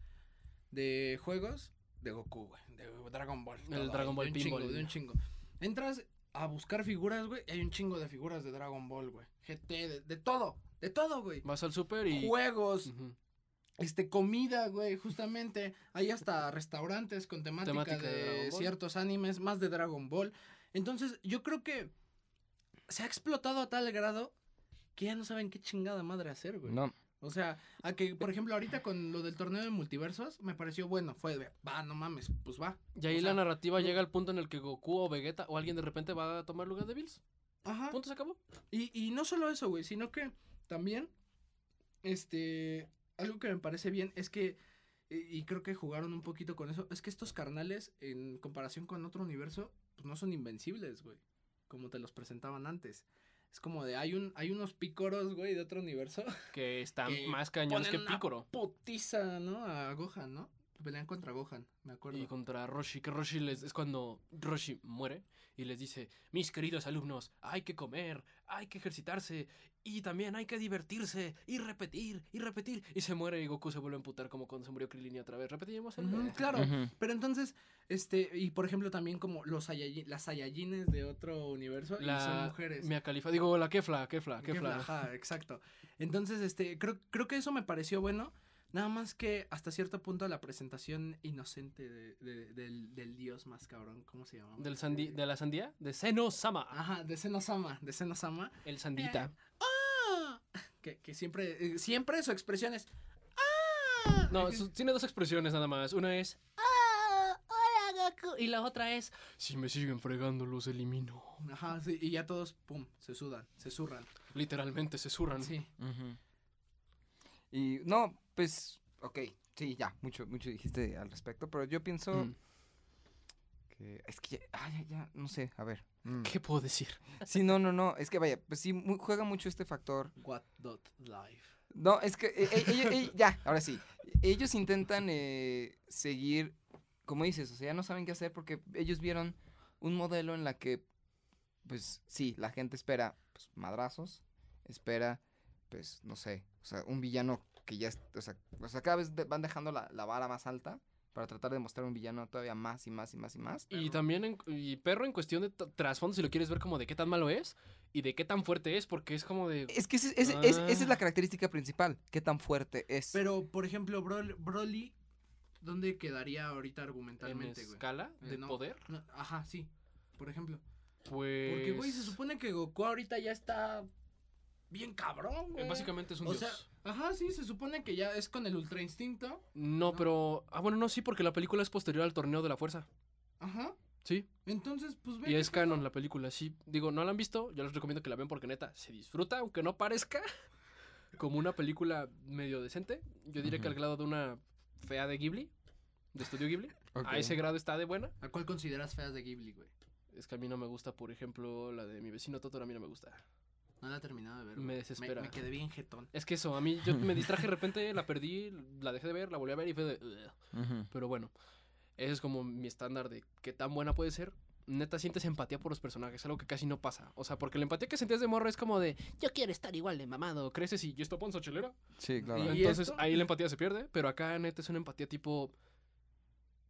Speaker 2: de juegos de Goku, güey, de Dragon Ball. todo,
Speaker 3: Dragon Ball
Speaker 2: de un chingo,
Speaker 3: Pinball.
Speaker 2: de un chingo. Entras a buscar figuras, güey, y hay un chingo de figuras de Dragon Ball, güey. GT, de, de todo, de todo, güey.
Speaker 3: Vas al super y.
Speaker 2: Juegos,
Speaker 3: Ujú.
Speaker 2: este, comida, güey, justamente. Hay hasta restaurantes con temática,
Speaker 3: Temática de
Speaker 2: de,
Speaker 3: Dragon Ball.
Speaker 2: ciertos animes, más de Dragon Ball. Entonces, yo creo que se ha explotado a tal grado que ya no saben qué chingada madre hacer, güey.
Speaker 5: No,
Speaker 2: O sea, a que, por ejemplo, ahorita con lo del torneo de multiversos, me pareció bueno. Fue de, va, no mames, pues va.
Speaker 3: Y ahí
Speaker 2: O sea,
Speaker 3: la narrativa
Speaker 2: no-
Speaker 3: llega al punto en el que Goku o Vegeta o alguien de repente va a tomar lugar de Bills.
Speaker 2: Ajá.
Speaker 3: Punto se acabó.
Speaker 2: Y, y no solo eso, güey, sino que también, este, algo que me parece bien es que, y, y creo que jugaron un poquito con eso, es que estos carnales, en comparación con otro universo, pues no son invencibles, güey, como te los presentaban antes. Es como de, hay, un, hay unos pícoros, güey, de otro universo. [laughs]
Speaker 3: Que están
Speaker 2: Que
Speaker 3: más cañones que
Speaker 2: ponen una
Speaker 3: Piccolo.
Speaker 2: Potiza, ¿no? A Gohan, ¿no? Pelean contra Gohan, me acuerdo.
Speaker 3: Y contra Roshi, que Roshi les, es cuando Roshi muere y les dice, mis queridos alumnos, hay que comer, hay que ejercitarse y también hay que divertirse y repetir y repetir. Y se muere y Goku se vuelve a amputar como cuando se murió Krillin y otra vez. Repetimos el...
Speaker 2: Ujú, claro,
Speaker 5: Ujú.
Speaker 2: pero entonces, este, y por ejemplo también como los Saiyajin- las Saiyajines de otro universo y son
Speaker 3: La
Speaker 2: mujeres.
Speaker 3: Mia Khalifa, digo, la Kefla, Kefla,
Speaker 2: Qué
Speaker 3: Kefla.
Speaker 2: flaja, exacto. Entonces, este, creo, creo que eso me pareció bueno. Nada más que hasta cierto punto la presentación inocente de- de- del, del dios más cabrón, ¿cómo se llama?
Speaker 3: Del sandi, ¿De la sandía? De Seno-sama,
Speaker 2: Ajá, de Senosama, de Senosama.
Speaker 3: el
Speaker 2: [laughs]
Speaker 3: sandita.
Speaker 2: ¡Ah! Que, que siempre, eh, siempre su expresión es... "Ah".
Speaker 3: No, su- tiene dos expresiones nada más. Una es... "Ah, Y la otra es... Si me siguen fregando, los elimino.
Speaker 2: Ajá, sí, y ya todos, pum, se sudan, se zurran.
Speaker 3: Literalmente se surran.
Speaker 2: Sí.
Speaker 5: Ujú. Y no, pues, ok, sí, ya, mucho, mucho dijiste al respecto, pero yo pienso
Speaker 3: Mm.
Speaker 5: que es que ya, ay, ya, ya, no sé, a ver.
Speaker 3: [laughs]
Speaker 5: mm.
Speaker 3: ¿Qué puedo decir?
Speaker 5: Sí, no, no, no, es que vaya, pues sí, mu- juega mucho este factor.
Speaker 2: What dot life.
Speaker 5: No, es que, eh, eh, ellos- eh, ya, ahora sí, ellos intentan eh, seguir, como dices, o sea, ya no saben qué hacer porque ellos vieron un modelo en la que, pues sí, la gente espera pues, madrazos, espera, pues, no sé, o sea, un villano que ya, es- o sea, o sea, cada vez de- van dejando la, la vara más alta para tratar de mostrar un villano todavía más y más y más y más.
Speaker 3: Y también, en- y perro en cuestión de t- trasfondo, si lo quieres ver como de qué tan malo es y de qué tan fuerte es, porque es como de...
Speaker 5: Es que ese- ese- es- esa es
Speaker 3: Ah.
Speaker 5: la característica principal, qué tan fuerte es.
Speaker 2: Pero, por ejemplo, Bro- Broly, ¿dónde quedaría ahorita
Speaker 3: En
Speaker 2: argumentalmente, güey?
Speaker 3: escala
Speaker 2: Eh,
Speaker 3: de
Speaker 2: no.
Speaker 3: poder,
Speaker 2: No, ajá, sí, por ejemplo.
Speaker 3: pues...
Speaker 2: Porque, güey, se supone que Goku ahorita ya está bien cabrón,
Speaker 3: eh,
Speaker 2: güey.
Speaker 3: Básicamente es un
Speaker 2: o
Speaker 3: dios.
Speaker 2: sea, ajá, sí, se supone que ya es con el ultra instinto.
Speaker 3: no,
Speaker 2: no.
Speaker 3: pero... Ah, bueno, no, sí, porque la película es posterior al torneo de la fuerza.
Speaker 2: Ajá.
Speaker 3: Sí,
Speaker 2: Entonces, pues ve.
Speaker 3: y
Speaker 2: qué
Speaker 3: es
Speaker 2: pedo.
Speaker 3: canon la película, sí. Digo, no la han visto, yo les recomiendo que la vean porque neta, se disfruta, aunque no parezca, [laughs] como una película medio decente. Yo diría que al
Speaker 5: Ujú.
Speaker 3: grado de una fea de Ghibli, de estudio Ghibli.
Speaker 5: Ok.
Speaker 3: A ese grado está de buena.
Speaker 2: ¿A cuál consideras feas de Ghibli, güey?
Speaker 3: Es que a mí no me gusta, por ejemplo, la de mi vecino Totoro, a mí no me gusta.
Speaker 2: No la he terminado de ver.
Speaker 3: Me
Speaker 2: güey.
Speaker 3: desespera.
Speaker 2: Me, quedé bien jetón.
Speaker 3: Es que eso, a mí yo me distraje de repente, la perdí, la dejé de ver, la volví a ver y fue de... "Ugh".
Speaker 5: Ujú.
Speaker 3: Pero bueno, ese es como mi estándar de qué tan buena puede ser. Neta, sientes empatía por los personajes, algo que casi no pasa. O sea, porque la empatía que sentías de morro es como de, yo quiero estar igual de mamado, creces y yo estoy ponzo chelera.
Speaker 5: Sí,
Speaker 3: Y
Speaker 5: claro.
Speaker 2: Y-
Speaker 3: entonces
Speaker 2: esto?
Speaker 3: ahí la empatía se pierde, pero acá neta es una empatía tipo,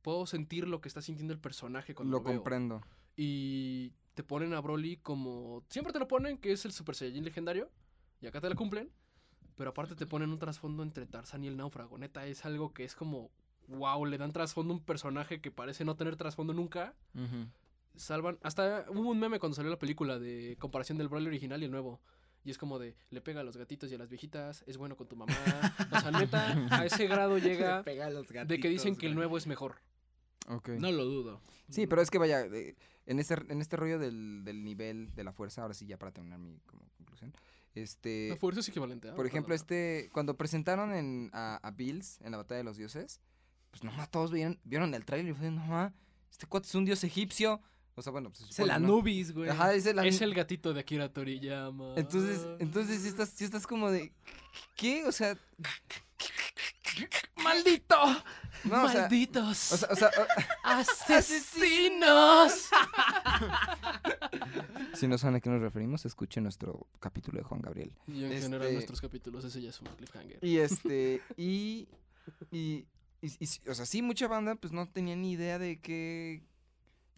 Speaker 3: puedo sentir lo que está sintiendo el personaje cuando lo,
Speaker 5: Lo
Speaker 3: veo.
Speaker 5: comprendo.
Speaker 3: Y te ponen a Broly como. Siempre te lo ponen, que es el Super Saiyajin legendario. Y acá te la cumplen. Pero aparte te ponen un trasfondo entre Tarzan y el náufrago. Neta, es algo que es como. Wow, le dan trasfondo a un personaje que parece no tener trasfondo nunca.
Speaker 5: Ujú.
Speaker 3: Salvan. Hasta hubo un meme cuando salió la película de comparación del Broly original y el nuevo. Y es como de, le pega a los gatitos y a las viejitas, es bueno con tu mamá. O sea, neta, a ese
Speaker 2: [laughs]
Speaker 3: grado llega
Speaker 2: pega a los
Speaker 3: de que dicen
Speaker 2: gatitos,
Speaker 3: que el
Speaker 2: güey.
Speaker 3: nuevo es mejor.
Speaker 5: Ok.
Speaker 2: No lo dudo.
Speaker 5: Sí, pero es que vaya, eh, en este, en este rollo del, del nivel de la fuerza, ahora sí ya para terminar mi como conclusión,
Speaker 3: La
Speaker 5: este,
Speaker 3: fuerza es equivalente. ¿ah?
Speaker 5: por ejemplo,
Speaker 3: Perdón.
Speaker 5: este, cuando presentaron en, a, a Bills en la Batalla de los Dioses, pues nomás todos vieron, vieron el tráiler y fue, no, ma, este cuate es un dios egipcio. O sea, bueno, pues se
Speaker 2: Es
Speaker 5: supone,
Speaker 2: el
Speaker 5: ¿no?
Speaker 2: Anubis, güey.
Speaker 5: Ajá, es el Anu-
Speaker 3: Es el gatito de Akira Toriyama.
Speaker 5: Entonces, entonces sí estás, sí estás como de, ¿qué? O sea,
Speaker 2: ¡Maldito!
Speaker 5: no, o sea,
Speaker 2: ¡Malditos!
Speaker 5: o sea, o [laughs] sea, o-
Speaker 2: ¡Asesinos!
Speaker 5: [laughs] si no saben a qué nos referimos, escuchen nuestro capítulo de Juan Gabriel.
Speaker 3: Y en general
Speaker 5: este-
Speaker 3: nuestros capítulos, ese ya es un cliffhanger.
Speaker 5: Y este, y, y, y- y sí, o sea, sí, mucha banda pues no tenía ni idea de qué,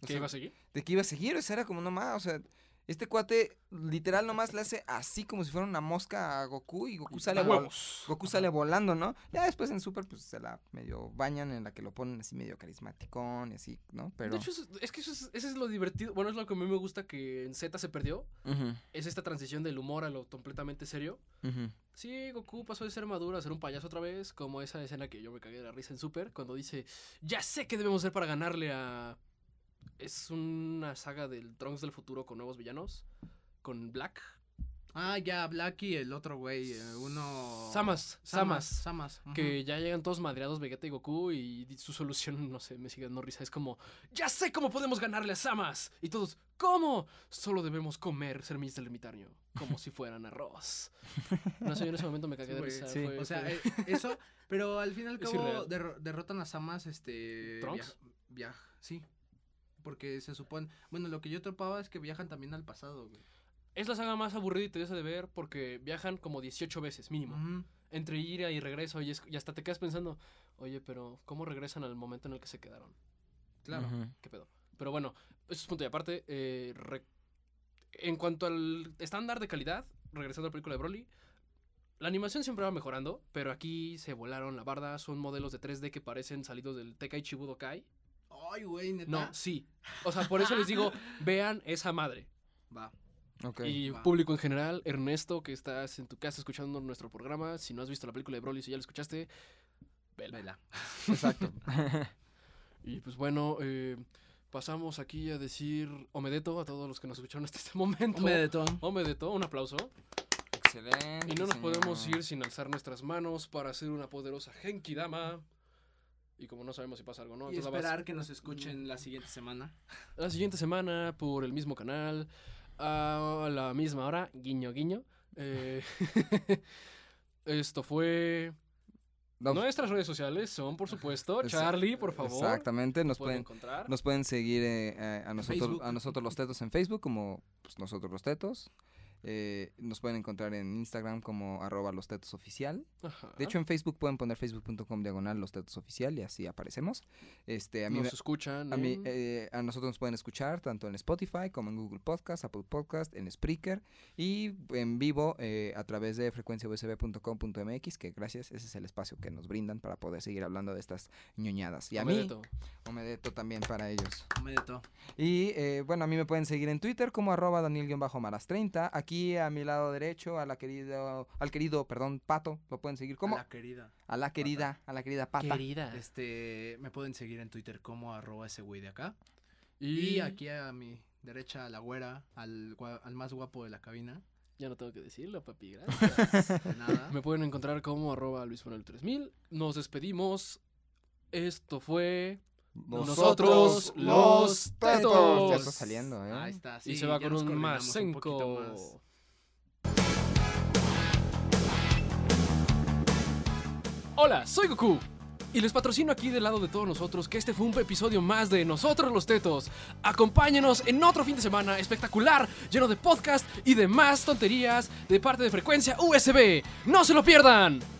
Speaker 5: o
Speaker 3: ¿Qué
Speaker 5: sea,
Speaker 3: iba a seguir?
Speaker 5: de qué iba a seguir, o sea, era como nomás, o sea, este cuate literal nomás le hace así como si fuera una mosca a Goku y Goku sale,
Speaker 3: a
Speaker 5: vol-
Speaker 3: huevos.
Speaker 5: Goku sale volando, ¿no? Ya después en Super pues se la medio bañan en la que lo ponen así medio carismaticón y así, ¿no? Pero...
Speaker 3: De hecho, eso es, es que eso es, ese es lo divertido. Bueno, es lo que a mí me gusta que en Z se perdió.
Speaker 5: Ujú,
Speaker 3: Es esta transición del humor a lo completamente serio.
Speaker 5: ujú.
Speaker 3: Sí, Goku pasó de ser maduro a ser un payaso otra vez, como esa escena que yo me cagué de la risa en Super, cuando dice, ya sé qué debemos hacer para ganarle a... Es una saga del Trunks del futuro con nuevos villanos, con Black.
Speaker 2: Ah, ya, Blacky, el otro güey, eh, uno...
Speaker 3: Samas, Samas,
Speaker 2: Samas. ujú.
Speaker 3: que ya llegan todos madreados Vegeta y Goku y di- su solución, [laughs] no sé, me sigue dando risa, es como, ya sé cómo podemos ganarle a Samas. Y todos, ¿cómo? Solo debemos comer semillas del ermitaño, como si fueran
Speaker 2: [laughs]
Speaker 3: arroz. No sé, yo en ese momento me cagué de
Speaker 2: güey,
Speaker 3: risa.
Speaker 5: sí.
Speaker 3: fue-
Speaker 2: O sea,
Speaker 3: fue-
Speaker 2: eh, eso, pero al fin y al
Speaker 3: [laughs] Es
Speaker 2: cabo
Speaker 3: irreal.
Speaker 2: derro- derrotan a Samas, este...
Speaker 3: ¿Trunks?
Speaker 2: Viaja, sí. Porque se supone... Bueno, lo que yo topaba es que viajan también al pasado, güey.
Speaker 3: Es la saga más aburrida y tediosa de ver porque viajan como 18 veces mínimo.
Speaker 2: Ujú.
Speaker 3: Entre ira y regreso y, es- y hasta te quedas pensando, oye, pero ¿cómo regresan al momento en el que se quedaron?
Speaker 2: Claro.
Speaker 5: Ujú.
Speaker 3: ¿Qué pedo? Pero bueno, eso es punto y aparte. eh, re- en cuanto al estándar de calidad, regresando a la película de Broly, la animación siempre va mejorando, pero aquí se volaron la barda. Son modelos de 3D que parecen salidos del Tekaichi Budokai.
Speaker 2: Ay, güey, neta.
Speaker 3: No, sí. O sea, por eso les digo, vean esa madre.
Speaker 2: Va.
Speaker 5: Ok.
Speaker 3: Y
Speaker 2: Va.
Speaker 3: público en general, Ernesto, que estás en tu casa escuchando nuestro programa, si no has visto la película de Broly, si ya la escuchaste, vela.
Speaker 2: Vela.
Speaker 5: Exacto.
Speaker 3: Y pues bueno, eh, pasamos aquí a decir Omedeto a todos los que nos escucharon hasta este momento. Omedeto, un aplauso.
Speaker 5: [laughs] Excelente.
Speaker 3: Y no nos
Speaker 5: señor.
Speaker 3: podemos ir sin alzar nuestras manos para hacer una poderosa Genki Dama. Y como no sabemos si pasa algo, ¿no?
Speaker 2: Y
Speaker 3: Entonces la vas-
Speaker 2: esperar que nos escuchen la siguiente semana.
Speaker 3: la siguiente semana por el mismo canal a la misma hora, guiño, guiño. Eh, [laughs] esto fue...
Speaker 5: No,
Speaker 3: Nuestras redes sociales son, por supuesto,
Speaker 5: Exa-
Speaker 3: Charlie, por favor.
Speaker 5: Exactamente, nos
Speaker 3: Nos pueden
Speaker 5: pueden
Speaker 3: encontrar.
Speaker 5: Nos pueden seguir eh, eh, a, nosotros,
Speaker 2: Facebook.
Speaker 5: a nosotros los tetos en Facebook como pues, nosotros los tetos. Eh, nos pueden encontrar en Instagram como arroba los tetos oficial.
Speaker 3: Ajá.
Speaker 5: De hecho, en Facebook pueden poner facebook.com diagonal los tetos oficial y así aparecemos. Este, a, mí,
Speaker 3: nos
Speaker 5: me-
Speaker 3: escuchan.
Speaker 5: a, mí,
Speaker 3: en-
Speaker 5: eh, a nosotros nos pueden escuchar tanto en Spotify como en Google Podcast, Apple Podcast, en Spreaker y en vivo eh, a través de frecuenciausb.com.mx que gracias, ese es el espacio que nos brindan para poder seguir hablando de estas ñoñadas. Y a
Speaker 3: Omedeto.
Speaker 5: mí, Omedeto también para ellos.
Speaker 2: Omedeto.
Speaker 5: Y eh, bueno, a mí me pueden seguir en Twitter como arroba Daniel-Maras30. Aquí a mi lado derecho, a la querido, al querido, perdón, Pato, lo pueden seguir como
Speaker 2: A la querida.
Speaker 5: a la querida, a la querida Pata.
Speaker 3: Querida.
Speaker 2: Este, me pueden seguir en Twitter como arroba ese güey de acá.
Speaker 3: Y,
Speaker 2: Y aquí a mi derecha, a la güera, al, gua- al más guapo de la cabina.
Speaker 3: ya no tengo que decirlo, papi, gracias.
Speaker 2: De nada.
Speaker 3: [laughs] Me pueden encontrar como arroba Luis Manuel 3000. Nos despedimos. Esto fue... Nosotros los tetos.
Speaker 5: Ya está saliendo, ¿eh?
Speaker 2: Ahí está. Ah, sí,
Speaker 3: y se va
Speaker 2: ya
Speaker 3: con
Speaker 2: nos
Speaker 3: un
Speaker 2: coordinamos
Speaker 3: más
Speaker 2: un poquito más.
Speaker 3: cinco. Hola, soy Goku. Y les patrocino aquí del lado de todos nosotros que este fue un episodio más de Nosotros los Tetos. Acompáñenos en otro fin de semana espectacular, lleno de podcast y demás tonterías de parte de frecuencia USB. ¡No se lo pierdan!